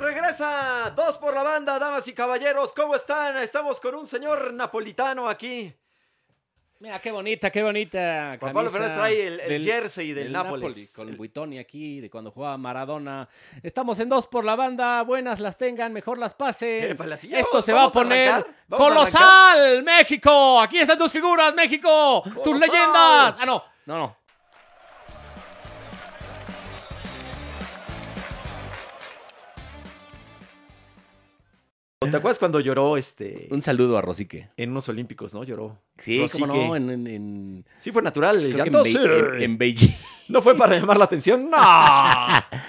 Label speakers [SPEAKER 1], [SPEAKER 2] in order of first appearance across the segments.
[SPEAKER 1] Regresa dos por la banda, damas y caballeros. ¿Cómo están? Estamos con un señor napolitano aquí.
[SPEAKER 2] Mira, qué bonita, qué bonita.
[SPEAKER 1] Juan Pablo Fernández trae el- el jersey del Nápoles.
[SPEAKER 2] con
[SPEAKER 1] El-
[SPEAKER 2] el Buitoni aquí, de cuando jugaba Maradona. Estamos en dos por la banda. Buenas las tengan, mejor las pasen.
[SPEAKER 1] Eh, para la silla,
[SPEAKER 2] Esto
[SPEAKER 1] ¿vamos-
[SPEAKER 2] se va a
[SPEAKER 1] vamos a
[SPEAKER 2] poner
[SPEAKER 1] arrancar? ¿Vamos a
[SPEAKER 2] colosal, México. Aquí están tus figuras, México. Tus
[SPEAKER 1] Colosal.
[SPEAKER 2] leyendas. Ah, no, no, no.
[SPEAKER 1] ¿Te acuerdas cuando lloró este
[SPEAKER 2] Un saludo a Rosique.
[SPEAKER 1] en unos Olímpicos, no? Lloró.
[SPEAKER 2] Sí,
[SPEAKER 1] Rosique.
[SPEAKER 2] cómo no, en, en- en-
[SPEAKER 1] Sí fue natural el
[SPEAKER 2] creo que
[SPEAKER 1] llanto.
[SPEAKER 2] en
[SPEAKER 1] Sí.
[SPEAKER 2] Bei- en- en Beijing.
[SPEAKER 1] ¿No fue para llamar la atención? ¡No!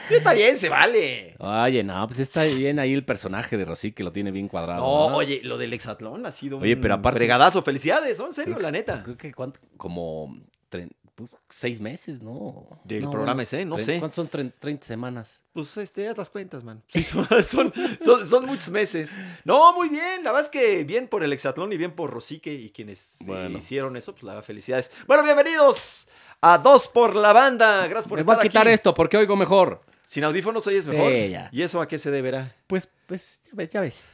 [SPEAKER 1] Sí, Está bien, se vale.
[SPEAKER 2] Oye, no, pues está bien ahí el personaje de Rosique, lo tiene bien cuadrado.
[SPEAKER 1] No,
[SPEAKER 2] ¿no?
[SPEAKER 1] oye, lo del hexatlón ha sido
[SPEAKER 2] Oye,
[SPEAKER 1] un
[SPEAKER 2] pero aparte-
[SPEAKER 1] fregadazo. Felicidades, ¿no? En serio,
[SPEAKER 2] Creo que-
[SPEAKER 1] la neta.
[SPEAKER 2] Creo que cuánto, como tre- pues, seis meses, ¿no?
[SPEAKER 1] Del
[SPEAKER 2] No,
[SPEAKER 1] programa
[SPEAKER 2] unos
[SPEAKER 1] ese, no
[SPEAKER 2] tre-
[SPEAKER 1] sé.
[SPEAKER 2] ¿Cuántas son tre- 30 semanas?
[SPEAKER 1] Pues este, haz las cuentas, man. Sí, son, son, son- son muchos meses. No, muy bien. La verdad es que bien por el hexatlón y bien por Rosique y quienes eh,
[SPEAKER 2] Bueno.
[SPEAKER 1] hicieron eso, pues la verdad, felicidades. Bueno, bienvenidos a Dos por la Banda. Gracias por
[SPEAKER 2] Les voy
[SPEAKER 1] estar
[SPEAKER 2] a quitar
[SPEAKER 1] aquí.
[SPEAKER 2] esto porque oigo mejor.
[SPEAKER 1] Sin audífonos hoy es
[SPEAKER 2] Sí,
[SPEAKER 1] mejor.
[SPEAKER 2] ya.
[SPEAKER 1] ¿Y eso a qué se deberá?
[SPEAKER 2] Pues, pues, ya ves, ya ves.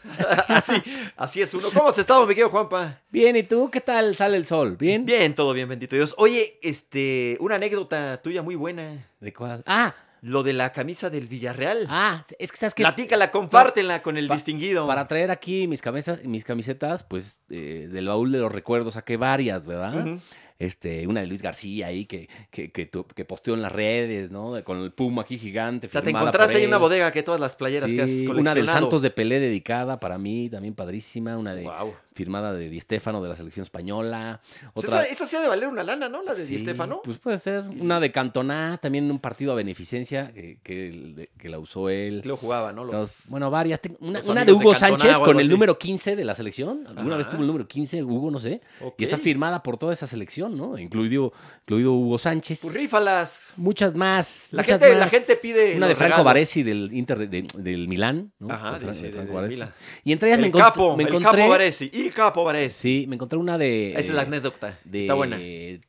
[SPEAKER 1] así, así es uno. ¿Cómo has estado, mi querido Juanpa?
[SPEAKER 2] Bien, ¿y tú qué tal sale el sol? ¿Bien?
[SPEAKER 1] Bien, todo bien, bendito Dios. Oye, este, una anécdota tuya muy buena.
[SPEAKER 2] ¿De cuál? Ah,
[SPEAKER 1] Lo de la camisa del Villarreal.
[SPEAKER 2] ah, es que sabes que...
[SPEAKER 1] Platícala, compártela con el
[SPEAKER 2] pa-
[SPEAKER 1] distinguido.
[SPEAKER 2] Para traer aquí mis, cabezas, mis camisetas, pues eh, del baúl de los recuerdos saqué varias, ¿verdad?
[SPEAKER 1] Ujú.
[SPEAKER 2] este, una de Luis García ahí que, que, que, tu- que posteó en las redes, ¿no? De- con el Puma aquí gigante.
[SPEAKER 1] O sea, te
[SPEAKER 2] firmada
[SPEAKER 1] encontraste
[SPEAKER 2] por
[SPEAKER 1] ahí en una
[SPEAKER 2] él.
[SPEAKER 1] bodega que todas las playeras que has
[SPEAKER 2] Sí,
[SPEAKER 1] coleccionado.
[SPEAKER 2] una del Santos de Pelé dedicada para mí, también padrísima, una de
[SPEAKER 1] Guau. Pues
[SPEAKER 2] firmada de Di Stéfano de la selección española, otra
[SPEAKER 1] esa, esa sí ha de valer una lana, ¿no? La de Di
[SPEAKER 2] Sí,
[SPEAKER 1] Stéfano.
[SPEAKER 2] Pues puede ser una de Cantoná, también un partido a beneficencia que, que- que la usó él.
[SPEAKER 1] Lo jugaba, ¿no? Los-
[SPEAKER 2] Entonces, bueno, varias. Tengo Una,
[SPEAKER 1] los
[SPEAKER 2] una de
[SPEAKER 1] amigos de
[SPEAKER 2] Hugo
[SPEAKER 1] Cantona
[SPEAKER 2] Sánchez
[SPEAKER 1] o
[SPEAKER 2] con
[SPEAKER 1] algo
[SPEAKER 2] el
[SPEAKER 1] así.
[SPEAKER 2] número 15 de la selección. Alguna vez
[SPEAKER 1] Ajá.
[SPEAKER 2] tuvo el número 15, Hugo, no sé.
[SPEAKER 1] Ok.
[SPEAKER 2] Y está firmada por toda esa selección, ¿no? Incluido, incluido Hugo Sánchez.
[SPEAKER 1] Pues rífalas.
[SPEAKER 2] Muchas más.
[SPEAKER 1] La
[SPEAKER 2] muchas
[SPEAKER 1] gente- la
[SPEAKER 2] más.
[SPEAKER 1] gente pide
[SPEAKER 2] Una de
[SPEAKER 1] los
[SPEAKER 2] Franco
[SPEAKER 1] regalos.
[SPEAKER 2] Baresi del, Inter, de- del Milán. ¿no?
[SPEAKER 1] Ajá,
[SPEAKER 2] De Fran-
[SPEAKER 1] sí,
[SPEAKER 2] de
[SPEAKER 1] sí,
[SPEAKER 2] Franco
[SPEAKER 1] del
[SPEAKER 2] Baresi.
[SPEAKER 1] Milán.
[SPEAKER 2] Y entre ellas me,
[SPEAKER 1] el
[SPEAKER 2] encont-
[SPEAKER 1] capo,
[SPEAKER 2] me
[SPEAKER 1] el
[SPEAKER 2] encontré.
[SPEAKER 1] capo Varese. Y el capo Varese.
[SPEAKER 2] Sí, me encontré una de.
[SPEAKER 1] Esa es la anécdota.
[SPEAKER 2] de-
[SPEAKER 1] Está buena.
[SPEAKER 2] de-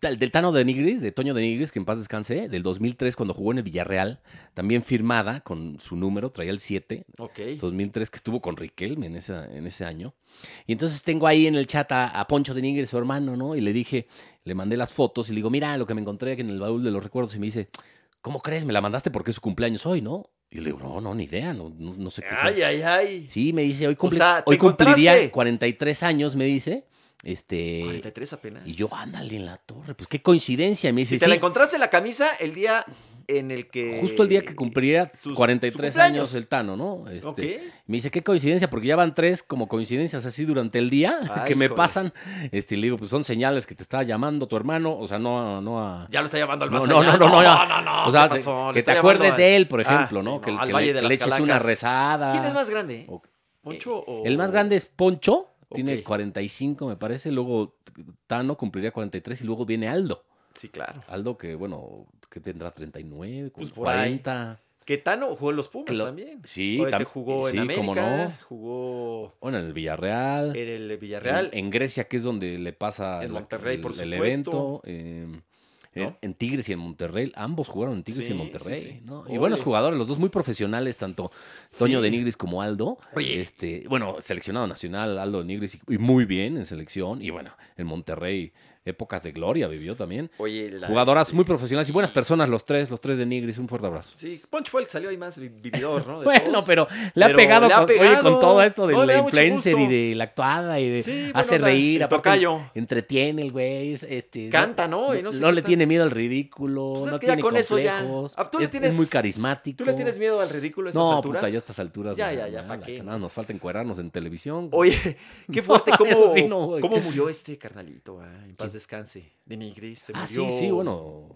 [SPEAKER 2] tal- del Tano de Nigris, de Toño de Nigris, que en paz descanse, del 2003 cuando jugó en el Villarreal, también firmada con su número, traía el 7,
[SPEAKER 1] Ok.
[SPEAKER 2] 2003 que estuvo con Riquelme en, esa, en ese año. Y entonces tengo ahí en el chat a, a Poncho de Nigre, su hermano, ¿no? Y le dije, le mandé las fotos y le digo, mira lo que me encontré aquí en el baúl de los recuerdos. Y me dice, ¿cómo crees? Me la mandaste porque es su cumpleaños hoy, ¿no? Y le digo, no, no, ni idea, no, no, no sé qué. fue".
[SPEAKER 1] Ay, ay, ay.
[SPEAKER 2] pues, Sí, me dice, hoy, cumple,
[SPEAKER 1] O sea, ¿te
[SPEAKER 2] hoy cumpliría
[SPEAKER 1] encontraste?
[SPEAKER 2] 43 años, me dice. Este,
[SPEAKER 1] 43 apenas.
[SPEAKER 2] y yo, ándale en la torre, pues qué coincidencia. Me dice,
[SPEAKER 1] Si te la
[SPEAKER 2] "Sí,
[SPEAKER 1] encontraste la camisa el día en el que.
[SPEAKER 2] justo el día que cumpliría
[SPEAKER 1] eh, sus- su
[SPEAKER 2] 43
[SPEAKER 1] cumpleaños.
[SPEAKER 2] años el Tano, ¿no? Este,
[SPEAKER 1] Ok.
[SPEAKER 2] Me dice, qué coincidencia, porque ya van tres como coincidencias así durante el día
[SPEAKER 1] Ay,
[SPEAKER 2] que me
[SPEAKER 1] híjole.
[SPEAKER 2] pasan. Este, y le digo, pues son señales que te estaba llamando tu hermano, o sea, no, no a...
[SPEAKER 1] Ya lo está llamando al
[SPEAKER 2] No,
[SPEAKER 1] más
[SPEAKER 2] no,
[SPEAKER 1] allá.
[SPEAKER 2] no, no, no, ya.
[SPEAKER 1] no, no,
[SPEAKER 2] o sea,
[SPEAKER 1] ¿qué pasó? Le
[SPEAKER 2] que te
[SPEAKER 1] está llamando
[SPEAKER 2] acuerdes
[SPEAKER 1] al-
[SPEAKER 2] de él, por
[SPEAKER 1] Ah,
[SPEAKER 2] ejemplo,
[SPEAKER 1] sí,
[SPEAKER 2] ¿no? Que,
[SPEAKER 1] al
[SPEAKER 2] que
[SPEAKER 1] Valle
[SPEAKER 2] le,
[SPEAKER 1] de
[SPEAKER 2] que
[SPEAKER 1] las
[SPEAKER 2] le eches una
[SPEAKER 1] Calacas.
[SPEAKER 2] rezada.
[SPEAKER 1] ¿Quién es más grande? Eh,
[SPEAKER 2] O-
[SPEAKER 1] ¿Poncho o.?
[SPEAKER 2] Ah, El más grande es Poncho, tiene
[SPEAKER 1] Ok.
[SPEAKER 2] 45 me parece, luego Tano cumpliría 43 y luego viene Aldo.
[SPEAKER 1] Sí, claro.
[SPEAKER 2] Aldo que, bueno, que tendrá 39,
[SPEAKER 1] Pues por ahí.
[SPEAKER 2] 40.
[SPEAKER 1] Que Tano jugó en los Pumas
[SPEAKER 2] Que lo-
[SPEAKER 1] también.
[SPEAKER 2] Sí,
[SPEAKER 1] Obviamente
[SPEAKER 2] tam-
[SPEAKER 1] jugó en
[SPEAKER 2] sí,
[SPEAKER 1] América,
[SPEAKER 2] cómo no.
[SPEAKER 1] jugó
[SPEAKER 2] Bueno, en el Villarreal.
[SPEAKER 1] en el Villarreal.
[SPEAKER 2] En, en Grecia, que es donde le pasa
[SPEAKER 1] En
[SPEAKER 2] la-
[SPEAKER 1] Monterrey,
[SPEAKER 2] el,
[SPEAKER 1] por
[SPEAKER 2] el
[SPEAKER 1] supuesto.
[SPEAKER 2] evento. eh,
[SPEAKER 1] ¿No?
[SPEAKER 2] en, en Tigres y en Monterrey. Ambos jugaron en Tigres
[SPEAKER 1] Sí,
[SPEAKER 2] y en Monterrey.
[SPEAKER 1] sí, sí.
[SPEAKER 2] ¿no? Y
[SPEAKER 1] Ole.
[SPEAKER 2] buenos jugadores, los dos muy profesionales, tanto Toño
[SPEAKER 1] Sí.
[SPEAKER 2] de Nigris como Aldo.
[SPEAKER 1] Oye.
[SPEAKER 2] Este, bueno, seleccionado nacional, Aldo de Nigris, y, y muy bien en selección. Y bueno, en Monterrey, épocas de gloria vivió también.
[SPEAKER 1] Oye, la-
[SPEAKER 2] Jugadoras
[SPEAKER 1] este,
[SPEAKER 2] muy profesionales y buenas personas, los tres, los tres de Nigris. Un fuerte abrazo.
[SPEAKER 1] Sí, Poncho fue el que salió ahí más vi- vividor, ¿no? De
[SPEAKER 2] Bueno,
[SPEAKER 1] todos.
[SPEAKER 2] pero le ha
[SPEAKER 1] Pero
[SPEAKER 2] pegado,
[SPEAKER 1] le ha
[SPEAKER 2] con, oye,
[SPEAKER 1] pegado.
[SPEAKER 2] con todo esto de
[SPEAKER 1] No, le
[SPEAKER 2] la
[SPEAKER 1] da mucho
[SPEAKER 2] influencer y
[SPEAKER 1] gusto.
[SPEAKER 2] de la actuada y de
[SPEAKER 1] Sí, buena
[SPEAKER 2] hace
[SPEAKER 1] onda.
[SPEAKER 2] pues, reír,
[SPEAKER 1] El
[SPEAKER 2] aparte eh,
[SPEAKER 1] tocayo.
[SPEAKER 2] entretiene el güey, es- este,
[SPEAKER 1] Canta, ¿no? Y no sé qué
[SPEAKER 2] le
[SPEAKER 1] tan-
[SPEAKER 2] tiene miedo al ridículo,
[SPEAKER 1] Pues es
[SPEAKER 2] no
[SPEAKER 1] que ya
[SPEAKER 2] tiene
[SPEAKER 1] con eso ya.
[SPEAKER 2] complejos,
[SPEAKER 1] Ah, tú le
[SPEAKER 2] es, es
[SPEAKER 1] tienes-
[SPEAKER 2] muy carismático.
[SPEAKER 1] ¿Tú le tienes miedo al ridículo a esas
[SPEAKER 2] No,
[SPEAKER 1] alturas?
[SPEAKER 2] puta, ya a estas alturas.
[SPEAKER 1] Ya,
[SPEAKER 2] no,
[SPEAKER 1] ya, ya,
[SPEAKER 2] no,
[SPEAKER 1] ¿pa'
[SPEAKER 2] la
[SPEAKER 1] qué?
[SPEAKER 2] que Nada, nos falta encuerarnos en televisión.
[SPEAKER 1] Oye, qué fuerte,
[SPEAKER 2] No,
[SPEAKER 1] cómo,
[SPEAKER 2] eso sí no voy.
[SPEAKER 1] cómo murió este carnalito, ah, en paz
[SPEAKER 2] ¿Quién?
[SPEAKER 1] descanse, de Nigris, se
[SPEAKER 2] ah,
[SPEAKER 1] murió.
[SPEAKER 2] sí, sí, bueno,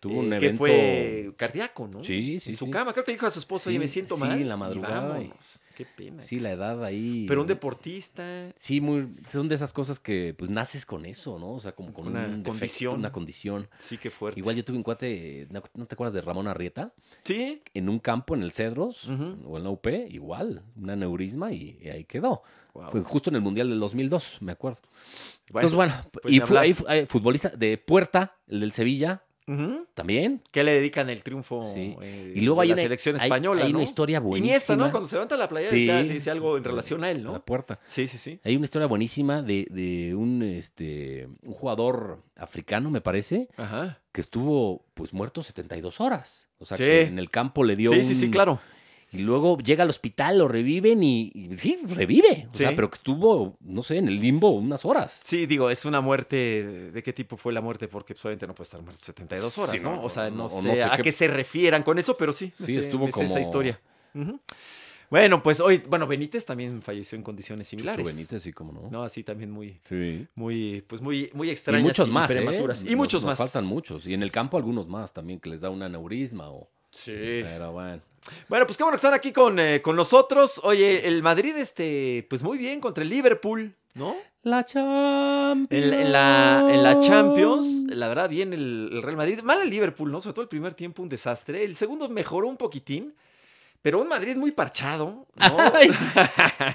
[SPEAKER 2] tuvo
[SPEAKER 1] eh,
[SPEAKER 2] un
[SPEAKER 1] que
[SPEAKER 2] evento.
[SPEAKER 1] fue cardíaco, ¿no?
[SPEAKER 2] Sí, sí,
[SPEAKER 1] En su
[SPEAKER 2] sí.
[SPEAKER 1] cama, creo que le dijo a su esposo, oye,
[SPEAKER 2] Sí,
[SPEAKER 1] me siento
[SPEAKER 2] sí,
[SPEAKER 1] mal.
[SPEAKER 2] en la
[SPEAKER 1] y
[SPEAKER 2] madrugada,
[SPEAKER 1] vámonos. Qué pena.
[SPEAKER 2] Sí, la edad ahí.
[SPEAKER 1] Pero un deportista,
[SPEAKER 2] Sí, muy, son de esas cosas que pues naces con eso, ¿no? O sea, como con
[SPEAKER 1] Una
[SPEAKER 2] una
[SPEAKER 1] condición.
[SPEAKER 2] condición. Una condición.
[SPEAKER 1] sí, qué fuerte.
[SPEAKER 2] Igual yo tuve un cuate, ¿no no te acuerdas de Ramón Arrieta?
[SPEAKER 1] Sí,
[SPEAKER 2] En un campo en el Cedros
[SPEAKER 1] Ujú.
[SPEAKER 2] o en la UP, igual, un aneurisma y, y ahí quedó.
[SPEAKER 1] Guau.
[SPEAKER 2] Fue justo en el Mundial del 2002, me acuerdo.
[SPEAKER 1] Ah, Bueno,
[SPEAKER 2] Entonces, bueno,
[SPEAKER 1] pues,
[SPEAKER 2] y
[SPEAKER 1] ni
[SPEAKER 2] fu-
[SPEAKER 1] hablar.
[SPEAKER 2] ahí fu- ahí futbolista de Puerta, el del Sevilla,
[SPEAKER 1] Ujú.
[SPEAKER 2] también.
[SPEAKER 1] ¿Qué le dedican el triunfo
[SPEAKER 2] Sí.
[SPEAKER 1] eh,
[SPEAKER 2] Y luego
[SPEAKER 1] de
[SPEAKER 2] hay
[SPEAKER 1] la
[SPEAKER 2] una-
[SPEAKER 1] selección
[SPEAKER 2] hay-
[SPEAKER 1] española?
[SPEAKER 2] hay una
[SPEAKER 1] ¿no?
[SPEAKER 2] historia
[SPEAKER 1] Iniesta,
[SPEAKER 2] buenísima.
[SPEAKER 1] ¿no? Cuando se levanta la playa
[SPEAKER 2] Sí.
[SPEAKER 1] decía- dice algo en relación a él,
[SPEAKER 2] La
[SPEAKER 1] ¿no?
[SPEAKER 2] puerta.
[SPEAKER 1] Sí, sí, sí.
[SPEAKER 2] Hay una historia buenísima de, de un, este, un jugador africano, me parece,
[SPEAKER 1] Ajá.
[SPEAKER 2] que estuvo pues muerto 72 horas. O sea,
[SPEAKER 1] Sí.
[SPEAKER 2] que en el campo le dio
[SPEAKER 1] Sí, sí, sí,
[SPEAKER 2] un-
[SPEAKER 1] claro.
[SPEAKER 2] Y luego llega al hospital, lo reviven y, y sí, revive. O sea,
[SPEAKER 1] Sí.
[SPEAKER 2] pero que estuvo, no sé, en el limbo unas horas.
[SPEAKER 1] Sí, digo, es una muerte. ¿De qué tipo fue la muerte? Porque pues, obviamente no puede estar muerto 72 horas,
[SPEAKER 2] Sí,
[SPEAKER 1] ¿no?
[SPEAKER 2] no,
[SPEAKER 1] O sea, no,
[SPEAKER 2] no,
[SPEAKER 1] sé,
[SPEAKER 2] no sé
[SPEAKER 1] a qué...
[SPEAKER 2] qué-
[SPEAKER 1] se refieran con eso, pero sí. me
[SPEAKER 2] Sí,
[SPEAKER 1] sé-
[SPEAKER 2] estuvo
[SPEAKER 1] me sé esa
[SPEAKER 2] como-
[SPEAKER 1] historia. Ujú. Bueno, pues hoy, bueno, Benítez también falleció en condiciones
[SPEAKER 2] Chucho
[SPEAKER 1] similares.
[SPEAKER 2] Benítez, sí, cómo no.
[SPEAKER 1] No, así también muy,
[SPEAKER 2] Sí.
[SPEAKER 1] muy, pues muy, muy
[SPEAKER 2] Y
[SPEAKER 1] extrañas.
[SPEAKER 2] muchos más, ¿eh?
[SPEAKER 1] prematuras. Y
[SPEAKER 2] Nos-
[SPEAKER 1] muchos más.
[SPEAKER 2] nos faltan muchos. Y en el campo algunos más también, que les da un aneurisma o...
[SPEAKER 1] Sí.
[SPEAKER 2] Pero bueno.
[SPEAKER 1] Bueno, pues qué bueno que están aquí con, eh, con nosotros. Oye, el Madrid, este, pues muy bien contra el Liverpool, ¿no?
[SPEAKER 2] La Champions.
[SPEAKER 1] En, la- en la, en la Champions, la verdad, bien el, el Real Madrid. Mal el Liverpool, ¿no? Sobre todo el primer tiempo, un desastre. El segundo mejoró un poquitín, pero un Madrid muy parchado, ¿no?
[SPEAKER 2] Ay,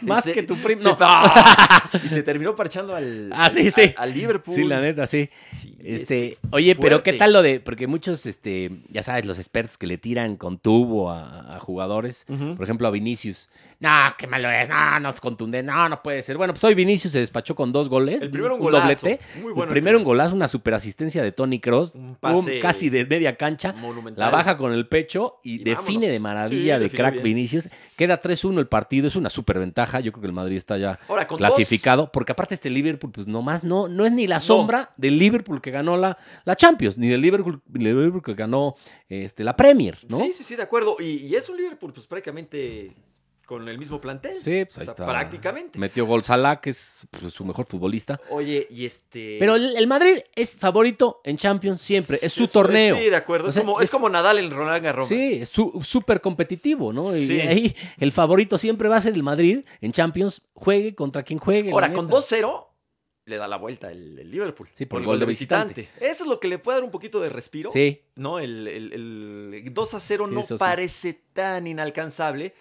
[SPEAKER 1] Y
[SPEAKER 2] más
[SPEAKER 1] se-
[SPEAKER 2] que tu primo.
[SPEAKER 1] se-
[SPEAKER 2] No.
[SPEAKER 1] ¡Ah! y se terminó parchando al,
[SPEAKER 2] Ah, sí, sí.
[SPEAKER 1] a- al Liverpool.
[SPEAKER 2] Sí, la neta, sí.
[SPEAKER 1] Sí,
[SPEAKER 2] Este, oye, pero
[SPEAKER 1] fuerte.
[SPEAKER 2] ¿qué tal lo de? Porque muchos, este, ya sabes, los expertos que le tiran con tubo a, a jugadores,
[SPEAKER 1] Ujú.
[SPEAKER 2] por ejemplo a Vinicius. No, qué malo es, no, no es contundente, no, no puede ser. Bueno, pues hoy Vinicius se despachó con dos goles,
[SPEAKER 1] El primero un
[SPEAKER 2] un
[SPEAKER 1] golazo.
[SPEAKER 2] doblete,
[SPEAKER 1] Muy bueno
[SPEAKER 2] el
[SPEAKER 1] el
[SPEAKER 2] primero un
[SPEAKER 1] primero.
[SPEAKER 2] golazo, una superasistencia de Tony Cross,
[SPEAKER 1] Un pase
[SPEAKER 2] casi de media cancha.
[SPEAKER 1] Monumental.
[SPEAKER 2] La baja con el pecho y,
[SPEAKER 1] Y
[SPEAKER 2] define
[SPEAKER 1] vámonos.
[SPEAKER 2] de maravilla
[SPEAKER 1] Sí,
[SPEAKER 2] de
[SPEAKER 1] definió
[SPEAKER 2] crack
[SPEAKER 1] bien.
[SPEAKER 2] Vinicius. Queda 3-1 el partido, es una superventaja. Yo creo que el Madrid está ya
[SPEAKER 1] Ahora, con
[SPEAKER 2] clasificado, porque aparte este Liverpool, pues nomás no, no es ni la sombra del Liverpool que ganó la, la Champions, ni del Liverpool, Liverpool que ganó este, la Premier,
[SPEAKER 1] dos-
[SPEAKER 2] ¿no?
[SPEAKER 1] Sí, sí, sí, de acuerdo. Y, y es un Liverpool, pues prácticamente con el mismo plantel.
[SPEAKER 2] Sí, pues
[SPEAKER 1] O
[SPEAKER 2] ahí
[SPEAKER 1] sea,
[SPEAKER 2] está.
[SPEAKER 1] Prácticamente.
[SPEAKER 2] Metió gol Salah, que es pues, su mejor futbolista.
[SPEAKER 1] Oye, y este.
[SPEAKER 2] Pero el, el Madrid es favorito en Champions siempre, es su
[SPEAKER 1] Sí,
[SPEAKER 2] torneo.
[SPEAKER 1] Sí, de acuerdo.
[SPEAKER 2] O
[SPEAKER 1] Es,
[SPEAKER 2] sea,
[SPEAKER 1] como, es... como Nadal en Roland Garros.
[SPEAKER 2] Sí, es su- súper competitivo, ¿no? Y
[SPEAKER 1] Sí.
[SPEAKER 2] ahí el favorito siempre va a ser el Madrid en Champions, juegue contra quien juegue. la
[SPEAKER 1] Ahora, con
[SPEAKER 2] neta.
[SPEAKER 1] 2-0, le da la vuelta el, el Liverpool.
[SPEAKER 2] Sí, por
[SPEAKER 1] Con
[SPEAKER 2] el gol de visitante.
[SPEAKER 1] Eso es lo que le puede dar un poquito de respiro.
[SPEAKER 2] Sí,
[SPEAKER 1] ¿no? El, el, el 2-0
[SPEAKER 2] Sí,
[SPEAKER 1] no
[SPEAKER 2] eso sí.
[SPEAKER 1] parece tan inalcanzable.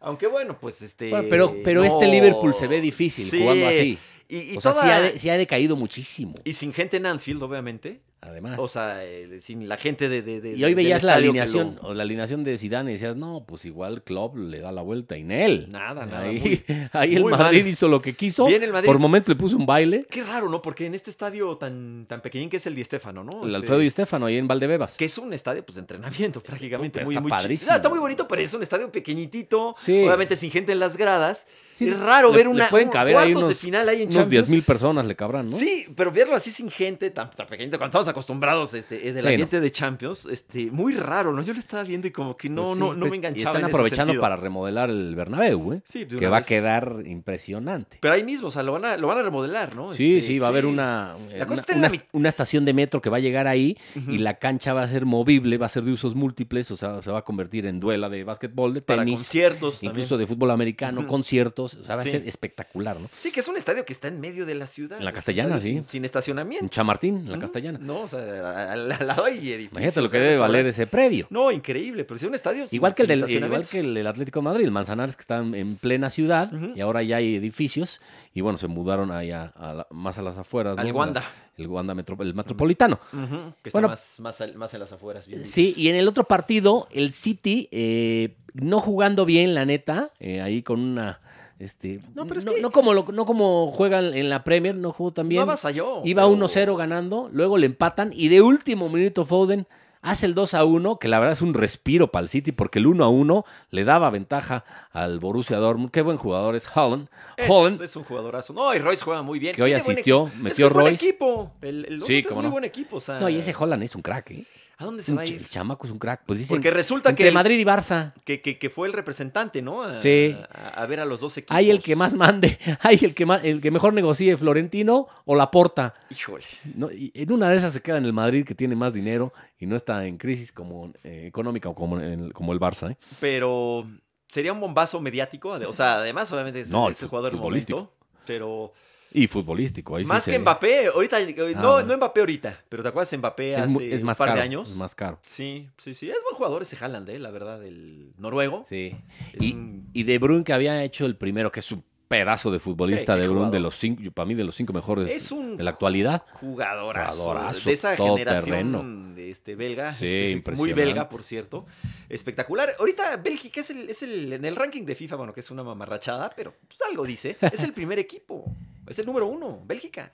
[SPEAKER 1] Aunque bueno, pues este.
[SPEAKER 2] Bueno, pero, pero este
[SPEAKER 1] no-
[SPEAKER 2] Liverpool se ve difícil
[SPEAKER 1] Sí,
[SPEAKER 2] jugando así.
[SPEAKER 1] Y, y
[SPEAKER 2] o sea, sí
[SPEAKER 1] toda-
[SPEAKER 2] ha, de- sí ha decaído muchísimo,
[SPEAKER 1] y sin gente en Anfield, obviamente.
[SPEAKER 2] además.
[SPEAKER 1] O sea, eh, sin la gente de. de- de-
[SPEAKER 2] Ah, y
[SPEAKER 1] del
[SPEAKER 2] hoy veías la
[SPEAKER 1] estadio que lo-
[SPEAKER 2] alineación, o la alineación de Zidane y decías, no, pues igual Klopp le da la vuelta y Nel.
[SPEAKER 1] Nada, nada,
[SPEAKER 2] Ahí,
[SPEAKER 1] muy-
[SPEAKER 2] ahí el
[SPEAKER 1] muy
[SPEAKER 2] Madrid
[SPEAKER 1] mal.
[SPEAKER 2] hizo lo que quiso.
[SPEAKER 1] Bien, el Madrid.
[SPEAKER 2] Por momentos le puso un baile.
[SPEAKER 1] Qué raro, ¿no? Porque en este estadio tan, tan pequeñín que es el Di Stéfano, ¿no?
[SPEAKER 2] El
[SPEAKER 1] Este,
[SPEAKER 2] Alfredo y Estefano ahí en Valdebebas.
[SPEAKER 1] que es un estadio pues, de entrenamiento prácticamente.
[SPEAKER 2] Puta,
[SPEAKER 1] Muy,
[SPEAKER 2] está
[SPEAKER 1] muy chi-
[SPEAKER 2] padrísimo.
[SPEAKER 1] No, está muy bonito, pero es un estadio pequeñitito.
[SPEAKER 2] Sí.
[SPEAKER 1] Obviamente sin gente en las gradas.
[SPEAKER 2] Sí,
[SPEAKER 1] es raro
[SPEAKER 2] le-
[SPEAKER 1] ver
[SPEAKER 2] le
[SPEAKER 1] una,
[SPEAKER 2] pueden
[SPEAKER 1] un
[SPEAKER 2] caber ahí
[SPEAKER 1] cuartos de
[SPEAKER 2] unos-
[SPEAKER 1] final ahí en
[SPEAKER 2] Unos
[SPEAKER 1] Champions.
[SPEAKER 2] 10.000 personas le cabrán, ¿no?
[SPEAKER 1] Sí, pero verlo así sin gente, tan, tan pequeñito, cuando estamos acostumbrados este, eh, del
[SPEAKER 2] Sí, no.
[SPEAKER 1] ambiente de Champions, este, muy raro, ¿no? Yo lo estaba viendo y como que no,
[SPEAKER 2] Pues sí,
[SPEAKER 1] no, no
[SPEAKER 2] pues,
[SPEAKER 1] me
[SPEAKER 2] Y
[SPEAKER 1] enganchaba.
[SPEAKER 2] están
[SPEAKER 1] en ese
[SPEAKER 2] aprovechando
[SPEAKER 1] sentido.
[SPEAKER 2] para remodelar el Bernabéu, ¿eh?
[SPEAKER 1] Sí, de
[SPEAKER 2] que
[SPEAKER 1] una
[SPEAKER 2] va a
[SPEAKER 1] vez.
[SPEAKER 2] quedar impresionante.
[SPEAKER 1] Pero ahí mismo, o sea, lo van a, lo van a remodelar, ¿no?
[SPEAKER 2] sí,
[SPEAKER 1] Este,
[SPEAKER 2] sí, va a haber una,
[SPEAKER 1] La cosa
[SPEAKER 2] una,
[SPEAKER 1] es que
[SPEAKER 2] una-
[SPEAKER 1] la mit-
[SPEAKER 2] una estación de metro que va a llegar ahí
[SPEAKER 1] Ujú.
[SPEAKER 2] y la cancha va a ser movible, va a ser de usos múltiples, o sea, se va a convertir en duela de básquetbol, de
[SPEAKER 1] Para
[SPEAKER 2] tenis,
[SPEAKER 1] conciertos también.
[SPEAKER 2] incluso de fútbol americano,
[SPEAKER 1] Ujú.
[SPEAKER 2] conciertos, o sea, va
[SPEAKER 1] Sí.
[SPEAKER 2] a ser espectacular, ¿no?
[SPEAKER 1] Sí, que es un estadio que está en medio de la ciudad.
[SPEAKER 2] En la
[SPEAKER 1] es un
[SPEAKER 2] Castellana,
[SPEAKER 1] estadio
[SPEAKER 2] sí.
[SPEAKER 1] Sin, sin
[SPEAKER 2] En
[SPEAKER 1] estacionamiento.
[SPEAKER 2] Chamartín, la
[SPEAKER 1] Ujú.
[SPEAKER 2] castellana.
[SPEAKER 1] No, o sea, al, al lado hay edificios.
[SPEAKER 2] Imagínate lo que
[SPEAKER 1] hay
[SPEAKER 2] debe valer
[SPEAKER 1] restaurantes.
[SPEAKER 2] ese predio.
[SPEAKER 1] No, increíble, pero si un estadio sin-
[SPEAKER 2] Igual que, el
[SPEAKER 1] sin
[SPEAKER 2] del, eh, igual
[SPEAKER 1] estacionamientos.
[SPEAKER 2] que el del Atlético de Madrid, el Manzanares, que está en, en plena ciudad
[SPEAKER 1] Ujú.
[SPEAKER 2] y ahora ya hay edificios. Y bueno, se mudaron allá a la- más a las afueras.
[SPEAKER 1] Al
[SPEAKER 2] ¿no?
[SPEAKER 1] Wanda.
[SPEAKER 2] El Wanda metro- el Metropolitano.
[SPEAKER 1] Ujú, que está
[SPEAKER 2] Bueno. eh,
[SPEAKER 1] más, más, al- más en las afueras. bien
[SPEAKER 2] Sí,
[SPEAKER 1] dices.
[SPEAKER 2] y en el otro partido, el City, eh, no jugando bien, la neta, eh, ahí con una. Este,
[SPEAKER 1] No, pero es
[SPEAKER 2] no,
[SPEAKER 1] que-
[SPEAKER 2] no como lo- no como juegan en la Premier, no jugó tan bien.
[SPEAKER 1] No avasalló.
[SPEAKER 2] Iba
[SPEAKER 1] pero-
[SPEAKER 2] 1-0 ganando, luego le empatan y de último minuto Foden hace el 2-1, que la verdad es un respiro para el City porque el 1-1 le daba ventaja al Borussia Dortmund. Qué buen jugador es Holland.
[SPEAKER 1] Es,
[SPEAKER 2] Holland,
[SPEAKER 1] es un jugadorazo. No, y Royce juega muy bien.
[SPEAKER 2] que hoy
[SPEAKER 1] Tiene buen
[SPEAKER 2] asistió,
[SPEAKER 1] equi-
[SPEAKER 2] metió
[SPEAKER 1] es que es buen
[SPEAKER 2] Royce.
[SPEAKER 1] equipo. El, el
[SPEAKER 2] Sí,
[SPEAKER 1] Dortmund es
[SPEAKER 2] cómo
[SPEAKER 1] muy
[SPEAKER 2] no.
[SPEAKER 1] buen equipo. O sea,
[SPEAKER 2] No, y ese Holland es un crack, ¿eh?
[SPEAKER 1] ¿A dónde
[SPEAKER 2] Es
[SPEAKER 1] se
[SPEAKER 2] un
[SPEAKER 1] va a
[SPEAKER 2] ch-
[SPEAKER 1] ir?
[SPEAKER 2] El chamaco es un crack. Pues dicen,
[SPEAKER 1] Porque resulta que,
[SPEAKER 2] entre
[SPEAKER 1] el-
[SPEAKER 2] Madrid y Barça.
[SPEAKER 1] que, que, que fue el representante, ¿no? A,
[SPEAKER 2] Sí.
[SPEAKER 1] a, a ver a los dos equipos.
[SPEAKER 2] Hay el que más mande, hay el que más, el que mejor negocie, Florentino o Laporta.
[SPEAKER 1] Híjole.
[SPEAKER 2] No, y en una de esas se queda en el Madrid que tiene más dinero y no está en crisis como eh, económica o como el, como el Barça. ¿eh?
[SPEAKER 1] Pero sería un bombazo mediático. ade- O sea, además, obviamente es,
[SPEAKER 2] No,
[SPEAKER 1] es
[SPEAKER 2] y
[SPEAKER 1] el jugador del
[SPEAKER 2] futbolístico.
[SPEAKER 1] momento. Pero
[SPEAKER 2] Y futbolístico. Ahí sí
[SPEAKER 1] más
[SPEAKER 2] se-
[SPEAKER 1] que Mbappé, ahorita. eh,
[SPEAKER 2] Ah,
[SPEAKER 1] no,
[SPEAKER 2] bueno.
[SPEAKER 1] no Mbappé ahorita, pero ¿te acuerdas de Mbappé
[SPEAKER 2] es,
[SPEAKER 1] hace
[SPEAKER 2] mu- es más
[SPEAKER 1] un par
[SPEAKER 2] caro.
[SPEAKER 1] de años?
[SPEAKER 2] Es más caro.
[SPEAKER 1] Sí, sí, sí. Es buen jugador ese Haaland, eh, la verdad, el noruego.
[SPEAKER 2] Sí.
[SPEAKER 1] Es
[SPEAKER 2] Y,
[SPEAKER 1] un-
[SPEAKER 2] y De Bruyne que había hecho el primero, que es un pedazo de futbolista
[SPEAKER 1] Sí, qué
[SPEAKER 2] de Bruyne, de
[SPEAKER 1] jugador.
[SPEAKER 2] los cinco, yo- para mí de los cinco mejores
[SPEAKER 1] Es un
[SPEAKER 2] pues, de la actualidad.
[SPEAKER 1] Jugadorazo.
[SPEAKER 2] Jugadorazo,
[SPEAKER 1] de esa
[SPEAKER 2] todo
[SPEAKER 1] generación
[SPEAKER 2] terreno.
[SPEAKER 1] de este, belga.
[SPEAKER 2] Sí,
[SPEAKER 1] este, Muy
[SPEAKER 2] impresionante.
[SPEAKER 1] belga, por cierto. Espectacular. Ahorita Bélgica es el, es el, en el ranking de FIFA, bueno, que es una mamarrachada, pero pues, algo dice. Es el primer equipo. Es el número uno, Bélgica.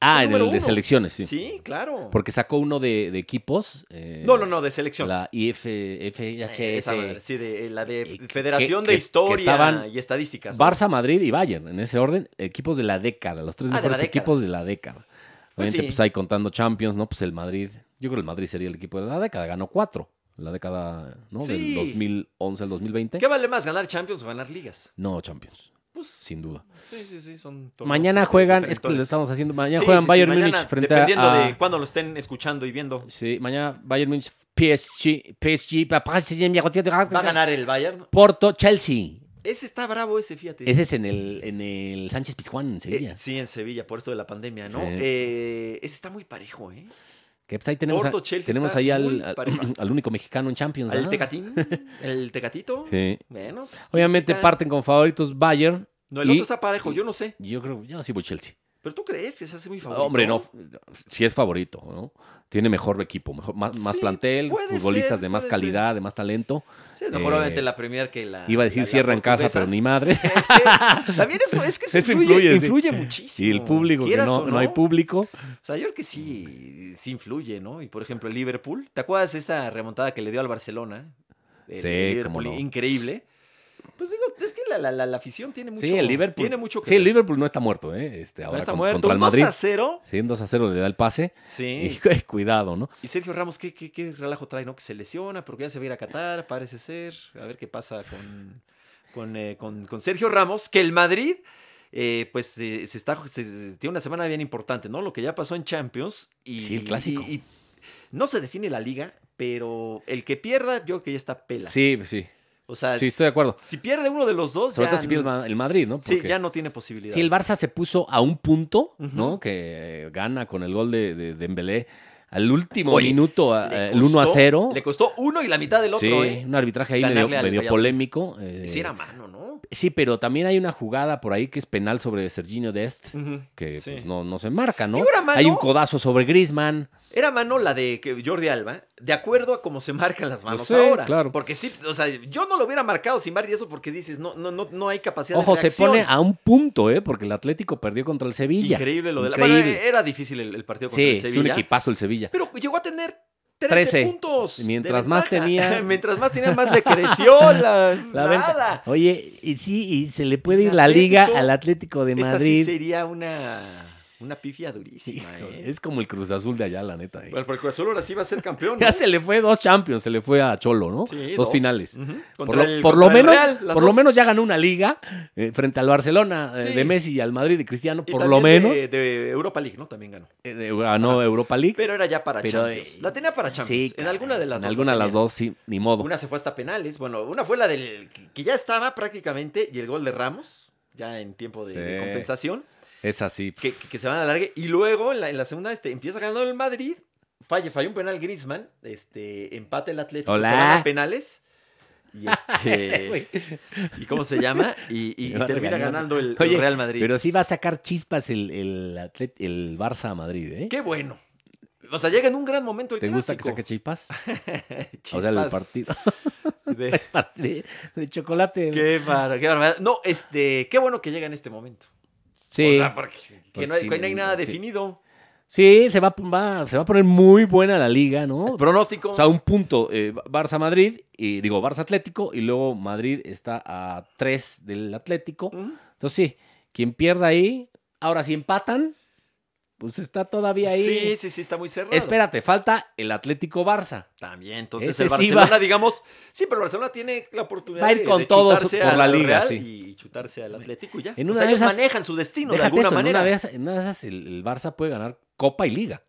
[SPEAKER 2] Ah, en
[SPEAKER 1] número
[SPEAKER 2] el de
[SPEAKER 1] uno.
[SPEAKER 2] selecciones, sí.
[SPEAKER 1] Sí, claro.
[SPEAKER 2] Porque sacó uno de, de equipos. eh,
[SPEAKER 1] no, no, no, de selección.
[SPEAKER 2] La IF,
[SPEAKER 1] Eh, esa madre,
[SPEAKER 2] FHS,
[SPEAKER 1] sí, de, la
[SPEAKER 2] Eh,
[SPEAKER 1] de
[SPEAKER 2] que-
[SPEAKER 1] Federación
[SPEAKER 2] que-
[SPEAKER 1] de
[SPEAKER 2] que
[SPEAKER 1] Historia
[SPEAKER 2] estaban
[SPEAKER 1] y Estadísticas. ¿no?
[SPEAKER 2] Barça, Madrid y Bayern, en ese orden, equipos de la década, los tres
[SPEAKER 1] Ah, de la
[SPEAKER 2] mejores
[SPEAKER 1] década.
[SPEAKER 2] equipos de la década.
[SPEAKER 1] Pues
[SPEAKER 2] Obviamente,
[SPEAKER 1] sí.
[SPEAKER 2] pues ahí contando Champions, ¿no? Pues el Madrid, yo creo que el Madrid sería el equipo de la década, ganó cuatro, la década, ¿no?
[SPEAKER 1] Sí.
[SPEAKER 2] Del 2011 al 2020.
[SPEAKER 1] ¿Qué vale más, ganar Champions o ganar ligas?
[SPEAKER 2] No, Champions,
[SPEAKER 1] Pues
[SPEAKER 2] sin duda.
[SPEAKER 1] sí, sí, sí, son torneos
[SPEAKER 2] Mañana
[SPEAKER 1] este,
[SPEAKER 2] juegan, es que
[SPEAKER 1] diferentes.
[SPEAKER 2] lo estamos haciendo, mañana
[SPEAKER 1] Sí,
[SPEAKER 2] juegan
[SPEAKER 1] sí, sí,
[SPEAKER 2] Bayern
[SPEAKER 1] mañana,
[SPEAKER 2] Múnich frente
[SPEAKER 1] Dependiendo
[SPEAKER 2] a...
[SPEAKER 1] de cuándo lo estén escuchando y viendo.
[SPEAKER 2] Sí, mañana Bayern Múnich, PSG, PSG, Paris Saint-Germain,
[SPEAKER 1] Va a ganar el Bayern.
[SPEAKER 2] Porto, Chelsea.
[SPEAKER 1] Ese está bravo, ese, fíjate.
[SPEAKER 2] Ese es en el, en el Sánchez Pizjuán, en
[SPEAKER 1] Eh,
[SPEAKER 2] Sevilla.
[SPEAKER 1] sí, en Sevilla, por esto de la pandemia, ¿no?
[SPEAKER 2] Sí.
[SPEAKER 1] Eh, ese está muy parejo, ¿eh?
[SPEAKER 2] Que pues ahí tenemos,
[SPEAKER 1] Porto,
[SPEAKER 2] a-
[SPEAKER 1] Chelsea
[SPEAKER 2] tenemos
[SPEAKER 1] está
[SPEAKER 2] ahí
[SPEAKER 1] muy
[SPEAKER 2] al, al-
[SPEAKER 1] pareja.
[SPEAKER 2] al único mexicano en Champions.
[SPEAKER 1] El
[SPEAKER 2] ¿verdad?
[SPEAKER 1] Tecatín, el Tecatito.
[SPEAKER 2] Sí.
[SPEAKER 1] Bueno. pues,
[SPEAKER 2] Obviamente
[SPEAKER 1] Mexican-
[SPEAKER 2] parten con favoritos Bayern.
[SPEAKER 1] No, el
[SPEAKER 2] y-
[SPEAKER 1] otro está parejo, yo no sé.
[SPEAKER 2] Yo creo, yo sí voy Chelsea.
[SPEAKER 1] ¿Pero tú crees que se hace muy favorito?
[SPEAKER 2] Hombre, no, sí es favorito, ¿no? Tiene mejor equipo, mejor, más, más
[SPEAKER 1] Sí,
[SPEAKER 2] plantel,
[SPEAKER 1] puede
[SPEAKER 2] futbolistas
[SPEAKER 1] ser,
[SPEAKER 2] de más
[SPEAKER 1] puede ser.
[SPEAKER 2] calidad, de más talento.
[SPEAKER 1] Sí, es mejor
[SPEAKER 2] Eh,
[SPEAKER 1] obviamente la Premier que la.
[SPEAKER 2] Iba a decir
[SPEAKER 1] la- la
[SPEAKER 2] cierra en casa,
[SPEAKER 1] portuguesa.
[SPEAKER 2] pero ni madre.
[SPEAKER 1] Es que también eso, es que eso,
[SPEAKER 2] Eso
[SPEAKER 1] influye,
[SPEAKER 2] influye, sí.
[SPEAKER 1] influye muchísimo.
[SPEAKER 2] Y el público, que
[SPEAKER 1] quieras
[SPEAKER 2] no,
[SPEAKER 1] o
[SPEAKER 2] no hay público.
[SPEAKER 1] O sea, yo creo que sí, sí influye, ¿no? Y por ejemplo, el Liverpool, ¿te acuerdas esa remontada que le dio al Barcelona? El
[SPEAKER 2] Sí, cómo no.
[SPEAKER 1] increíble. Pues digo, es que la, la- la- la afición tiene mucho
[SPEAKER 2] sí, el Liverpool.
[SPEAKER 1] Tiene mucho que
[SPEAKER 2] sí, el
[SPEAKER 1] ver.
[SPEAKER 2] Liverpool no está muerto, ¿eh? Este,
[SPEAKER 1] No
[SPEAKER 2] ahora
[SPEAKER 1] está
[SPEAKER 2] con-
[SPEAKER 1] muerto.
[SPEAKER 2] contra el
[SPEAKER 1] Un 2
[SPEAKER 2] Madrid.
[SPEAKER 1] a 0.
[SPEAKER 2] Sí, en 2 a 0 le da el pase.
[SPEAKER 1] Sí.
[SPEAKER 2] Y cuidado, ¿no?
[SPEAKER 1] Y Sergio Ramos, ¿qué, qué, qué relajo trae, no? Que se lesiona, porque ya se va a ir a Qatar, parece ser. A ver qué pasa con, con, eh, con- con Sergio Ramos, que el Madrid, eh, pues, eh, se está, se- tiene una semana bien importante, ¿no? Lo que ya pasó en Champions. Y,
[SPEAKER 2] Sí, el clásico.
[SPEAKER 1] y- y no se define la liga, pero el que pierda, yo creo que ya está pelas.
[SPEAKER 2] Sí, sí.
[SPEAKER 1] o sea,
[SPEAKER 2] sí, estoy de acuerdo.
[SPEAKER 1] Si pierde uno de los dos,
[SPEAKER 2] Sobre
[SPEAKER 1] ya
[SPEAKER 2] todo si pierde el Ma- el Madrid, ¿no?
[SPEAKER 1] sí,
[SPEAKER 2] Porque-
[SPEAKER 1] ya no tiene posibilidad.
[SPEAKER 2] Sí, el Barça se puso a un punto,
[SPEAKER 1] Ujú.
[SPEAKER 2] ¿no? Que eh, gana con el gol de, de Dembélé al último
[SPEAKER 1] Oye,
[SPEAKER 2] minuto, a- a- el 1 a 0.
[SPEAKER 1] Le costó uno y la mitad del otro,
[SPEAKER 2] sí,
[SPEAKER 1] ¿eh?
[SPEAKER 2] un arbitraje ahí
[SPEAKER 1] Ganarle
[SPEAKER 2] medio,
[SPEAKER 1] al
[SPEAKER 2] medio
[SPEAKER 1] Valladolid.
[SPEAKER 2] polémico. eh,
[SPEAKER 1] Y sí era mano, ¿no?
[SPEAKER 2] sí, pero también hay una jugada por ahí que es penal sobre Serginho Dest,
[SPEAKER 1] Ujú,
[SPEAKER 2] que
[SPEAKER 1] sí.
[SPEAKER 2] pues, no, no se marca, ¿no?
[SPEAKER 1] Digo, era mano.
[SPEAKER 2] Hay un codazo sobre Griezmann.
[SPEAKER 1] Era mano la de que- Jordi Alba, de acuerdo a cómo se marcan las manos
[SPEAKER 2] sé,
[SPEAKER 1] ahora.
[SPEAKER 2] claro.
[SPEAKER 1] Porque sí, o sea, yo no lo hubiera marcado sin y eso porque dices, no, no, no, no hay capacidad
[SPEAKER 2] Ojo,
[SPEAKER 1] de
[SPEAKER 2] se
[SPEAKER 1] reacción.
[SPEAKER 2] pone a un punto, ¿eh? Porque el Atlético perdió contra el Sevilla.
[SPEAKER 1] Increíble lo de la...
[SPEAKER 2] Increíble.
[SPEAKER 1] Bueno, era difícil el, el partido contra
[SPEAKER 2] Sí,
[SPEAKER 1] el
[SPEAKER 2] es un
[SPEAKER 1] Sevilla.
[SPEAKER 2] equipazo el Sevilla.
[SPEAKER 1] Pero llegó a tener 13,
[SPEAKER 2] 13.
[SPEAKER 1] puntos. de
[SPEAKER 2] Mientras más
[SPEAKER 1] ventaja.
[SPEAKER 2] tenía-
[SPEAKER 1] Mientras más tenía, más le creció la,
[SPEAKER 2] La venta-
[SPEAKER 1] nada.
[SPEAKER 2] Oye, y sí, y se le puede
[SPEAKER 1] El
[SPEAKER 2] ir la liga
[SPEAKER 1] Atlético-
[SPEAKER 2] al Atlético de
[SPEAKER 1] Esta
[SPEAKER 2] Madrid.
[SPEAKER 1] sí sería una, una pifia durísima,
[SPEAKER 2] Híjole, este.
[SPEAKER 1] ¿eh?
[SPEAKER 2] Es como el Cruz Azul de allá, la neta. eh.
[SPEAKER 1] Bueno, pero el Cruz Azul ahora sí va a ser campeón, ¿no?
[SPEAKER 2] Ya se le fue dos Champions, se le fue a Cholo, ¿no?
[SPEAKER 1] Sí,
[SPEAKER 2] dos, finales.
[SPEAKER 1] Ujú.
[SPEAKER 2] Por
[SPEAKER 1] Contra
[SPEAKER 2] lo,
[SPEAKER 1] el-
[SPEAKER 2] por lo
[SPEAKER 1] contra el
[SPEAKER 2] menos,
[SPEAKER 1] Real, las
[SPEAKER 2] por lo
[SPEAKER 1] dos.
[SPEAKER 2] menos ya ganó una liga eh, frente al Barcelona eh,
[SPEAKER 1] Sí.
[SPEAKER 2] de Messi y al Madrid de Cristiano,
[SPEAKER 1] Y
[SPEAKER 2] por lo
[SPEAKER 1] también
[SPEAKER 2] menos
[SPEAKER 1] De, de Europa League, ¿no? También ganó.
[SPEAKER 2] eh, de- ganó Europa League.
[SPEAKER 1] Pero era ya para
[SPEAKER 2] Pero,
[SPEAKER 1] Champions.
[SPEAKER 2] eh,
[SPEAKER 1] La tenía para Champions.
[SPEAKER 2] Sí,
[SPEAKER 1] en
[SPEAKER 2] caray,
[SPEAKER 1] alguna de las
[SPEAKER 2] en
[SPEAKER 1] dos.
[SPEAKER 2] alguna de
[SPEAKER 1] la
[SPEAKER 2] las
[SPEAKER 1] tenía.
[SPEAKER 2] dos, sí, ni modo.
[SPEAKER 1] Una se fue hasta penales. Bueno, una fue la del que ya estaba prácticamente y el gol de Ramos, ya en tiempo de, de
[SPEAKER 2] Sí.
[SPEAKER 1] compensación,
[SPEAKER 2] Es así.
[SPEAKER 1] que, que- que se van a alargue. Y luego en la, en la segunda este, empieza ganando el Madrid. Falla, falló un penal Griezmann. Este, empate el Atlético.
[SPEAKER 2] Hola.
[SPEAKER 1] Se van a penales. Y,
[SPEAKER 2] Güey.
[SPEAKER 1] este, ¿y cómo se llama? Y, y-
[SPEAKER 2] Me
[SPEAKER 1] y
[SPEAKER 2] van a
[SPEAKER 1] termina
[SPEAKER 2] regañar.
[SPEAKER 1] ganando el, el
[SPEAKER 2] Oye,
[SPEAKER 1] Real Madrid.
[SPEAKER 2] Pero sí va a sacar chispas el, el, Atlet- el Barça a Madrid, ¿eh?
[SPEAKER 1] Qué bueno. O sea, llega en un gran momento el
[SPEAKER 2] ¿Te gusta que saque
[SPEAKER 1] clásico. Ah,
[SPEAKER 2] chispas? O sea, el
[SPEAKER 1] Chispas
[SPEAKER 2] partido
[SPEAKER 1] de-
[SPEAKER 2] de, de chocolate.
[SPEAKER 1] Qué, bar- qué barbaridad. No, este, qué bueno que llega en este momento.
[SPEAKER 2] Sí.
[SPEAKER 1] O sea, porque que no, hay,
[SPEAKER 2] sí,
[SPEAKER 1] que no hay nada
[SPEAKER 2] sí.
[SPEAKER 1] definido.
[SPEAKER 2] Sí, se va, va- se va a poner muy buena la liga, ¿no?
[SPEAKER 1] Pronóstico.
[SPEAKER 2] O sea, un punto, eh, Barça-Madrid, y digo, Barça-Atlético, y luego Madrid está a tres del Atlético.
[SPEAKER 1] Ujú.
[SPEAKER 2] Entonces, sí, quien pierda ahí, ahora si empatan, pues está todavía ahí.
[SPEAKER 1] Sí, sí, sí, está muy cerrado.
[SPEAKER 2] Espérate, falta el Atlético-Barça.
[SPEAKER 1] También, entonces
[SPEAKER 2] Ese
[SPEAKER 1] el
[SPEAKER 2] sí
[SPEAKER 1] Barcelona,
[SPEAKER 2] va.
[SPEAKER 1] digamos. Sí, pero el Barcelona tiene la oportunidad
[SPEAKER 2] Va a ir
[SPEAKER 1] de-
[SPEAKER 2] con
[SPEAKER 1] de
[SPEAKER 2] todos
[SPEAKER 1] chutarse
[SPEAKER 2] por
[SPEAKER 1] al
[SPEAKER 2] la liga,
[SPEAKER 1] Real
[SPEAKER 2] sí.
[SPEAKER 1] y chutarse al Atlético y ya.
[SPEAKER 2] En
[SPEAKER 1] O
[SPEAKER 2] una
[SPEAKER 1] sea,
[SPEAKER 2] de
[SPEAKER 1] ellos
[SPEAKER 2] esas-
[SPEAKER 1] manejan su destino de
[SPEAKER 2] Déjate
[SPEAKER 1] alguna
[SPEAKER 2] eso,
[SPEAKER 1] manera.
[SPEAKER 2] en una de esas, en una de esas el, el Barça puede ganar Copa y Liga.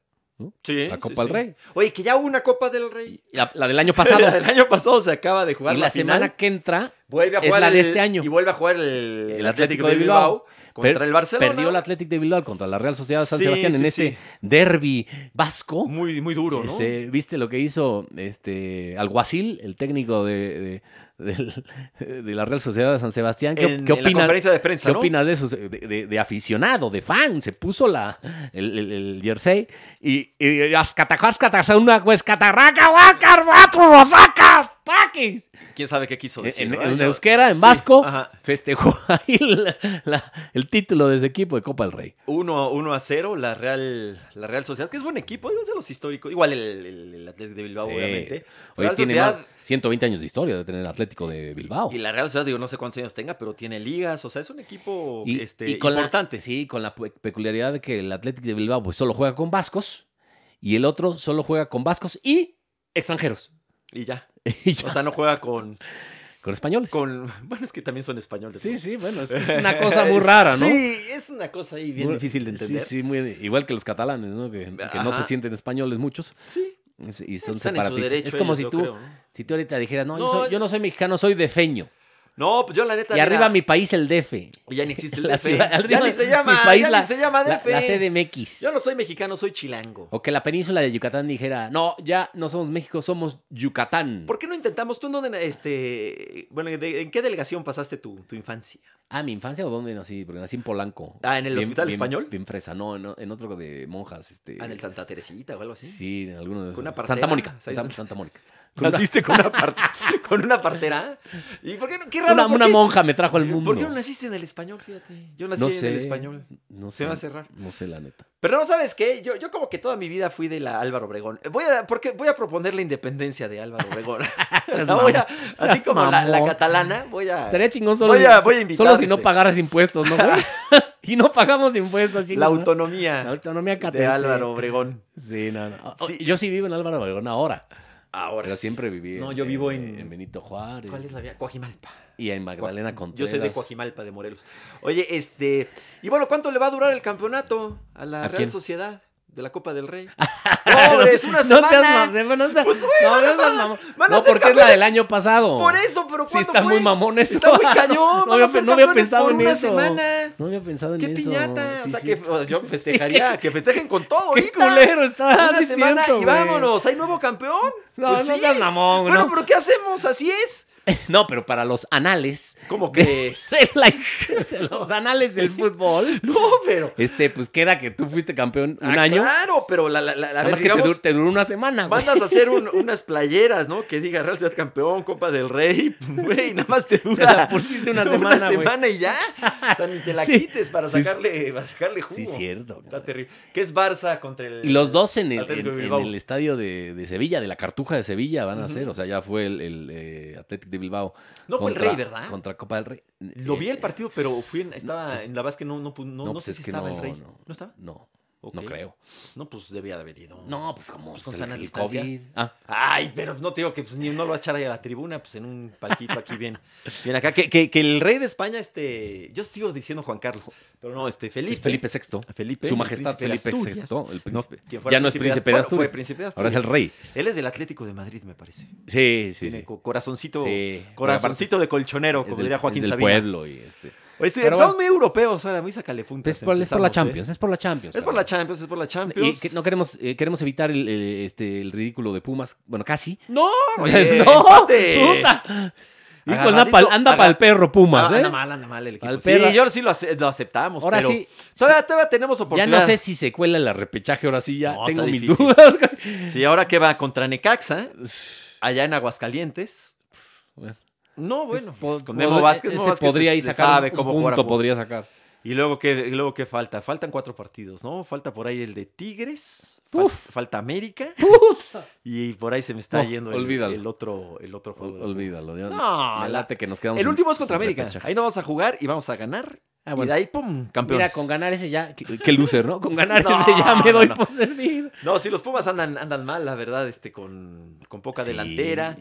[SPEAKER 1] Sí,
[SPEAKER 2] La
[SPEAKER 1] sí,
[SPEAKER 2] Copa del
[SPEAKER 1] sí.
[SPEAKER 2] Rey.
[SPEAKER 1] Oye, que ya hubo una Copa del Rey.
[SPEAKER 2] Y La, la del año pasado.
[SPEAKER 1] La del año pasado se acaba de jugar
[SPEAKER 2] y la
[SPEAKER 1] final.
[SPEAKER 2] semana que entra
[SPEAKER 1] Vuelve a
[SPEAKER 2] Es
[SPEAKER 1] jugar
[SPEAKER 2] la de
[SPEAKER 1] el-
[SPEAKER 2] este año.
[SPEAKER 1] Y vuelve a jugar el,
[SPEAKER 2] El
[SPEAKER 1] el
[SPEAKER 2] Atlético
[SPEAKER 1] Atlético,
[SPEAKER 2] de
[SPEAKER 1] de Bilbao, contra
[SPEAKER 2] Per-
[SPEAKER 1] el Barcelona.
[SPEAKER 2] Perdió el Athletic de Bilbao contra la Real Sociedad de San
[SPEAKER 1] Sí,
[SPEAKER 2] Sebastián en
[SPEAKER 1] sí,
[SPEAKER 2] este
[SPEAKER 1] sí.
[SPEAKER 2] derby vasco.
[SPEAKER 1] muy, muy duro, ¿no?
[SPEAKER 2] Este, ¿Viste lo que hizo este Alguacil, el técnico de, de- del- de la Real Sociedad de San Sebastián? ¿Qué,
[SPEAKER 1] en,
[SPEAKER 2] qué
[SPEAKER 1] en la
[SPEAKER 2] opinas,
[SPEAKER 1] conferencia de prensa,
[SPEAKER 2] qué
[SPEAKER 1] ¿no?
[SPEAKER 2] opinas de eso? De, de- de aficionado, de fan. Se puso la, el, el- el jersey y, y las catajas, catajas, una pues catarraca, guacar, vato, rosaca, paquis.
[SPEAKER 1] ¿Quién sabe qué quiso decir?
[SPEAKER 2] En, en-
[SPEAKER 1] ¿no?
[SPEAKER 2] en
[SPEAKER 1] Ya-
[SPEAKER 2] euskera, en
[SPEAKER 1] Sí,
[SPEAKER 2] vasco,
[SPEAKER 1] ajá.
[SPEAKER 2] festejó ahí la- la- el título de ese equipo de Copa del Rey.
[SPEAKER 1] 1 a 0, la Real, la Real Sociedad, que es buen equipo, digo, es de los históricos. Igual el, el- el Atlético de Bilbao,
[SPEAKER 2] Sí.
[SPEAKER 1] obviamente.
[SPEAKER 2] Hoy
[SPEAKER 1] Real
[SPEAKER 2] tiene
[SPEAKER 1] Sociedad
[SPEAKER 2] más 120 años de historia de tener Atlético de Bilbao.
[SPEAKER 1] Y la Real Sociedad, digo, no sé cuántos años tenga, pero tiene ligas, o sea, es un equipo
[SPEAKER 2] Y-
[SPEAKER 1] este,
[SPEAKER 2] y con la-
[SPEAKER 1] importante.
[SPEAKER 2] sí, con la pe- peculiaridad de que el Atlético de Bilbao pues solo juega con vascos y el otro solo juega con vascos y extranjeros.
[SPEAKER 1] Y ya.
[SPEAKER 2] Y ya,
[SPEAKER 1] O sea, no juega con,
[SPEAKER 2] con españoles.
[SPEAKER 1] con. Bueno, es que también son españoles.
[SPEAKER 2] sí,
[SPEAKER 1] ¿no?
[SPEAKER 2] sí, bueno, es, es una cosa muy rara, ¿no?
[SPEAKER 1] Sí, es una cosa ahí bien
[SPEAKER 2] Muy-
[SPEAKER 1] difícil de entender.
[SPEAKER 2] Sí, sí, muy- igual que los catalanes, ¿no? Que, que no se
[SPEAKER 1] Ajá.
[SPEAKER 2] sienten españoles muchos
[SPEAKER 1] Sí,
[SPEAKER 2] y son
[SPEAKER 1] están en su
[SPEAKER 2] separatistas.
[SPEAKER 1] derecho.
[SPEAKER 2] es como
[SPEAKER 1] ellos,
[SPEAKER 2] si
[SPEAKER 1] yo
[SPEAKER 2] tú,
[SPEAKER 1] creo, ¿no?
[SPEAKER 2] si tú ahorita dijeras, no, yo,
[SPEAKER 1] No,
[SPEAKER 2] soy, yo no soy mexicano, soy de feño.
[SPEAKER 1] No, pues yo la neta.
[SPEAKER 2] Y arriba
[SPEAKER 1] mira,
[SPEAKER 2] mi país, el DF.
[SPEAKER 1] Ya ni existe el
[SPEAKER 2] La
[SPEAKER 1] DF.
[SPEAKER 2] ciudad-
[SPEAKER 1] ya
[SPEAKER 2] arriba
[SPEAKER 1] ni se
[SPEAKER 2] mi
[SPEAKER 1] llama.
[SPEAKER 2] país,
[SPEAKER 1] ya
[SPEAKER 2] la-
[SPEAKER 1] ni se llama
[SPEAKER 2] La,
[SPEAKER 1] DF.
[SPEAKER 2] la CDMX.
[SPEAKER 1] Yo no soy mexicano, soy chilango.
[SPEAKER 2] O que la península de Yucatán dijera, no, ya no somos México, somos Yucatán.
[SPEAKER 1] ¿Por qué no intentamos? ¿Tú en dónde, este, bueno, de- en qué delegación pasaste tu, tu infancia?
[SPEAKER 2] Ah, mi infancia o dónde nací, porque nací en Polanco.
[SPEAKER 1] Ah, ¿en el
[SPEAKER 2] Bien-
[SPEAKER 1] Hospital
[SPEAKER 2] bien-
[SPEAKER 1] Español?
[SPEAKER 2] Bien fresa, no, en, en otro de monjas. Este,
[SPEAKER 1] Ah, en el Santa Teresita o algo así.
[SPEAKER 2] Sí, en alguno de esos.
[SPEAKER 1] ¿Con una
[SPEAKER 2] Santa
[SPEAKER 1] partera?
[SPEAKER 2] Mónica.
[SPEAKER 1] ¿Sabes
[SPEAKER 2] Santa,
[SPEAKER 1] dónde?
[SPEAKER 2] Santa Mónica. Con una-
[SPEAKER 1] Naciste con una, par- con una partera. ¿Y por qué no? Qué raro.
[SPEAKER 2] Una,
[SPEAKER 1] ¿por
[SPEAKER 2] una
[SPEAKER 1] qué-
[SPEAKER 2] monja me trajo al mundo.
[SPEAKER 1] ¿Por qué no naciste en el español? Fíjate. Yo nací
[SPEAKER 2] No
[SPEAKER 1] en
[SPEAKER 2] sé,
[SPEAKER 1] el español.
[SPEAKER 2] No sé.
[SPEAKER 1] Se va a cerrar.
[SPEAKER 2] No sé, la neta.
[SPEAKER 1] Pero no sabes qué, yo, yo como que toda mi vida fui de la Álvaro Obregón. Voy a, porque voy a proponer la independencia de Álvaro Obregón. O sea, voy a- así
[SPEAKER 2] seas
[SPEAKER 1] como la, la
[SPEAKER 2] mamón.
[SPEAKER 1] catalana, voy a...
[SPEAKER 2] Estaría chingón solo,
[SPEAKER 1] Voy a- voy a invitar,
[SPEAKER 2] solo si no
[SPEAKER 1] este.
[SPEAKER 2] pagaras impuestos, ¿no? güey? y no pagamos impuestos,
[SPEAKER 1] La
[SPEAKER 2] chingón. La
[SPEAKER 1] autonomía
[SPEAKER 2] autonomía
[SPEAKER 1] de
[SPEAKER 2] catete.
[SPEAKER 1] Álvaro Obregón.
[SPEAKER 2] Sí, no, no.
[SPEAKER 1] Sí.
[SPEAKER 2] Yo sí vivo en Álvaro Obregón ahora.
[SPEAKER 1] Ahora
[SPEAKER 2] Pero
[SPEAKER 1] sí.
[SPEAKER 2] siempre viví
[SPEAKER 1] No, yo vivo en-
[SPEAKER 2] Benito Juárez.
[SPEAKER 1] ¿Cuál es la vía? Coajimalpa.
[SPEAKER 2] Y en Magdalena
[SPEAKER 1] Coa-
[SPEAKER 2] Contreras.
[SPEAKER 1] Yo soy de Coajimalpa, de Morelos. Oye, este... Y bueno, ¿cuánto le va a durar el campeonato a la
[SPEAKER 2] ¿A
[SPEAKER 1] Real
[SPEAKER 2] quién?
[SPEAKER 1] Sociedad de la Copa del Rey?
[SPEAKER 2] No
[SPEAKER 1] ¡Pobres!
[SPEAKER 2] seas-
[SPEAKER 1] ¡Una
[SPEAKER 2] No seas
[SPEAKER 1] semana!
[SPEAKER 2] mamón, no seas-
[SPEAKER 1] Pues, güey,
[SPEAKER 2] no,
[SPEAKER 1] van a
[SPEAKER 2] no seas
[SPEAKER 1] ser-
[SPEAKER 2] mamón.
[SPEAKER 1] van a
[SPEAKER 2] No,
[SPEAKER 1] ser
[SPEAKER 2] porque es la del
[SPEAKER 1] campeones.
[SPEAKER 2] año pasado.
[SPEAKER 1] Por eso, pero
[SPEAKER 2] Sí,
[SPEAKER 1] ¿cuándo
[SPEAKER 2] está muy
[SPEAKER 1] fue?
[SPEAKER 2] mamón eso.
[SPEAKER 1] Está muy cañón.
[SPEAKER 2] No había,
[SPEAKER 1] Van a ser
[SPEAKER 2] no había
[SPEAKER 1] campeones
[SPEAKER 2] pensado
[SPEAKER 1] por
[SPEAKER 2] en
[SPEAKER 1] una
[SPEAKER 2] eso.
[SPEAKER 1] semana.
[SPEAKER 2] No había pensado en
[SPEAKER 1] ¡Qué
[SPEAKER 2] eso.
[SPEAKER 1] piñata!
[SPEAKER 2] Sí,
[SPEAKER 1] o sea,
[SPEAKER 2] sí.
[SPEAKER 1] que o- yo festejaría, que festejen con todo
[SPEAKER 2] ¡Qué
[SPEAKER 1] ahorita.
[SPEAKER 2] culero está!
[SPEAKER 1] Una
[SPEAKER 2] sí es
[SPEAKER 1] semana
[SPEAKER 2] cierto,
[SPEAKER 1] y
[SPEAKER 2] güey.
[SPEAKER 1] vámonos, hay nuevo campeón.
[SPEAKER 2] No,
[SPEAKER 1] Pues
[SPEAKER 2] no
[SPEAKER 1] sí.
[SPEAKER 2] seas mamón.
[SPEAKER 1] Bueno,
[SPEAKER 2] no.
[SPEAKER 1] pero ¿qué hacemos? Así es.
[SPEAKER 2] No, pero para los anales.
[SPEAKER 1] Como
[SPEAKER 2] De,
[SPEAKER 1] que
[SPEAKER 2] la historia, de los anales del fútbol.
[SPEAKER 1] no, pero
[SPEAKER 2] Este, pues queda que tú fuiste campeón un
[SPEAKER 1] Ah,
[SPEAKER 2] año.
[SPEAKER 1] Claro, pero la la la, la-
[SPEAKER 2] Nada más que te
[SPEAKER 1] digamos,
[SPEAKER 2] dur- te duró, una semana, güey.
[SPEAKER 1] mandas a hacer un- unas playeras, ¿no? Que diga Real Ciudad campeón, Copa del Rey, güey, nada más te
[SPEAKER 2] Te
[SPEAKER 1] dura
[SPEAKER 2] la pusiste una semana, güey.
[SPEAKER 1] semana y ya. O sea, ni te la
[SPEAKER 2] Sí.
[SPEAKER 1] quites para
[SPEAKER 2] Sí, sí.
[SPEAKER 1] sacarle, para sacarle jugo.
[SPEAKER 2] Sí, cierto.
[SPEAKER 1] Está terrible. ¿Qué es Barça contra el
[SPEAKER 2] Y los dos en el,
[SPEAKER 1] Atlético de
[SPEAKER 2] en- en
[SPEAKER 1] Bilbao?
[SPEAKER 2] el estadio de, de Sevilla, de la Cartuja de Sevilla, van a
[SPEAKER 1] Ujú.
[SPEAKER 2] ser. O sea, ya fue el, el eh, Athletic de Bilbao.
[SPEAKER 1] No fue el
[SPEAKER 2] contra-
[SPEAKER 1] Rey, ¿verdad?
[SPEAKER 2] Contra Copa del Rey.
[SPEAKER 1] Lo vi
[SPEAKER 2] Eh,
[SPEAKER 1] el partido, pero fui en- estaba
[SPEAKER 2] pues,
[SPEAKER 1] en la básquet, no, no, pu- no,
[SPEAKER 2] no,
[SPEAKER 1] no
[SPEAKER 2] pues
[SPEAKER 1] sé
[SPEAKER 2] es
[SPEAKER 1] si
[SPEAKER 2] que
[SPEAKER 1] estaba
[SPEAKER 2] no,
[SPEAKER 1] el rey.
[SPEAKER 2] no.
[SPEAKER 1] ¿No, estaba?
[SPEAKER 2] No,
[SPEAKER 1] Ok.
[SPEAKER 2] no creo.
[SPEAKER 1] No, pues debía de haber ido.
[SPEAKER 2] No, pues como
[SPEAKER 1] Pues con
[SPEAKER 2] el-
[SPEAKER 1] sana
[SPEAKER 2] el
[SPEAKER 1] distancia.
[SPEAKER 2] COVID. Ah,
[SPEAKER 1] Ay, pero no te digo que pues, ni no lo vas a echar ahí a la tribuna, pues en un palquito aquí bien. Bien acá, que, que- que el rey de España, este, yo sigo diciendo Juan Carlos, pero no, este, Felipe.
[SPEAKER 2] es Felipe VI.
[SPEAKER 1] Felipe,
[SPEAKER 2] Su
[SPEAKER 1] el
[SPEAKER 2] majestad
[SPEAKER 1] príncipe de
[SPEAKER 2] Felipe
[SPEAKER 1] Asturias.
[SPEAKER 2] VI, el príncipe.
[SPEAKER 1] quien fuera
[SPEAKER 2] Ya no es príncipe de
[SPEAKER 1] bueno, fue
[SPEAKER 2] Asturias.
[SPEAKER 1] príncipe de
[SPEAKER 2] Ahora es el
[SPEAKER 1] Asturias.
[SPEAKER 2] rey.
[SPEAKER 1] Él es del Atlético de Madrid, me parece.
[SPEAKER 2] Sí, sí,
[SPEAKER 1] Tiene
[SPEAKER 2] sí.
[SPEAKER 1] co- corazoncito,
[SPEAKER 2] Sí.
[SPEAKER 1] corazoncito
[SPEAKER 2] Aparte
[SPEAKER 1] de
[SPEAKER 2] es-
[SPEAKER 1] colchonero,
[SPEAKER 2] Es
[SPEAKER 1] como
[SPEAKER 2] del-
[SPEAKER 1] diría Joaquín
[SPEAKER 2] es del
[SPEAKER 1] Sabina.
[SPEAKER 2] pueblo y este.
[SPEAKER 1] Oye, sí,
[SPEAKER 2] Pero
[SPEAKER 1] pues,
[SPEAKER 2] bueno.
[SPEAKER 1] somos muy europeos ahora, muy sacalefuntas.
[SPEAKER 2] Es por, es por
[SPEAKER 1] empezamos,
[SPEAKER 2] la
[SPEAKER 1] ¿eh?
[SPEAKER 2] Champions, es por la Champions.
[SPEAKER 1] Es por
[SPEAKER 2] cabrón.
[SPEAKER 1] la Champions, es por la
[SPEAKER 2] Y
[SPEAKER 1] Champions.
[SPEAKER 2] que- no queremos, eh, queremos evitar el, eh, este, el ridículo de Pumas. Bueno, casi.
[SPEAKER 1] No,
[SPEAKER 2] no,
[SPEAKER 1] espérate.
[SPEAKER 2] puta. Hijo, anda
[SPEAKER 1] Agarradito,
[SPEAKER 2] pal- anda
[SPEAKER 1] agarra-
[SPEAKER 2] para el perro
[SPEAKER 1] Ah,
[SPEAKER 2] Pumas, ¿eh?
[SPEAKER 1] Anda mal, anda mal el equipo.
[SPEAKER 2] Al
[SPEAKER 1] Sí,
[SPEAKER 2] perro.
[SPEAKER 1] y ahora sí lo, ace- lo aceptamos,
[SPEAKER 2] Ahora
[SPEAKER 1] pero
[SPEAKER 2] sí,
[SPEAKER 1] todavía, todavía tenemos
[SPEAKER 2] ya
[SPEAKER 1] oportunidad.
[SPEAKER 2] no sé si se cuela el arrepechaje, ahora sí ya
[SPEAKER 1] No,
[SPEAKER 2] tengo
[SPEAKER 1] está
[SPEAKER 2] mis
[SPEAKER 1] difícil.
[SPEAKER 2] dudas.
[SPEAKER 1] Sí, ahora que va contra Necaxa, allá en Aguascalientes.
[SPEAKER 2] Bueno.
[SPEAKER 1] No, bueno,
[SPEAKER 2] Es-
[SPEAKER 1] pues, con
[SPEAKER 2] pod-
[SPEAKER 1] Memo Vázquez,
[SPEAKER 2] ese
[SPEAKER 1] Memo Vázquez
[SPEAKER 2] podría
[SPEAKER 1] es-
[SPEAKER 2] ahí
[SPEAKER 1] le
[SPEAKER 2] sacar
[SPEAKER 1] sabe
[SPEAKER 2] un
[SPEAKER 1] cómo
[SPEAKER 2] punto,
[SPEAKER 1] jugar a fútbol.
[SPEAKER 2] podría sacar.
[SPEAKER 1] Y luego ¿qué, y luego qué falta? Faltan cuatro partidos, ¿no? Falta por ahí el de Tigres, fal-
[SPEAKER 2] Uf.
[SPEAKER 1] falta América
[SPEAKER 2] Puta.
[SPEAKER 1] y por ahí se me está
[SPEAKER 2] No,
[SPEAKER 1] yendo el,
[SPEAKER 2] olvídalo.
[SPEAKER 1] el otro el otro juego.
[SPEAKER 2] Ol- Olvídalo. ya.
[SPEAKER 1] No,
[SPEAKER 2] Me
[SPEAKER 1] la-
[SPEAKER 2] late que nos quedamos
[SPEAKER 1] el
[SPEAKER 2] sin-
[SPEAKER 1] último es contra
[SPEAKER 2] sin
[SPEAKER 1] América.
[SPEAKER 2] repechaje.
[SPEAKER 1] Ahí no vamos a jugar y vamos a ganar.
[SPEAKER 2] Ah, bueno.
[SPEAKER 1] Y de ahí, pum, campeones.
[SPEAKER 2] Mira, con ganar ese ya, qué, qué loser, ¿no? Con ganar
[SPEAKER 1] No,
[SPEAKER 2] ese ya me
[SPEAKER 1] no,
[SPEAKER 2] doy
[SPEAKER 1] no.
[SPEAKER 2] por servir.
[SPEAKER 1] No, sí, los Pumas andan, andan mal, la verdad, este, con, con poca delantera.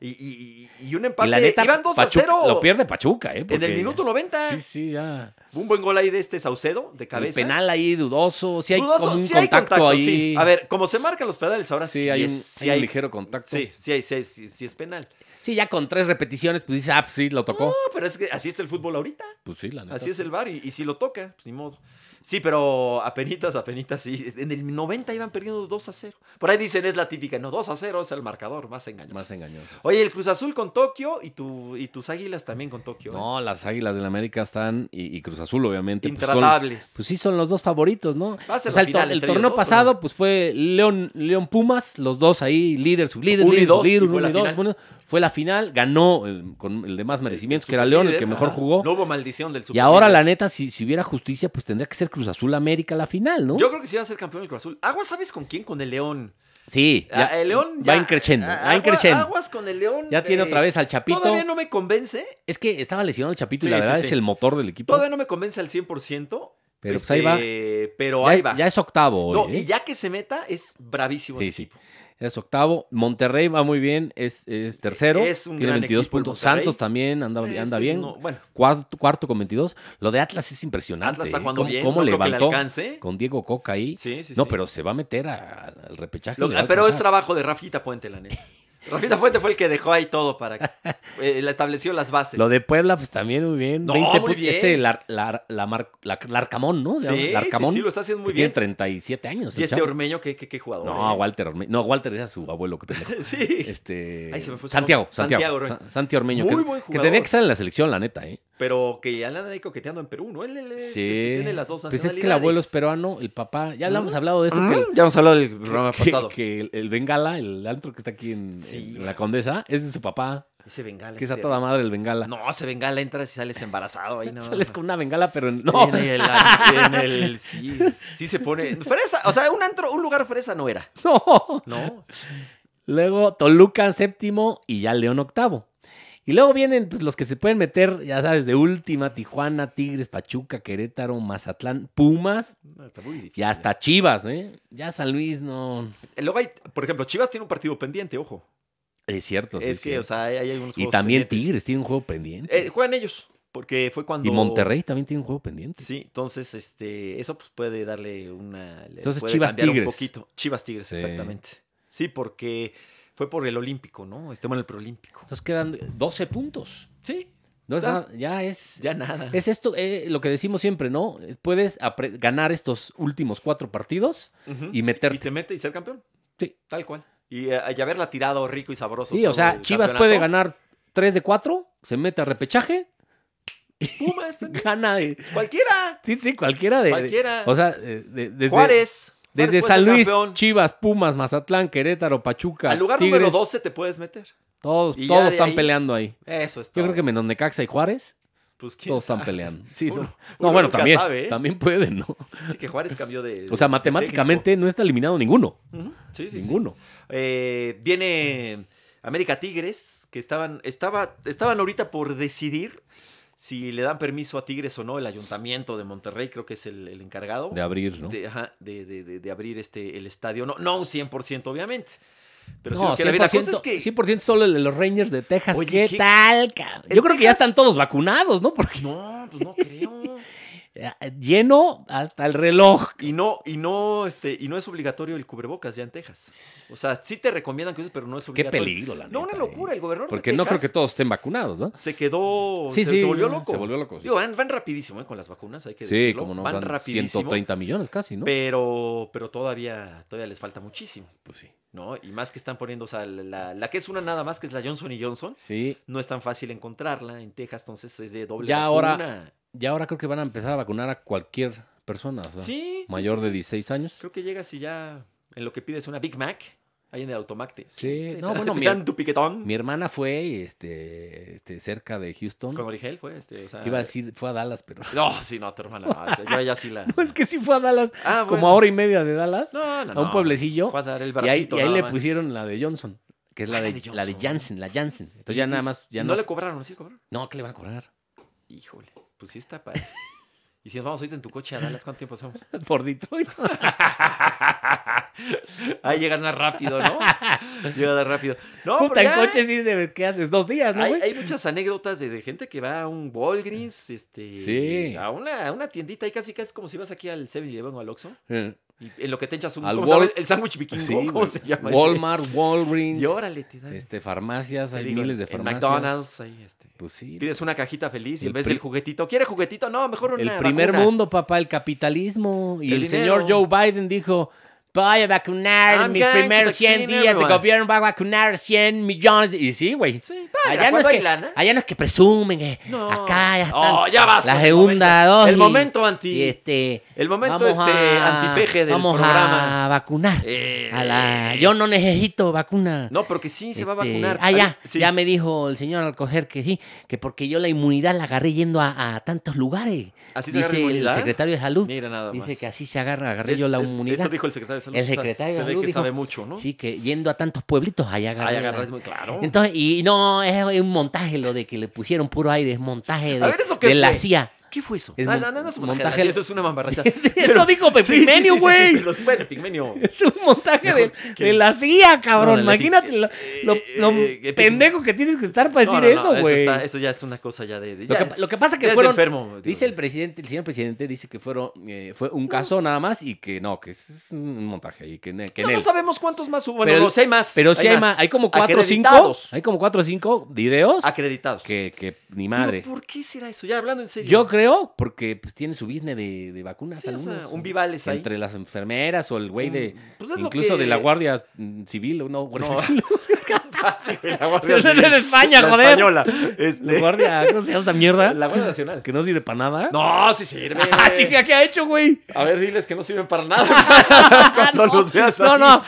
[SPEAKER 1] Y, y- y- y un empate.
[SPEAKER 2] Y la neta,
[SPEAKER 1] Iban 2 a
[SPEAKER 2] Pachuca-
[SPEAKER 1] 0
[SPEAKER 2] Lo pierde Pachuca, ¿eh?
[SPEAKER 1] en
[SPEAKER 2] Porque
[SPEAKER 1] el
[SPEAKER 2] ya-
[SPEAKER 1] minuto 90.
[SPEAKER 2] Sí, sí, ya.
[SPEAKER 1] Un buen gol ahí de este Saucedo, de cabeza.
[SPEAKER 2] El penal ahí dudoso. Sí hay
[SPEAKER 1] Dudoso,
[SPEAKER 2] como un
[SPEAKER 1] sí hay
[SPEAKER 2] contacto, ahí.
[SPEAKER 1] sí. A ver, como se marcan los penales ahora, sí,
[SPEAKER 2] sí, hay,
[SPEAKER 1] es-
[SPEAKER 2] un,
[SPEAKER 1] sí
[SPEAKER 2] hay un
[SPEAKER 1] hay-
[SPEAKER 2] ligero contacto.
[SPEAKER 1] Sí, sí, hay- sí, sí, sí es penal.
[SPEAKER 2] Sí, ya con tres repeticiones, pues dices, ah, pues sí, lo tocó.
[SPEAKER 1] No, pero es que así es el fútbol ahorita.
[SPEAKER 2] Pues sí, la neta.
[SPEAKER 1] Así es el bar y, y si lo toca, pues ni modo. Sí, pero apenitas, apenitas, sí. En el 90 iban perdiendo 2 a 0. Por ahí dicen, es la típica, no, 2 a 0 es el marcador más engañoso.
[SPEAKER 2] Más engañoso.
[SPEAKER 1] Oye, el Cruz Azul con Tokio y, tu, y tus águilas también con Tokio. ¿eh?
[SPEAKER 2] No, las Águilas del América están, y, y Cruz Azul, obviamente. pues, son-
[SPEAKER 1] Intratables.
[SPEAKER 2] Pues, sí, son los dos favoritos, ¿no?
[SPEAKER 1] Va a ser
[SPEAKER 2] o sea,
[SPEAKER 1] la
[SPEAKER 2] el,
[SPEAKER 1] final
[SPEAKER 2] tor- el
[SPEAKER 1] entre
[SPEAKER 2] torneo
[SPEAKER 1] ellos dos,
[SPEAKER 2] pasado, pues fue León, León Pumas, los dos ahí, líder, sublíder,
[SPEAKER 1] Uno y
[SPEAKER 2] líder,
[SPEAKER 1] dos,
[SPEAKER 2] sublíder,
[SPEAKER 1] y fue
[SPEAKER 2] uno
[SPEAKER 1] la
[SPEAKER 2] y dos,
[SPEAKER 1] final.
[SPEAKER 2] bueno, fue la final, ganó el- con el de más merecimientos, que era León, el
[SPEAKER 1] superlíder,
[SPEAKER 2] que mejor
[SPEAKER 1] ajá.
[SPEAKER 2] jugó.
[SPEAKER 1] No hubo maldición del
[SPEAKER 2] y
[SPEAKER 1] superlíder.
[SPEAKER 2] ahora, la neta, si, si hubiera justicia, pues tendría que ser Cruz Azul América la final, ¿no?
[SPEAKER 1] Yo creo que sí va a ser campeón el Cruz Azul. Agua, ¿sabes con quién? Con el León.
[SPEAKER 2] sí, ya-
[SPEAKER 1] Ah, el León
[SPEAKER 2] va
[SPEAKER 1] ya-
[SPEAKER 2] increciendo,
[SPEAKER 1] ah,
[SPEAKER 2] va
[SPEAKER 1] agua-
[SPEAKER 2] increciendo.
[SPEAKER 1] Aguas con el León.
[SPEAKER 2] Ya tiene
[SPEAKER 1] eh,
[SPEAKER 2] otra vez al Chapito.
[SPEAKER 1] Todavía no me convence.
[SPEAKER 2] Es que estaba lesionado el Chapito y
[SPEAKER 1] Sí,
[SPEAKER 2] la
[SPEAKER 1] sí,
[SPEAKER 2] verdad
[SPEAKER 1] sí.
[SPEAKER 2] es el motor del equipo.
[SPEAKER 1] Todavía no me convence al 100%.
[SPEAKER 2] Pero pues ahí va.
[SPEAKER 1] este, Pero
[SPEAKER 2] Ya,
[SPEAKER 1] ahí va.
[SPEAKER 2] ya es octavo hoy,
[SPEAKER 1] No,
[SPEAKER 2] ¿eh?
[SPEAKER 1] y ya que se meta, es bravísimo
[SPEAKER 2] Sí,
[SPEAKER 1] ese
[SPEAKER 2] sí.
[SPEAKER 1] equipo.
[SPEAKER 2] Es octavo. Monterrey va muy bien, es, es tercero.
[SPEAKER 1] Es un
[SPEAKER 2] tiene
[SPEAKER 1] gran
[SPEAKER 2] 22
[SPEAKER 1] equipo el
[SPEAKER 2] puntos.
[SPEAKER 1] Monterrey.
[SPEAKER 2] Santos también anda,
[SPEAKER 1] Es
[SPEAKER 2] anda
[SPEAKER 1] un-
[SPEAKER 2] bien.
[SPEAKER 1] no, bueno,
[SPEAKER 2] Cuarto, cuarto con 22. Lo de Atlas es impresionante.
[SPEAKER 1] Atlas
[SPEAKER 2] ¿eh?
[SPEAKER 1] está jugando
[SPEAKER 2] ¿Cómo,
[SPEAKER 1] bien.
[SPEAKER 2] cómo
[SPEAKER 1] no creo que le
[SPEAKER 2] levantó
[SPEAKER 1] alcance.
[SPEAKER 2] con Diego Coca ahí?
[SPEAKER 1] Sí, sí,
[SPEAKER 2] no,
[SPEAKER 1] sí.
[SPEAKER 2] pero se va a meter a- al repechaje.
[SPEAKER 1] Lo-
[SPEAKER 2] le va a
[SPEAKER 1] pero es
[SPEAKER 2] alcanzar.
[SPEAKER 1] trabajo de Rafita Puente, la neta. Rafita Puente fue el que dejó ahí todo para. eh, le estableció las bases.
[SPEAKER 2] Lo de Puebla, pues también muy bien.
[SPEAKER 1] No,
[SPEAKER 2] 20
[SPEAKER 1] muy
[SPEAKER 2] puntos.
[SPEAKER 1] bien.
[SPEAKER 2] Este, la, la, la Mar- la- Larcamón, ¿no?
[SPEAKER 1] Sí,
[SPEAKER 2] ¿Se llama?
[SPEAKER 1] sí,
[SPEAKER 2] Larcamón.
[SPEAKER 1] sí, lo está haciendo muy
[SPEAKER 2] que
[SPEAKER 1] bien.
[SPEAKER 2] Tiene 37 años. el
[SPEAKER 1] Y este
[SPEAKER 2] chavo.
[SPEAKER 1] Ormeño, qué, qué, qué jugador.
[SPEAKER 2] No,
[SPEAKER 1] eh.
[SPEAKER 2] Walter Ormeño. No, Walter era su abuelo, que pendejo.
[SPEAKER 1] Sí.
[SPEAKER 2] Este.
[SPEAKER 1] Ay, se me fue su
[SPEAKER 2] Santiago,
[SPEAKER 1] nombre. Santiago
[SPEAKER 2] Santiago.
[SPEAKER 1] Ormeño.
[SPEAKER 2] Sa- Santi Ormeño.
[SPEAKER 1] Muy
[SPEAKER 2] que,
[SPEAKER 1] buen
[SPEAKER 2] que
[SPEAKER 1] jugador.
[SPEAKER 2] tenía que estar en la selección, la neta, ¿eh?
[SPEAKER 1] Pero que ya le andan ahí coqueteando en Perú, ¿no? Él, él es, este, tiene las dos
[SPEAKER 2] pues
[SPEAKER 1] nacionalidades.
[SPEAKER 2] es que el abuelo es peruano, el papá. Ya hablamos
[SPEAKER 1] Ujú.
[SPEAKER 2] hablado de esto que el-
[SPEAKER 1] Ah, ya hemos hablado del programa
[SPEAKER 2] que-
[SPEAKER 1] pasado.
[SPEAKER 2] que el, el Bengala, el antro que está aquí en,
[SPEAKER 1] Sí.
[SPEAKER 2] en la Condesa, es de su papá,
[SPEAKER 1] Ese bengala.
[SPEAKER 2] que es a
[SPEAKER 1] este-
[SPEAKER 2] toda madre el Bengala.
[SPEAKER 1] No, ese bengala entras y sales embarazado ahí, no.
[SPEAKER 2] Sales con una Bengala, pero en- no.
[SPEAKER 1] No. En el, en el- sí, sí se pone. Fresa, o sea, un antro, un lugar fresa no era.
[SPEAKER 2] No.
[SPEAKER 1] No.
[SPEAKER 2] Luego Toluca en séptimo y ya León octavo. Y luego vienen pues, los que se pueden meter, ya sabes, de última, Tijuana, Tigres, Pachuca, Querétaro, Mazatlán, Pumas
[SPEAKER 1] No, Está muy difícil.
[SPEAKER 2] y hasta Chivas, ¿eh? Ya San Luis no...
[SPEAKER 1] Luego hay, por ejemplo, Chivas tiene un partido pendiente, ojo.
[SPEAKER 2] Es cierto. sí,
[SPEAKER 1] es que,
[SPEAKER 2] sí.
[SPEAKER 1] o sea, hay, hay algunos
[SPEAKER 2] y
[SPEAKER 1] juegos
[SPEAKER 2] también
[SPEAKER 1] pendientes.
[SPEAKER 2] Tigres tiene un juego pendiente.
[SPEAKER 1] Eh, juegan ellos, porque fue cuando.
[SPEAKER 2] y Monterrey también tiene un juego pendiente.
[SPEAKER 1] Sí, entonces, este, eso pues puede darle una. le
[SPEAKER 2] Entonces,
[SPEAKER 1] puede
[SPEAKER 2] Chivas
[SPEAKER 1] cambiar
[SPEAKER 2] Tigres.
[SPEAKER 1] Un poquito. Chivas Tigres,
[SPEAKER 2] Sí.
[SPEAKER 1] exactamente. Sí, porque fue por el Olímpico, ¿no? Estamos en el Preolímpico.
[SPEAKER 2] Entonces quedan 12 puntos.
[SPEAKER 1] Sí,
[SPEAKER 2] No es
[SPEAKER 1] Ya.
[SPEAKER 2] nada- ya es...
[SPEAKER 1] Ah. ya nada.
[SPEAKER 2] Es esto, eh, lo que decimos siempre, ¿no? Puedes apre- ganar estos últimos cuatro partidos
[SPEAKER 1] Ujú.
[SPEAKER 2] y
[SPEAKER 1] Y
[SPEAKER 2] meterte.
[SPEAKER 1] te mete y ser campeón.
[SPEAKER 2] Sí.
[SPEAKER 1] Tal cual. Y, eh, y haberla tirado rico y sabroso.
[SPEAKER 2] Sí,
[SPEAKER 1] todo
[SPEAKER 2] o sea,
[SPEAKER 1] el
[SPEAKER 2] Chivas
[SPEAKER 1] campeonato.
[SPEAKER 2] puede ganar 3 de 4, se mete a repechaje,
[SPEAKER 1] Pumas también.
[SPEAKER 2] gana. eh,
[SPEAKER 1] Cualquiera.
[SPEAKER 2] sí, sí, cualquiera de. de-
[SPEAKER 1] Cualquiera.
[SPEAKER 2] o sea, eh, de- desde,
[SPEAKER 1] Juárez.
[SPEAKER 2] desde
[SPEAKER 1] Juárez puede
[SPEAKER 2] San
[SPEAKER 1] ser
[SPEAKER 2] Luis,
[SPEAKER 1] campeón.
[SPEAKER 2] Chivas, Pumas, Mazatlán, Querétaro, Pachuca.
[SPEAKER 1] Al lugar
[SPEAKER 2] Tigres,
[SPEAKER 1] número 12 te puedes meter.
[SPEAKER 2] Todos,
[SPEAKER 1] Y ya
[SPEAKER 2] todos
[SPEAKER 1] de
[SPEAKER 2] están
[SPEAKER 1] ahí-
[SPEAKER 2] peleando ahí.
[SPEAKER 1] Eso es
[SPEAKER 2] Yo
[SPEAKER 1] todo.
[SPEAKER 2] creo que menos Necaxa y Juárez,
[SPEAKER 1] Pues, ¿quién
[SPEAKER 2] todos están
[SPEAKER 1] sabe?
[SPEAKER 2] peleando. Sí, no.
[SPEAKER 1] Uno-
[SPEAKER 2] no,
[SPEAKER 1] uno
[SPEAKER 2] bueno,
[SPEAKER 1] nunca
[SPEAKER 2] también,
[SPEAKER 1] sabe, ¿eh?
[SPEAKER 2] también pueden, ¿no?
[SPEAKER 1] Sí, que Juárez cambió de.
[SPEAKER 2] O sea,
[SPEAKER 1] de
[SPEAKER 2] matemáticamente no está eliminado ninguno.
[SPEAKER 1] técnico. Ujú, Sí, sí, sí.
[SPEAKER 2] ninguno.
[SPEAKER 1] Eh, viene América Tigres, que estaban, estaba, estaban ahorita por decidir si le dan permiso a Tigres o no. El ayuntamiento de Monterrey creo que es el, el encargado.
[SPEAKER 2] De abrir, ¿no?
[SPEAKER 1] de, ajá, de- de- de- de abrir este, el estadio. No, no un 100%, obviamente. Pero sí
[SPEAKER 2] no,
[SPEAKER 1] lo quiere abrir. la cosa es
[SPEAKER 2] 100%,
[SPEAKER 1] que
[SPEAKER 2] 100% solo el de los Rangers de Texas.
[SPEAKER 1] Oye,
[SPEAKER 2] ¿Qué,
[SPEAKER 1] ¿qué-
[SPEAKER 2] tal, cabrón?
[SPEAKER 1] en
[SPEAKER 2] Yo creo que ya
[SPEAKER 1] Texas-
[SPEAKER 2] están todos vacunados, ¿no? Porque
[SPEAKER 1] No, pues no creo.
[SPEAKER 2] eh, lleno hasta el reloj.
[SPEAKER 1] Y no, y no, este, y no es obligatorio el cubrebocas ya en Texas. O sea, sí te recomiendan cosas, pero no es
[SPEAKER 2] Qué
[SPEAKER 1] obligatorio.
[SPEAKER 2] peligro, la
[SPEAKER 1] No, una
[SPEAKER 2] neta,
[SPEAKER 1] locura.
[SPEAKER 2] eh.
[SPEAKER 1] El gobernador de
[SPEAKER 2] Porque no creo
[SPEAKER 1] Texas
[SPEAKER 2] que todos estén vacunados, ¿no?
[SPEAKER 1] se quedó,
[SPEAKER 2] Sí,
[SPEAKER 1] se,
[SPEAKER 2] sí.
[SPEAKER 1] se volvió loco.
[SPEAKER 2] Se volvió loco. Sí,
[SPEAKER 1] Digo, van, van rapidísimo ¿eh? con las vacunas, hay que
[SPEAKER 2] Sí,
[SPEAKER 1] decirlo.
[SPEAKER 2] como no,
[SPEAKER 1] van,
[SPEAKER 2] van
[SPEAKER 1] rapidísimo,
[SPEAKER 2] 130 millones casi, ¿no?
[SPEAKER 1] pero, pero todavía, todavía les falta muchísimo,
[SPEAKER 2] Pues sí.
[SPEAKER 1] ¿no? Y más que están poniendo, o sea, la, la que es una nada más, que es la Johnson y Johnson,
[SPEAKER 2] Sí.
[SPEAKER 1] no es tan fácil encontrarla en Texas, entonces es de doble
[SPEAKER 2] Ya
[SPEAKER 1] vacuna.
[SPEAKER 2] Y ahora creo que van a empezar a vacunar a cualquier persona, o sea,
[SPEAKER 1] Sí. sí,
[SPEAKER 2] mayor
[SPEAKER 1] sí.
[SPEAKER 2] de 16 años.
[SPEAKER 1] Creo que llegas y ya en lo que pides una Big Mac, ahí en el automac te-
[SPEAKER 2] Sí.
[SPEAKER 1] te-
[SPEAKER 2] No,
[SPEAKER 1] te
[SPEAKER 2] bueno, mi-
[SPEAKER 1] dan tu piquetón.
[SPEAKER 2] Mi hermana fue y, este, este, cerca de Houston.
[SPEAKER 1] Con Origel fue este, o sea...
[SPEAKER 2] Iba a decir, fue a Dallas, pero.
[SPEAKER 1] No, sí, no, tu hermana, no, o sea, yo a ella sí la...
[SPEAKER 2] No, es que sí fue a Dallas.
[SPEAKER 1] Ah,
[SPEAKER 2] Como a hora y media de Dallas.
[SPEAKER 1] No, no,
[SPEAKER 2] a un
[SPEAKER 1] no.
[SPEAKER 2] pueblecillo,
[SPEAKER 1] Fue a dar el
[SPEAKER 2] Y ahí,
[SPEAKER 1] bracito
[SPEAKER 2] y ahí
[SPEAKER 1] nada
[SPEAKER 2] le
[SPEAKER 1] más.
[SPEAKER 2] pusieron la de Johnson, que es la,
[SPEAKER 1] Ah, la
[SPEAKER 2] de,
[SPEAKER 1] de
[SPEAKER 2] la de
[SPEAKER 1] Johnson.
[SPEAKER 2] Janssen, la Janssen.
[SPEAKER 1] Y-
[SPEAKER 2] Entonces ya
[SPEAKER 1] y-
[SPEAKER 2] nada más, ya
[SPEAKER 1] no,
[SPEAKER 2] no.
[SPEAKER 1] le cobraron, ¿sí le cobraron?
[SPEAKER 2] No, ¿qué le van a cobrar?
[SPEAKER 1] Híjole, pues sí está padre. y si nos vamos ahorita en tu coche a Dallas, ¿cuánto tiempo hacemos?
[SPEAKER 2] Por Detroit.
[SPEAKER 1] Ahí llegas más rápido, ¿no? Llegas más rápido. No, pero
[SPEAKER 2] Puta, en
[SPEAKER 1] pues ya-
[SPEAKER 2] coche sí, de- ¿qué haces? Dos días, ¿no,
[SPEAKER 1] hay,
[SPEAKER 2] güey?
[SPEAKER 1] hay muchas anécdotas de, de gente que va a un Walgreens, este,
[SPEAKER 2] Sí.
[SPEAKER 1] a, una, a una tiendita y casi casi como si vas aquí al 7-Eleven o al Oxxo.
[SPEAKER 2] Eh,
[SPEAKER 1] y En lo que te echas un
[SPEAKER 2] Al
[SPEAKER 1] ¿cómo se llama?
[SPEAKER 2] Wal-
[SPEAKER 1] el sándwich vikingo,
[SPEAKER 2] sí,
[SPEAKER 1] ¿cómo
[SPEAKER 2] güey.
[SPEAKER 1] se llama? ese?
[SPEAKER 2] Walmart, Walgreens.
[SPEAKER 1] Y órale, te dan.
[SPEAKER 2] Este, farmacias,
[SPEAKER 1] te
[SPEAKER 2] hay
[SPEAKER 1] digo,
[SPEAKER 2] miles de
[SPEAKER 1] en
[SPEAKER 2] farmacias.
[SPEAKER 1] McDonald's, ahí, este.
[SPEAKER 2] Pues sí.
[SPEAKER 1] Pides una cajita feliz y
[SPEAKER 2] El
[SPEAKER 1] en vez
[SPEAKER 2] pri-
[SPEAKER 1] del juguetito, ¿quiere juguetito? No, mejor una
[SPEAKER 2] El primer
[SPEAKER 1] vacuna.
[SPEAKER 2] mundo, papá, el capitalismo. Y el,
[SPEAKER 1] El
[SPEAKER 2] señor
[SPEAKER 1] dinero.
[SPEAKER 2] Joe Biden dijo, voy a vacunar en
[SPEAKER 1] I'm
[SPEAKER 2] mis
[SPEAKER 1] going to
[SPEAKER 2] primeros 100
[SPEAKER 1] vaccine
[SPEAKER 2] días de
[SPEAKER 1] everyone."
[SPEAKER 2] gobierno, va a vacunar 100 millones. Y sí, güey.
[SPEAKER 1] Sí,
[SPEAKER 2] Allá, Ah, no es que, allá no es que presumen, eh.
[SPEAKER 1] No.
[SPEAKER 2] acá ya están.
[SPEAKER 1] Oh, ya vas
[SPEAKER 2] la
[SPEAKER 1] con el
[SPEAKER 2] segunda
[SPEAKER 1] momento.
[SPEAKER 2] dosis.
[SPEAKER 1] El momento anti.
[SPEAKER 2] Y este...
[SPEAKER 1] El momento
[SPEAKER 2] vamos
[SPEAKER 1] este
[SPEAKER 2] a-
[SPEAKER 1] antipeje del
[SPEAKER 2] vamos
[SPEAKER 1] programa.
[SPEAKER 2] a vacunar.
[SPEAKER 1] Eh,
[SPEAKER 2] a la, yo no necesito vacuna.
[SPEAKER 1] No, porque sí se va a
[SPEAKER 2] Este,
[SPEAKER 1] vacunar.
[SPEAKER 2] Ah, ya,
[SPEAKER 1] Sí.
[SPEAKER 2] ya me dijo el señor Alcocer que sí, que porque yo la inmunidad la agarré yendo a, a tantos lugares.
[SPEAKER 1] Así se agarra
[SPEAKER 2] dice el
[SPEAKER 1] inmunidad.
[SPEAKER 2] secretario de salud.
[SPEAKER 1] Mira nada más.
[SPEAKER 2] dice que así se agarra, agarré
[SPEAKER 1] Es-
[SPEAKER 2] yo la
[SPEAKER 1] es-
[SPEAKER 2] inmunidad.
[SPEAKER 1] Eso dijo el secretario de salud.
[SPEAKER 2] El
[SPEAKER 1] O sea,
[SPEAKER 2] secretario de
[SPEAKER 1] Se ve
[SPEAKER 2] salud
[SPEAKER 1] que
[SPEAKER 2] dijo-
[SPEAKER 1] sabe mucho, ¿no?
[SPEAKER 2] Sí, que yendo a tantos pueblitos, ahí agarré.
[SPEAKER 1] Ahí
[SPEAKER 2] la-
[SPEAKER 1] agarras muy claro.
[SPEAKER 2] Entonces, y no, es un montaje lo de que le pusieron puro aire, es montaje de,
[SPEAKER 1] A ver, ¿eso qué
[SPEAKER 2] de la
[SPEAKER 1] fue?
[SPEAKER 2] CIA.
[SPEAKER 1] ¿Qué fue eso?
[SPEAKER 2] Es
[SPEAKER 1] Ah,
[SPEAKER 2] mon-
[SPEAKER 1] no, no, no es un
[SPEAKER 2] montaje
[SPEAKER 1] montaje.
[SPEAKER 2] de-
[SPEAKER 1] Eso es una mamarracha.
[SPEAKER 2] Eso dijo Pigmenio, güey.
[SPEAKER 1] pero sí, bueno, Pigmenio.
[SPEAKER 2] Es un montaje de,
[SPEAKER 1] Mejor que-
[SPEAKER 2] de la CIA, cabrón.
[SPEAKER 1] No, de la-
[SPEAKER 2] Imagínate lo, lo-
[SPEAKER 1] eh,
[SPEAKER 2] lo
[SPEAKER 1] eh, eh,
[SPEAKER 2] pendejo que tienes que estar para
[SPEAKER 1] No,
[SPEAKER 2] decir
[SPEAKER 1] no, no,
[SPEAKER 2] eso, güey.
[SPEAKER 1] está- Eso ya es una cosa ya de. de-
[SPEAKER 2] Lo
[SPEAKER 1] ya
[SPEAKER 2] que,
[SPEAKER 1] es-
[SPEAKER 2] lo que pasa que
[SPEAKER 1] ya es de
[SPEAKER 2] fueron,
[SPEAKER 1] enfermo, digo.
[SPEAKER 2] dice el presidente, el señor presidente dice que fueron, eh, fue un caso nada más y que no, que es un montaje y que, ne- que en
[SPEAKER 1] No, pues, no
[SPEAKER 2] él.
[SPEAKER 1] sabemos cuántos más hubo. Bueno,
[SPEAKER 2] Pero-
[SPEAKER 1] no, sí hay más.
[SPEAKER 2] Pero sí hay, más, hay como cuatro o cinco,
[SPEAKER 1] Acreditados.
[SPEAKER 2] hay como cuatro o cinco videos
[SPEAKER 1] Acreditados.
[SPEAKER 2] que, que ni
[SPEAKER 1] Digo,
[SPEAKER 2] madre.
[SPEAKER 1] ¿Por qué será eso? Ya hablando en serio.
[SPEAKER 2] Yo creo porque pues tiene su business de, de vacunas
[SPEAKER 1] Sí, o sea,
[SPEAKER 2] algunos,
[SPEAKER 1] un Vivales ahí.
[SPEAKER 2] entre las enfermeras o el güey de
[SPEAKER 1] Un- pues es lo
[SPEAKER 2] incluso de
[SPEAKER 1] que-
[SPEAKER 2] la guardia mm, civil, no, guardia
[SPEAKER 1] No.
[SPEAKER 2] civil,
[SPEAKER 1] Ah, sí, güey, la Guardia
[SPEAKER 2] Eso no
[SPEAKER 1] Civil.
[SPEAKER 2] en España,
[SPEAKER 1] La
[SPEAKER 2] joder.
[SPEAKER 1] española.
[SPEAKER 2] la
[SPEAKER 1] Este,
[SPEAKER 2] guardia, ¿cómo se llama esa mierda?
[SPEAKER 1] la Guardia Nacional.
[SPEAKER 2] Que no sirve para nada.
[SPEAKER 1] No, eh. sí sirve.
[SPEAKER 2] Ah, chica, ¿qué ha hecho, güey?
[SPEAKER 1] A ver, diles que no sirven para nada. Cuando
[SPEAKER 2] no,
[SPEAKER 1] los veas.
[SPEAKER 2] no,
[SPEAKER 1] ahí.
[SPEAKER 2] no.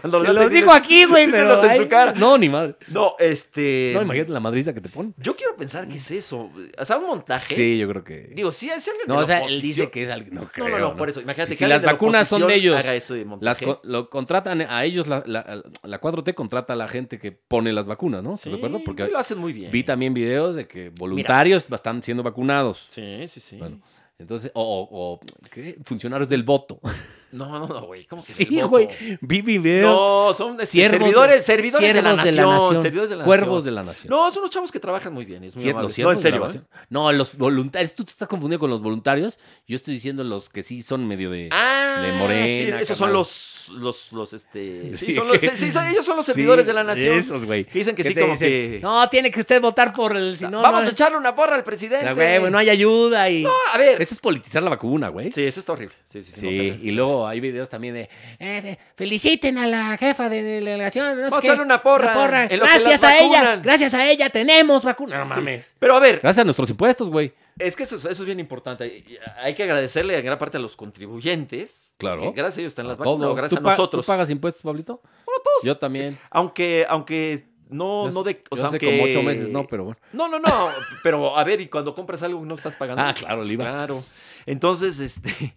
[SPEAKER 1] Cuando
[SPEAKER 2] Se
[SPEAKER 1] veas
[SPEAKER 2] los
[SPEAKER 1] ahí,
[SPEAKER 2] digo
[SPEAKER 1] diles-
[SPEAKER 2] aquí, güey, pero
[SPEAKER 1] díselos en
[SPEAKER 2] ay,
[SPEAKER 1] su cara.
[SPEAKER 2] No, ni madre.
[SPEAKER 1] No, este.
[SPEAKER 2] No, imagínate la madriza que te pone.
[SPEAKER 1] Yo quiero pensar que es eso. O sea, un montaje.
[SPEAKER 2] Sí, yo creo que.
[SPEAKER 1] Digo, sí, es alguien de
[SPEAKER 2] no,
[SPEAKER 1] la
[SPEAKER 2] o sea, él
[SPEAKER 1] oposición.
[SPEAKER 2] dice que es alguien. No, creo.
[SPEAKER 1] no, no, no, por eso. Imagínate
[SPEAKER 2] Si
[SPEAKER 1] que alguien
[SPEAKER 2] las
[SPEAKER 1] de la
[SPEAKER 2] vacunas son de
[SPEAKER 1] oposición
[SPEAKER 2] ellos,
[SPEAKER 1] Haga eso de montaje.
[SPEAKER 2] Las co- lo contratan eh, a ellos, la, la, la 4T contrata a la gente que pone las vacunas, ¿no? ¿Estás
[SPEAKER 1] Sí,
[SPEAKER 2] de acuerdo? Porque
[SPEAKER 1] lo hacen muy bien.
[SPEAKER 2] vi también videos de que voluntarios están siendo vacunados.
[SPEAKER 1] Sí, sí, sí.
[SPEAKER 2] Bueno, entonces, o, o- o, ¿qué? funcionarios del voto.
[SPEAKER 1] No, no, no, güey. ¿Cómo que del
[SPEAKER 2] Sí,
[SPEAKER 1] voto?
[SPEAKER 2] güey. Vi videos.
[SPEAKER 1] No, son este,
[SPEAKER 2] Siervos
[SPEAKER 1] servidores,
[SPEAKER 2] de-
[SPEAKER 1] servidores de la
[SPEAKER 2] siervos
[SPEAKER 1] nación.
[SPEAKER 2] de la nación,
[SPEAKER 1] Servidores de la
[SPEAKER 2] Cuervos
[SPEAKER 1] nación.
[SPEAKER 2] de la nación.
[SPEAKER 1] No, son unos chavos que trabajan muy bien. Es muy
[SPEAKER 2] Cier-
[SPEAKER 1] amable.
[SPEAKER 2] los siervos
[SPEAKER 1] no, en
[SPEAKER 2] de la
[SPEAKER 1] serio. ¿eh?
[SPEAKER 2] nación. No, los voluntarios. Tú te estás confundiendo con los voluntarios. Yo estoy diciendo los que sí son medio de.
[SPEAKER 1] Ah,
[SPEAKER 2] De Morena,
[SPEAKER 1] sí, esos son
[SPEAKER 2] carnal.
[SPEAKER 1] los, los, los, este, sí, son los, sí, sí, son- ellos son los servidores
[SPEAKER 2] Sí,
[SPEAKER 1] de la nación.
[SPEAKER 2] Esos, güey.
[SPEAKER 1] Que dicen que sí,
[SPEAKER 2] te
[SPEAKER 1] como
[SPEAKER 2] dicen,
[SPEAKER 1] que-
[SPEAKER 2] No, tiene que usted votar por el. Si no,
[SPEAKER 1] Vamos
[SPEAKER 2] no,
[SPEAKER 1] a echarle una porra al presidente.
[SPEAKER 2] la güey, no hay ayuda y.
[SPEAKER 1] a ver.
[SPEAKER 2] Eso es politizar la vacuna, güey.
[SPEAKER 1] Sí, eso está horrible. Sí, sí, sí. no,
[SPEAKER 2] Sí,
[SPEAKER 1] terrible.
[SPEAKER 2] y luego hay videos también de eh, de- feliciten a la jefa de la delegación. No sé
[SPEAKER 1] Vamos a
[SPEAKER 2] qué,
[SPEAKER 1] echarle una porra en lo que
[SPEAKER 2] Gracias
[SPEAKER 1] las
[SPEAKER 2] a ella,
[SPEAKER 1] vacunan.
[SPEAKER 2] gracias a ella tenemos vacuna. No mames.
[SPEAKER 1] Pero a ver,
[SPEAKER 2] Gracias a nuestros impuestos, güey.
[SPEAKER 1] es que eso, es- eso es bien importante. Y- y Hay que agradecerle en gran parte a los contribuyentes.
[SPEAKER 2] Claro.
[SPEAKER 1] que gracias a ellos están las
[SPEAKER 2] A
[SPEAKER 1] vacunas.
[SPEAKER 2] todos.
[SPEAKER 1] o Gracias
[SPEAKER 2] ¿Tú
[SPEAKER 1] a
[SPEAKER 2] pa-
[SPEAKER 1] nosotros. Pues,
[SPEAKER 2] ¿Tú pagas impuestos, Pablito?
[SPEAKER 1] Bueno, todos.
[SPEAKER 2] Yo también.
[SPEAKER 1] Aunque, aunque no,
[SPEAKER 2] Yo
[SPEAKER 1] pues, no de. O
[SPEAKER 2] yo
[SPEAKER 1] sea,
[SPEAKER 2] hace
[SPEAKER 1] aunque-
[SPEAKER 2] como ocho meses, no, pero bueno.
[SPEAKER 1] No, no, no. Pero a ver, y cuando compras algo no estás pagando.
[SPEAKER 2] Ah, claro, el IVA.
[SPEAKER 1] Claro. Entonces, este,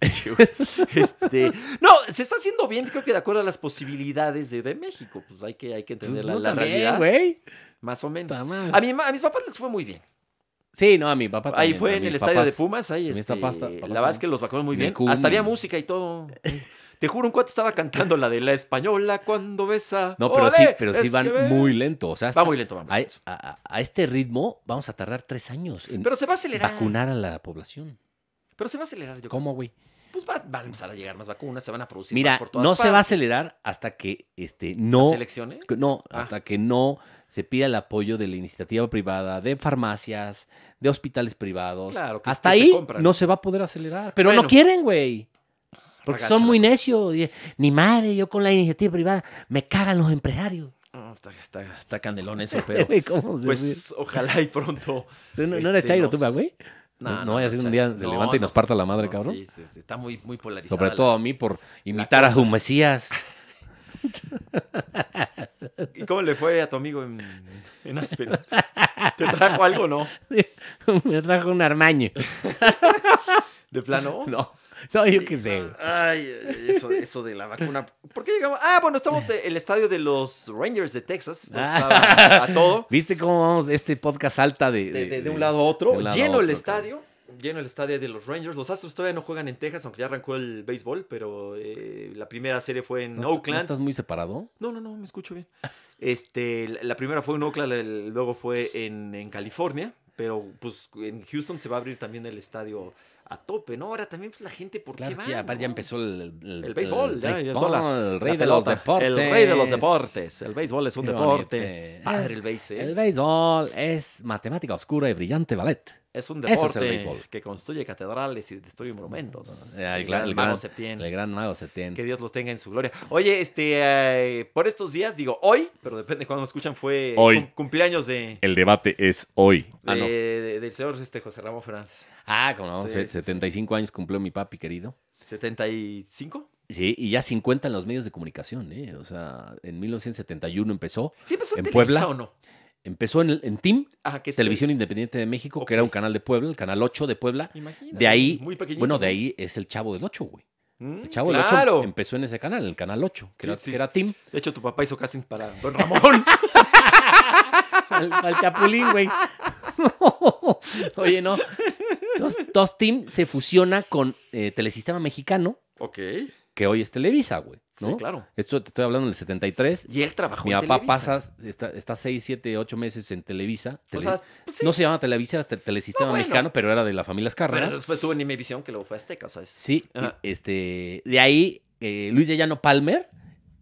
[SPEAKER 1] este, no, se está haciendo bien, creo que de acuerdo a las posibilidades de, de México, pues hay que, hay que entender
[SPEAKER 2] Pues
[SPEAKER 1] la,
[SPEAKER 2] no,
[SPEAKER 1] la
[SPEAKER 2] también,
[SPEAKER 1] realidad,
[SPEAKER 2] güey.
[SPEAKER 1] más o menos.
[SPEAKER 2] Puta madre.
[SPEAKER 1] A, mi ma- a mis papás les fue muy bien.
[SPEAKER 2] Sí, no, a mi papá
[SPEAKER 1] ahí
[SPEAKER 2] también,
[SPEAKER 1] fue
[SPEAKER 2] a
[SPEAKER 1] en
[SPEAKER 2] mis
[SPEAKER 1] el estadio de
[SPEAKER 2] papás.
[SPEAKER 1] Pumas, ahí
[SPEAKER 2] mis
[SPEAKER 1] este,
[SPEAKER 2] papás ta- papás
[SPEAKER 1] la verdad es
[SPEAKER 2] también.
[SPEAKER 1] que los vacunaron muy
[SPEAKER 2] En el
[SPEAKER 1] bien,
[SPEAKER 2] Kun.
[SPEAKER 1] hasta había música y todo. Te juro, un cuate estaba cantando la de la española cuando besa.
[SPEAKER 2] No, pero
[SPEAKER 1] Ole,
[SPEAKER 2] sí, pero sí
[SPEAKER 1] es que
[SPEAKER 2] van muy
[SPEAKER 1] ves.
[SPEAKER 2] lento. O sea, hasta-
[SPEAKER 1] Va muy lento, va muy
[SPEAKER 2] a,
[SPEAKER 1] lento.
[SPEAKER 2] a- a- a este ritmo vamos a tardar tres años en
[SPEAKER 1] Pero se va a acelerar.
[SPEAKER 2] vacunar a la población.
[SPEAKER 1] Pero se va a acelerar, yo creo.
[SPEAKER 2] ¿Cómo, güey?
[SPEAKER 1] Pues va- van a empezar a llegar más vacunas, se van a producir más
[SPEAKER 2] Mira,
[SPEAKER 1] por todas
[SPEAKER 2] no se va a
[SPEAKER 1] partes.
[SPEAKER 2] acelerar hasta que este
[SPEAKER 1] Las
[SPEAKER 2] no
[SPEAKER 1] elecciones.
[SPEAKER 2] no
[SPEAKER 1] Ah.
[SPEAKER 2] hasta que no se pida el apoyo de la iniciativa privada, de farmacias, de hospitales privados.
[SPEAKER 1] Claro, que-
[SPEAKER 2] hasta
[SPEAKER 1] que se
[SPEAKER 2] ahí
[SPEAKER 1] compran.
[SPEAKER 2] no se va a poder acelerar. Pero no
[SPEAKER 1] Bueno. pues.
[SPEAKER 2] quieren, güey. Porque
[SPEAKER 1] Agacha
[SPEAKER 2] son
[SPEAKER 1] la
[SPEAKER 2] muy
[SPEAKER 1] cosa.
[SPEAKER 2] necios. Y, Ni madre, yo con la iniciativa privada me cagan los empresarios.
[SPEAKER 1] No, está, está, está candelón eso, pero.
[SPEAKER 2] Güey, ¿cómo se ríe?
[SPEAKER 1] Pues ojalá y pronto.
[SPEAKER 2] ¿Tú no, no
[SPEAKER 1] este,
[SPEAKER 2] eres chairo
[SPEAKER 1] nos-
[SPEAKER 2] tú, va, güey? No, no vaya a ser un día se
[SPEAKER 1] No,
[SPEAKER 2] levanta y
[SPEAKER 1] no,
[SPEAKER 2] nos parta la madre,
[SPEAKER 1] no,
[SPEAKER 2] cabrón.
[SPEAKER 1] sí, sí, sí, está muy, muy polarizado.
[SPEAKER 2] Sobre todo a mí por imitar a su Mesías.
[SPEAKER 1] ¿Y cómo le fue a tu amigo en, en Aspen? ¿Te trajo algo, no?
[SPEAKER 2] me trajo un armaño.
[SPEAKER 1] ¿De plano?
[SPEAKER 2] No, no, yo qué sé. güey.
[SPEAKER 1] Ay, eso, eso de la vacuna. ¿Por qué llegamos? Ah, bueno, estamos en el estadio de los Rangers de Texas. Esto
[SPEAKER 2] Ah.
[SPEAKER 1] estaba a todo.
[SPEAKER 2] ¿Viste cómo vamos? Este podcast salta de,
[SPEAKER 1] De, de- de un lado a
[SPEAKER 2] de
[SPEAKER 1] otro.
[SPEAKER 2] un lado a
[SPEAKER 1] lleno el
[SPEAKER 2] otro,
[SPEAKER 1] estadio. lleno el estadio de los Rangers. Los Astros todavía no juegan en Texas, aunque ya arrancó el béisbol, pero eh, la primera serie fue en
[SPEAKER 2] ¿No est- no
[SPEAKER 1] Oakland.
[SPEAKER 2] ¿Estás muy separado?
[SPEAKER 1] No, no, no, me escucho bien. Este, la- la primera fue en Oakland, el- luego fue en, en California, pero pues en Houston se va a abrir también el estadio a tope, ¿no? Ahora también pues, la gente, ¿por
[SPEAKER 2] Claro,
[SPEAKER 1] qué va?
[SPEAKER 2] es que ya, aparte ya
[SPEAKER 1] no?
[SPEAKER 2] empezó el, el,
[SPEAKER 1] El béisbol, ya, ya
[SPEAKER 2] béisbol,
[SPEAKER 1] sola.
[SPEAKER 2] el
[SPEAKER 1] La
[SPEAKER 2] rey de los
[SPEAKER 1] pelota,
[SPEAKER 2] deportes.
[SPEAKER 1] El rey de los deportes. El béisbol es un
[SPEAKER 2] Qué
[SPEAKER 1] deporte.
[SPEAKER 2] bonito.
[SPEAKER 1] Padre el ¿eh? béisbol.
[SPEAKER 2] El béisbol es matemática oscura y brillante ballet.
[SPEAKER 1] Es un
[SPEAKER 2] Eso es el
[SPEAKER 1] deporte
[SPEAKER 2] béisbol.
[SPEAKER 1] que construye catedrales y destruye monumentos.
[SPEAKER 2] Eh, el
[SPEAKER 1] El
[SPEAKER 2] gran- el
[SPEAKER 1] hermano
[SPEAKER 2] gran-
[SPEAKER 1] Septién.
[SPEAKER 2] El gran mago Setién.
[SPEAKER 1] Que Dios los tenga en su gloria. Oye, este, eh, por estos días, digo, hoy, pero depende de cuando me escuchan, fue
[SPEAKER 3] Hoy.
[SPEAKER 1] cum- cumpleaños de,
[SPEAKER 3] El debate es hoy.
[SPEAKER 2] Ah,
[SPEAKER 1] de-
[SPEAKER 2] no.
[SPEAKER 1] de- del señor este, José Ramón Fernández.
[SPEAKER 2] Ah, como no,
[SPEAKER 1] Sí,
[SPEAKER 2] se-
[SPEAKER 1] sí, sí.
[SPEAKER 2] 75 años cumplió mi papi querido.
[SPEAKER 1] ¿75?
[SPEAKER 2] Sí, y ya 50 en los medios de comunicación, ¿eh? O sea, en 1971 empezó.
[SPEAKER 1] ¿Sí empezó en,
[SPEAKER 2] ¿En
[SPEAKER 1] Televisa
[SPEAKER 2] Puebla?
[SPEAKER 1] o no?
[SPEAKER 2] Empezó en, el- en TIM,
[SPEAKER 1] Ah, que es
[SPEAKER 2] Televisión Independiente de México, que era
[SPEAKER 1] Ok.
[SPEAKER 2] un canal de Puebla, el canal 8 de Puebla.
[SPEAKER 1] Imagínate,
[SPEAKER 2] De ahí,
[SPEAKER 1] muy pequeñito.
[SPEAKER 2] bueno, de ahí es el Chavo del 8, güey.
[SPEAKER 1] Mm,
[SPEAKER 2] El Chavo em, del
[SPEAKER 1] claro.
[SPEAKER 2] 8 empezó en ese canal, el canal 8, que,
[SPEAKER 1] Sí,
[SPEAKER 2] era,
[SPEAKER 1] sí,
[SPEAKER 2] que era TIM.
[SPEAKER 1] De hecho, tu papá hizo casting para Don Ramón.
[SPEAKER 2] al, al chapulín, güey. Oye, no. Entonces, Tos Team se fusiona con eh, Telesistema Mexicano,
[SPEAKER 1] ok.
[SPEAKER 2] que hoy es Televisa, güey. ¿no?
[SPEAKER 1] Sí, claro.
[SPEAKER 2] Esto te estoy hablando del 73.
[SPEAKER 1] Y él trabajó
[SPEAKER 2] Mi
[SPEAKER 1] en
[SPEAKER 2] papá
[SPEAKER 1] Televisa.
[SPEAKER 2] pasa, está, está 6, 7, 8 meses en Televisa.
[SPEAKER 1] O
[SPEAKER 2] Tele-
[SPEAKER 1] sea, pues sí.
[SPEAKER 2] No se llama Televisa, era Tel- Telesistema
[SPEAKER 1] No, bueno.
[SPEAKER 2] Mexicano, pero era de la familia
[SPEAKER 1] Pero
[SPEAKER 2] Escárraga.
[SPEAKER 1] después estuvo en Imevisión, que luego fue Azteca, ¿sabes?
[SPEAKER 2] Sí, y,
[SPEAKER 1] Ajá.
[SPEAKER 2] este, de ahí eh, Luis de Llano Palmer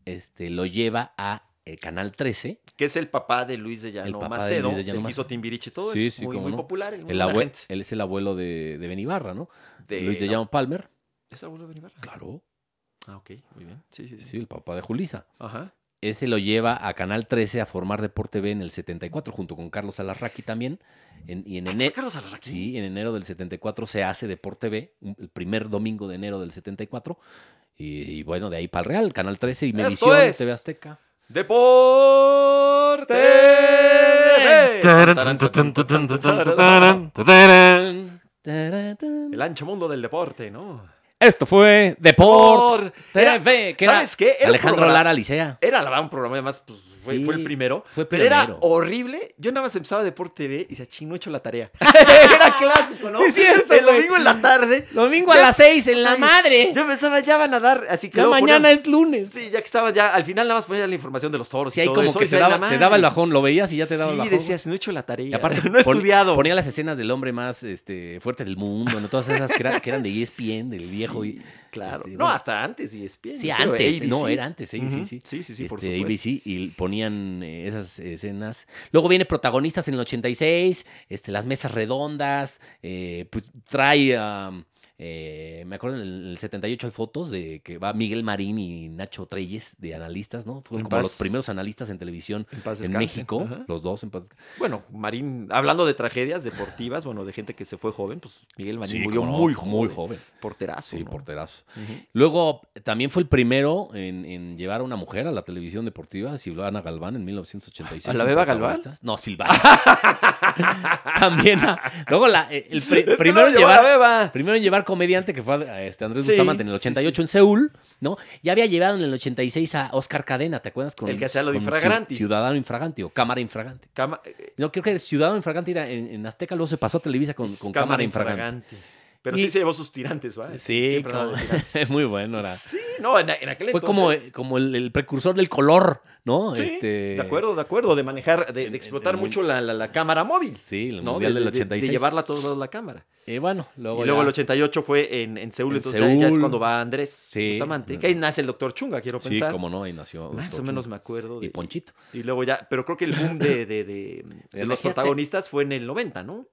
[SPEAKER 2] este, lo lleva a eh, Canal 13.
[SPEAKER 1] Que es el papá de Luis de
[SPEAKER 2] El
[SPEAKER 1] Llano
[SPEAKER 2] papá de
[SPEAKER 1] Macedo,
[SPEAKER 2] Luis de
[SPEAKER 1] el
[SPEAKER 2] Llano
[SPEAKER 1] que
[SPEAKER 2] Macedo.
[SPEAKER 1] hizo Timbiriche y todo
[SPEAKER 2] Sí,
[SPEAKER 1] es
[SPEAKER 2] sí,
[SPEAKER 1] muy,
[SPEAKER 2] cómo
[SPEAKER 1] muy
[SPEAKER 2] no.
[SPEAKER 1] popular. El,
[SPEAKER 2] El
[SPEAKER 1] la
[SPEAKER 2] abue-
[SPEAKER 1] gente
[SPEAKER 2] él es el abuelo de, de Benibarra, ¿no?
[SPEAKER 1] de-
[SPEAKER 2] Luis de
[SPEAKER 1] no,
[SPEAKER 2] Llano Palmer.
[SPEAKER 1] ¿Es abuelo de Benibarra?
[SPEAKER 2] Claro,
[SPEAKER 1] Ah, ok, muy bien. Sí, sí, sí.
[SPEAKER 2] sí, el papá de Julisa.
[SPEAKER 1] Ajá.
[SPEAKER 2] Ese lo lleva a Canal 13 a formar Deporte B en el 74, junto con Carlos Alarraqui también. En- y en
[SPEAKER 1] Ah,
[SPEAKER 2] enero,
[SPEAKER 1] ¿está Carlos Alarraqui?
[SPEAKER 2] sí, en enero del 74 se hace Deporte B, un- el primer domingo de enero del 74. Y, y bueno, de ahí para el Real, Canal 13 y
[SPEAKER 1] Esto
[SPEAKER 2] Medición,
[SPEAKER 1] es.
[SPEAKER 2] TV Azteca.
[SPEAKER 1] Deporte. El ancho mundo del deporte, ¿no?
[SPEAKER 3] Esto fue Deport.
[SPEAKER 1] Por
[SPEAKER 2] TV, que era
[SPEAKER 1] ¿Sabes qué? Era un
[SPEAKER 2] Alejandro
[SPEAKER 1] programa-
[SPEAKER 2] Lara Licea.
[SPEAKER 1] Era la verdad un programa, además, pues, fue,
[SPEAKER 2] Sí,
[SPEAKER 1] fue el primero.
[SPEAKER 2] fue
[SPEAKER 1] pero era
[SPEAKER 2] pionero.
[SPEAKER 1] horrible. Yo nada más empezaba Deporte TV y decía, ching, no he hecho la tarea. era clásico, ¿no?
[SPEAKER 2] Sí, es cierto,
[SPEAKER 1] El
[SPEAKER 2] güey.
[SPEAKER 1] domingo en la tarde.
[SPEAKER 2] Domingo
[SPEAKER 1] a
[SPEAKER 2] a
[SPEAKER 1] Ya-
[SPEAKER 2] las
[SPEAKER 1] las
[SPEAKER 2] 6 en la
[SPEAKER 1] la
[SPEAKER 2] madre.
[SPEAKER 1] Yo pensaba, ya van a dar, así que.
[SPEAKER 2] Ya
[SPEAKER 1] luego
[SPEAKER 2] mañana
[SPEAKER 1] ponían-
[SPEAKER 2] es lunes.
[SPEAKER 1] Sí, ya que estaba ya. Al final nada más ponía la información de los toros.
[SPEAKER 2] Si
[SPEAKER 1] y
[SPEAKER 2] ahí
[SPEAKER 1] todo
[SPEAKER 2] como
[SPEAKER 1] eso,
[SPEAKER 2] que
[SPEAKER 1] y
[SPEAKER 2] te
[SPEAKER 1] ya en la
[SPEAKER 2] daba, te
[SPEAKER 1] madre.
[SPEAKER 2] daba el bajón, lo veías y ya te
[SPEAKER 1] sí,
[SPEAKER 2] daba el bajón.
[SPEAKER 1] decías, no he hecho la tarea.
[SPEAKER 2] Y aparte,
[SPEAKER 1] no he
[SPEAKER 2] pon-
[SPEAKER 1] estudiado.
[SPEAKER 2] Ponía las escenas del hombre más este, fuerte del mundo, ¿no? Todas esas que, era- que eran de E ESPN, del viejo.
[SPEAKER 1] Sí,
[SPEAKER 2] Sí,
[SPEAKER 1] claro.
[SPEAKER 2] este,
[SPEAKER 1] no,
[SPEAKER 2] bueno.
[SPEAKER 1] hasta antes y ESPN.
[SPEAKER 2] sí
[SPEAKER 1] yo creo,
[SPEAKER 2] antes. ¿eh?
[SPEAKER 1] ABC.
[SPEAKER 2] No, era antes, sí,
[SPEAKER 1] Ujú,
[SPEAKER 2] sí, sí.
[SPEAKER 1] Sí, sí, sí, por
[SPEAKER 2] Este,
[SPEAKER 1] supuesto.
[SPEAKER 2] ABC y ponían eh, esas escenas. Luego viene protagonistas en el 86, este, las mesas redondas, eh, pues trae, am, eh, me acuerdo en el, el 78 hay fotos de que va Miguel Marín y Nacho Treyes de analistas, ¿no? Fueron
[SPEAKER 1] En
[SPEAKER 2] como los
[SPEAKER 1] paz.
[SPEAKER 2] primeros analistas en televisión
[SPEAKER 1] En paz
[SPEAKER 2] en
[SPEAKER 1] descanse.
[SPEAKER 2] México,
[SPEAKER 1] Ajá.
[SPEAKER 2] los dos en paz
[SPEAKER 1] Bueno, Marín, hablando de tragedias deportivas, bueno, de gente que se fue joven, pues Miguel Marín
[SPEAKER 2] Sí,
[SPEAKER 1] murió
[SPEAKER 2] cómo no,
[SPEAKER 1] muy joven.
[SPEAKER 2] Muy joven.
[SPEAKER 1] Porterazo.
[SPEAKER 2] Sí,
[SPEAKER 1] ¿no?
[SPEAKER 2] porterazo.
[SPEAKER 1] Ujú.
[SPEAKER 2] Luego también fue el primero en, en llevar a una mujer a la televisión deportiva, Silvana Galván, en 1986.
[SPEAKER 1] ¿A la
[SPEAKER 2] en
[SPEAKER 1] Beba Galván?
[SPEAKER 2] Protagonistas. No, Silvana. también. a- luego la- eh, el pri-
[SPEAKER 1] Es que
[SPEAKER 2] primero,
[SPEAKER 1] no
[SPEAKER 2] en
[SPEAKER 1] lo llevó a la
[SPEAKER 2] llevar,
[SPEAKER 1] beba.
[SPEAKER 2] primero en llevar comediante, que fue a- este, Andrés
[SPEAKER 1] Sí,
[SPEAKER 2] Bustamante en el
[SPEAKER 1] sí,
[SPEAKER 2] 88 en Seúl, ¿no? Ya había llevado en el 86 a Oscar Cadena, ¿te acuerdas? Con,
[SPEAKER 1] El que hacía lo de
[SPEAKER 2] con Ciu-
[SPEAKER 1] Infraganti.
[SPEAKER 2] Ciudadano Infraganti o Cámara Infraganti.
[SPEAKER 1] Cama- eh,
[SPEAKER 2] No, creo que Ciudadano Infraganti era en, en Azteca, luego se pasó a Televisa con, con Cámara, Infraganti.
[SPEAKER 1] Infraganti. Pero
[SPEAKER 2] Y-
[SPEAKER 1] sí se llevó sus tirantes, ¿va?
[SPEAKER 2] Sí,
[SPEAKER 1] Siempre andaba de
[SPEAKER 2] como-
[SPEAKER 1] tirantes.
[SPEAKER 2] Es muy bueno, era.
[SPEAKER 1] Sí, no, en, en aquel
[SPEAKER 2] Fue
[SPEAKER 1] entonces.
[SPEAKER 2] como, como el, el precursor del color, ¿no?
[SPEAKER 1] Sí,
[SPEAKER 2] Este,
[SPEAKER 1] de acuerdo, de acuerdo, de manejar, de- de,
[SPEAKER 2] en- en-
[SPEAKER 1] explotar
[SPEAKER 2] en-
[SPEAKER 1] mucho la, la- la cámara móvil.
[SPEAKER 2] Sí, el
[SPEAKER 1] ¿no?
[SPEAKER 2] mundial
[SPEAKER 1] de,
[SPEAKER 2] del
[SPEAKER 1] de- de
[SPEAKER 2] 86.
[SPEAKER 1] llevarla a todos lados la cámara.
[SPEAKER 2] Y bueno, luego,
[SPEAKER 1] y luego
[SPEAKER 2] ya-
[SPEAKER 1] el 88 fue en, en Seúl,
[SPEAKER 2] En
[SPEAKER 1] entonces ya- ya es
[SPEAKER 2] Seúl.
[SPEAKER 1] cuando va Andrés
[SPEAKER 2] Sí.
[SPEAKER 1] Bustamante, que ahí nace el doctor Chunga, quiero
[SPEAKER 2] Sí,
[SPEAKER 1] pensar.
[SPEAKER 2] como no, ahí nació.
[SPEAKER 1] Más o
[SPEAKER 2] Tocho
[SPEAKER 1] menos me acuerdo.
[SPEAKER 2] Y
[SPEAKER 1] de-
[SPEAKER 2] Ponchito.
[SPEAKER 1] Y luego ya, pero creo que el boom de, de- de- de los
[SPEAKER 2] Imagínate.
[SPEAKER 1] protagonistas fue en el 90, ¿no?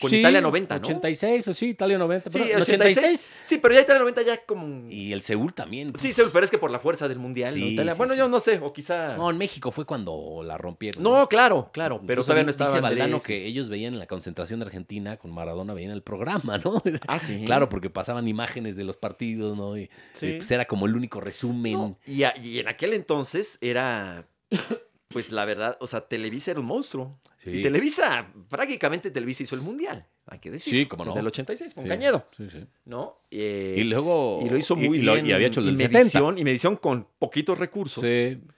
[SPEAKER 1] Con
[SPEAKER 2] Sí,
[SPEAKER 1] Italia 90, ¿no?
[SPEAKER 2] 86, pues sí, Italia 90.
[SPEAKER 1] Sí,
[SPEAKER 2] pero en
[SPEAKER 1] 86.
[SPEAKER 2] 86.
[SPEAKER 1] Sí, pero ya Italia 90 ya como...
[SPEAKER 2] Y el Seúl también.
[SPEAKER 1] Sí, Seúl, pero es que por la fuerza del mundial, ¿no?
[SPEAKER 2] Sí,
[SPEAKER 1] Italia.
[SPEAKER 2] sí,
[SPEAKER 1] bueno,
[SPEAKER 2] sí.
[SPEAKER 1] yo no sé, o quizá...
[SPEAKER 2] No, en México fue cuando la rompieron.
[SPEAKER 1] No, claro, claro, pero
[SPEAKER 2] Incluso
[SPEAKER 1] todavía
[SPEAKER 2] di-
[SPEAKER 1] no estaba
[SPEAKER 2] Dice Valdano
[SPEAKER 1] Andrés.
[SPEAKER 2] que ellos veían la concentración de Argentina con Maradona, veían el programa, ¿no?
[SPEAKER 1] Ah, sí.
[SPEAKER 2] Claro, porque pasaban imágenes de los partidos, ¿no? Y,
[SPEAKER 1] Sí.
[SPEAKER 2] y, pues era como el único resumen.
[SPEAKER 1] No, y, a- y en aquel entonces era, pues la verdad, o sea, Televisa era un monstruo.
[SPEAKER 2] Sí.
[SPEAKER 1] Y Televisa, prácticamente Televisa hizo el mundial, hay que decir.
[SPEAKER 2] Sí, cómo no.
[SPEAKER 1] Desde el 86, con
[SPEAKER 2] Sí,
[SPEAKER 1] Cañedo,
[SPEAKER 2] Sí, sí.
[SPEAKER 1] ¿no? Eh,
[SPEAKER 2] Y luego.
[SPEAKER 1] y lo hizo muy
[SPEAKER 2] y
[SPEAKER 1] bien.
[SPEAKER 2] lo- y había hecho el del
[SPEAKER 1] Imevisión, Imevisión con poquitos recursos.
[SPEAKER 2] 70. Sí.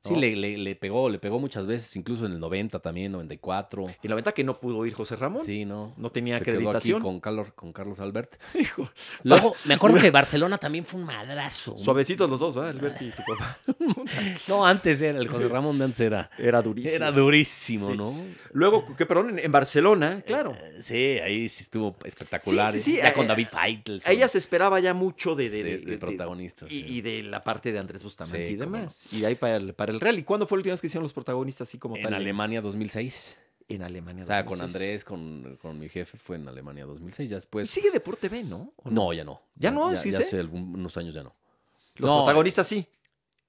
[SPEAKER 2] Sí,
[SPEAKER 1] ¿no?
[SPEAKER 2] le, le- le pegó, le pegó muchas veces, incluso en el 90 también, 94.
[SPEAKER 1] Y la venta que no pudo ir José Ramón.
[SPEAKER 2] Sí, no.
[SPEAKER 1] No tenía
[SPEAKER 2] Se quedó aquí
[SPEAKER 1] acreditación.
[SPEAKER 2] con, Carlos, con Carlos Albert.
[SPEAKER 1] Hijo,
[SPEAKER 2] Luego, me acuerdo que Barcelona también fue un madrazo. un-
[SPEAKER 1] Suavecitos los dos, ¿verdad? Alberti y tu papá.
[SPEAKER 2] No, antes era, el José Ramón de antes era.
[SPEAKER 1] Era durísimo.
[SPEAKER 2] Era durísimo,
[SPEAKER 1] Sí.
[SPEAKER 2] ¿no?
[SPEAKER 1] Luego, que perdón, en, en Barcelona, claro.
[SPEAKER 2] Eh, Sí, ahí sí estuvo espectacular.
[SPEAKER 1] Sí, sí, sí,
[SPEAKER 2] Ya
[SPEAKER 1] eh,
[SPEAKER 2] con
[SPEAKER 1] eh,
[SPEAKER 2] David Feitel.
[SPEAKER 1] A ella se esperaba ya mucho de, de,
[SPEAKER 2] de,
[SPEAKER 1] de-
[SPEAKER 2] de
[SPEAKER 1] de-
[SPEAKER 2] protagonistas.
[SPEAKER 1] y,
[SPEAKER 2] sí.
[SPEAKER 1] y de la parte de Andrés Bustamante
[SPEAKER 2] Sí,
[SPEAKER 1] y
[SPEAKER 2] cómo
[SPEAKER 1] demás. Y de ahí para el, para el Real. ¿Y cuándo fue la última vez que hicieron los protagonistas así como
[SPEAKER 2] en
[SPEAKER 1] tal? eh.
[SPEAKER 2] Alemania 2006.
[SPEAKER 1] En Alemania.
[SPEAKER 2] O sea, con
[SPEAKER 1] 2006.
[SPEAKER 2] Andrés, pues. con, con mi jefe, fue en Alemania 2006. Ya
[SPEAKER 1] Y
[SPEAKER 2] después.
[SPEAKER 1] sigue Deporte B, ¿no? ¿O
[SPEAKER 2] No, ya no.
[SPEAKER 1] ¿Ya no
[SPEAKER 2] Ya,
[SPEAKER 1] existe?
[SPEAKER 2] hace algún- unos años ya no.
[SPEAKER 1] Los
[SPEAKER 2] No,
[SPEAKER 1] protagonistas sí.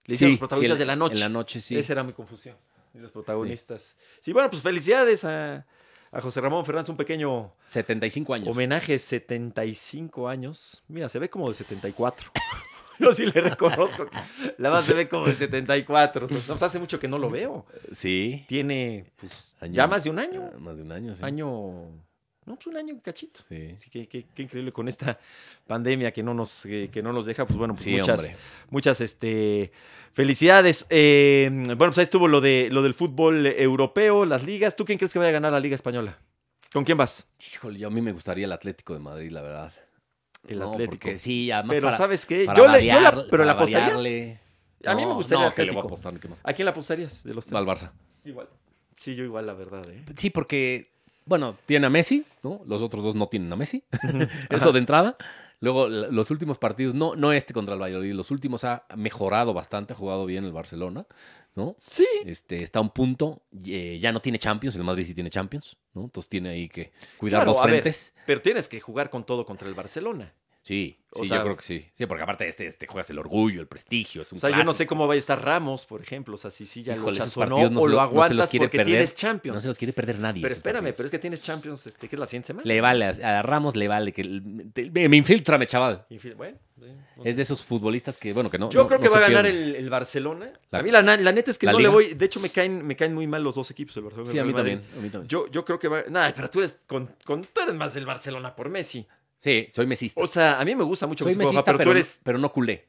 [SPEAKER 1] Le
[SPEAKER 2] Sí,
[SPEAKER 1] hicieron los protagonistas
[SPEAKER 2] sí,
[SPEAKER 1] de la noche.
[SPEAKER 2] En la noche, sí.
[SPEAKER 1] Esa era mi confusión. Y los protagonistas. Sí, bueno, pues felicidades a, a José Ramón Fernández. Un pequeño
[SPEAKER 2] 75 años.
[SPEAKER 1] homenaje, 75 años. Mira, se ve como de 74. Yo sí le reconozco. que La más se ve como de 74. No, pues hace mucho que no lo veo.
[SPEAKER 2] Sí.
[SPEAKER 1] Tiene pues,
[SPEAKER 2] Año-
[SPEAKER 1] ya más de un año.
[SPEAKER 2] Ah, Más de un año, sí.
[SPEAKER 1] Año. No, pues un año y cachito.
[SPEAKER 2] Sí.
[SPEAKER 1] Así que qué, qué increíble con esta pandemia que no nos, que, que no nos deja, pues bueno, pues
[SPEAKER 2] Sí,
[SPEAKER 1] muchas,
[SPEAKER 2] hombre.
[SPEAKER 1] muchas este, felicidades. Eh, bueno, pues ahí estuvo lo, de, lo del fútbol europeo, las ligas. ¿Tú quién crees que vaya a ganar la Liga Española? ¿Con quién vas?
[SPEAKER 2] Híjole, yo a mí me gustaría el Atlético de Madrid, la verdad.
[SPEAKER 1] El
[SPEAKER 2] No,
[SPEAKER 1] Atlético.
[SPEAKER 2] Porque sí, además
[SPEAKER 1] Pero
[SPEAKER 2] para,
[SPEAKER 1] ¿sabes qué?
[SPEAKER 2] para
[SPEAKER 1] Yo le, yo la-
[SPEAKER 2] variar-
[SPEAKER 1] pero la
[SPEAKER 2] para
[SPEAKER 1] apostarías.
[SPEAKER 2] variarle.
[SPEAKER 1] A mí me
[SPEAKER 2] No,
[SPEAKER 1] gustaría el
[SPEAKER 2] no, que le voy a
[SPEAKER 1] Atlético.
[SPEAKER 2] apostar, ¿qué más?
[SPEAKER 1] ¿A quién la apostarías de los tres?
[SPEAKER 2] Al Barça.
[SPEAKER 1] Igual. Sí, yo igual, la verdad. ¿eh?
[SPEAKER 2] Sí, porque, bueno, tiene a Messi, ¿no? Los otros dos no tienen a Messi. Eso de entrada. Luego, l- los últimos partidos, no, no este contra el Valladolid, los últimos ha mejorado bastante, ha jugado bien el Barcelona, ¿no?
[SPEAKER 1] Sí.
[SPEAKER 2] Este, está a un punto, y, eh, ya no tiene Champions, el Madrid sí tiene Champions, ¿no? Entonces tiene ahí que cuidar
[SPEAKER 1] Claro,
[SPEAKER 2] los
[SPEAKER 1] a ver,
[SPEAKER 2] frentes.
[SPEAKER 1] Pero tienes que jugar con todo contra el Barcelona.
[SPEAKER 2] Sí,
[SPEAKER 1] o
[SPEAKER 2] sí,
[SPEAKER 1] sea-
[SPEAKER 2] yo creo que sí. Sí, porque aparte este, este juegas el orgullo, el prestigio, es un
[SPEAKER 1] O sea, yo no
[SPEAKER 2] clásico.
[SPEAKER 1] sé cómo vaya a estar Ramos, por ejemplo. O sea, si sí ya
[SPEAKER 2] Híjole,
[SPEAKER 1] lo
[SPEAKER 2] esos
[SPEAKER 1] chazó, no,
[SPEAKER 2] partidos no
[SPEAKER 1] o
[SPEAKER 2] se lo-
[SPEAKER 1] lo
[SPEAKER 2] no se los
[SPEAKER 1] aguantas
[SPEAKER 2] quiere
[SPEAKER 1] porque
[SPEAKER 2] perder.
[SPEAKER 1] tienes Champions.
[SPEAKER 2] No se los quiere perder nadie.
[SPEAKER 1] Pero
[SPEAKER 2] esos
[SPEAKER 1] espérame,
[SPEAKER 2] partidos.
[SPEAKER 1] pero es que tienes Champions, este, que es la siguiente semana.
[SPEAKER 2] Le vale, a, a Ramos le vale. que el- te- Me infiltrame, chaval.
[SPEAKER 1] Y fi- bueno, eh, no sé.
[SPEAKER 2] Es de esos futbolistas que, bueno, que no.
[SPEAKER 1] Yo
[SPEAKER 2] no-
[SPEAKER 1] creo
[SPEAKER 2] no
[SPEAKER 1] que
[SPEAKER 2] se
[SPEAKER 1] va a ganar
[SPEAKER 2] pierden.
[SPEAKER 1] el, el Barcelona.
[SPEAKER 2] La-
[SPEAKER 1] a mí la, na- la neta es que
[SPEAKER 2] la
[SPEAKER 1] no le
[SPEAKER 2] Liga.
[SPEAKER 1] voy. De hecho, me caen, me caen muy mal los dos equipos, el Barcelona. y
[SPEAKER 2] Sí, a
[SPEAKER 1] el
[SPEAKER 2] mí
[SPEAKER 1] Real
[SPEAKER 2] también.
[SPEAKER 1] Madrid.
[SPEAKER 2] a mí también.
[SPEAKER 1] Yo, yo creo que va. Nada, pero tú eres, con, con- tú eres más del Barcelona por Messi.
[SPEAKER 2] sí, soy mesista.
[SPEAKER 1] O sea, a mí me gusta Oh, mucho
[SPEAKER 2] soy
[SPEAKER 1] Messi como
[SPEAKER 2] mesista,
[SPEAKER 1] jugador,
[SPEAKER 2] pero,
[SPEAKER 1] pero tú eres.
[SPEAKER 2] no- pero no culé.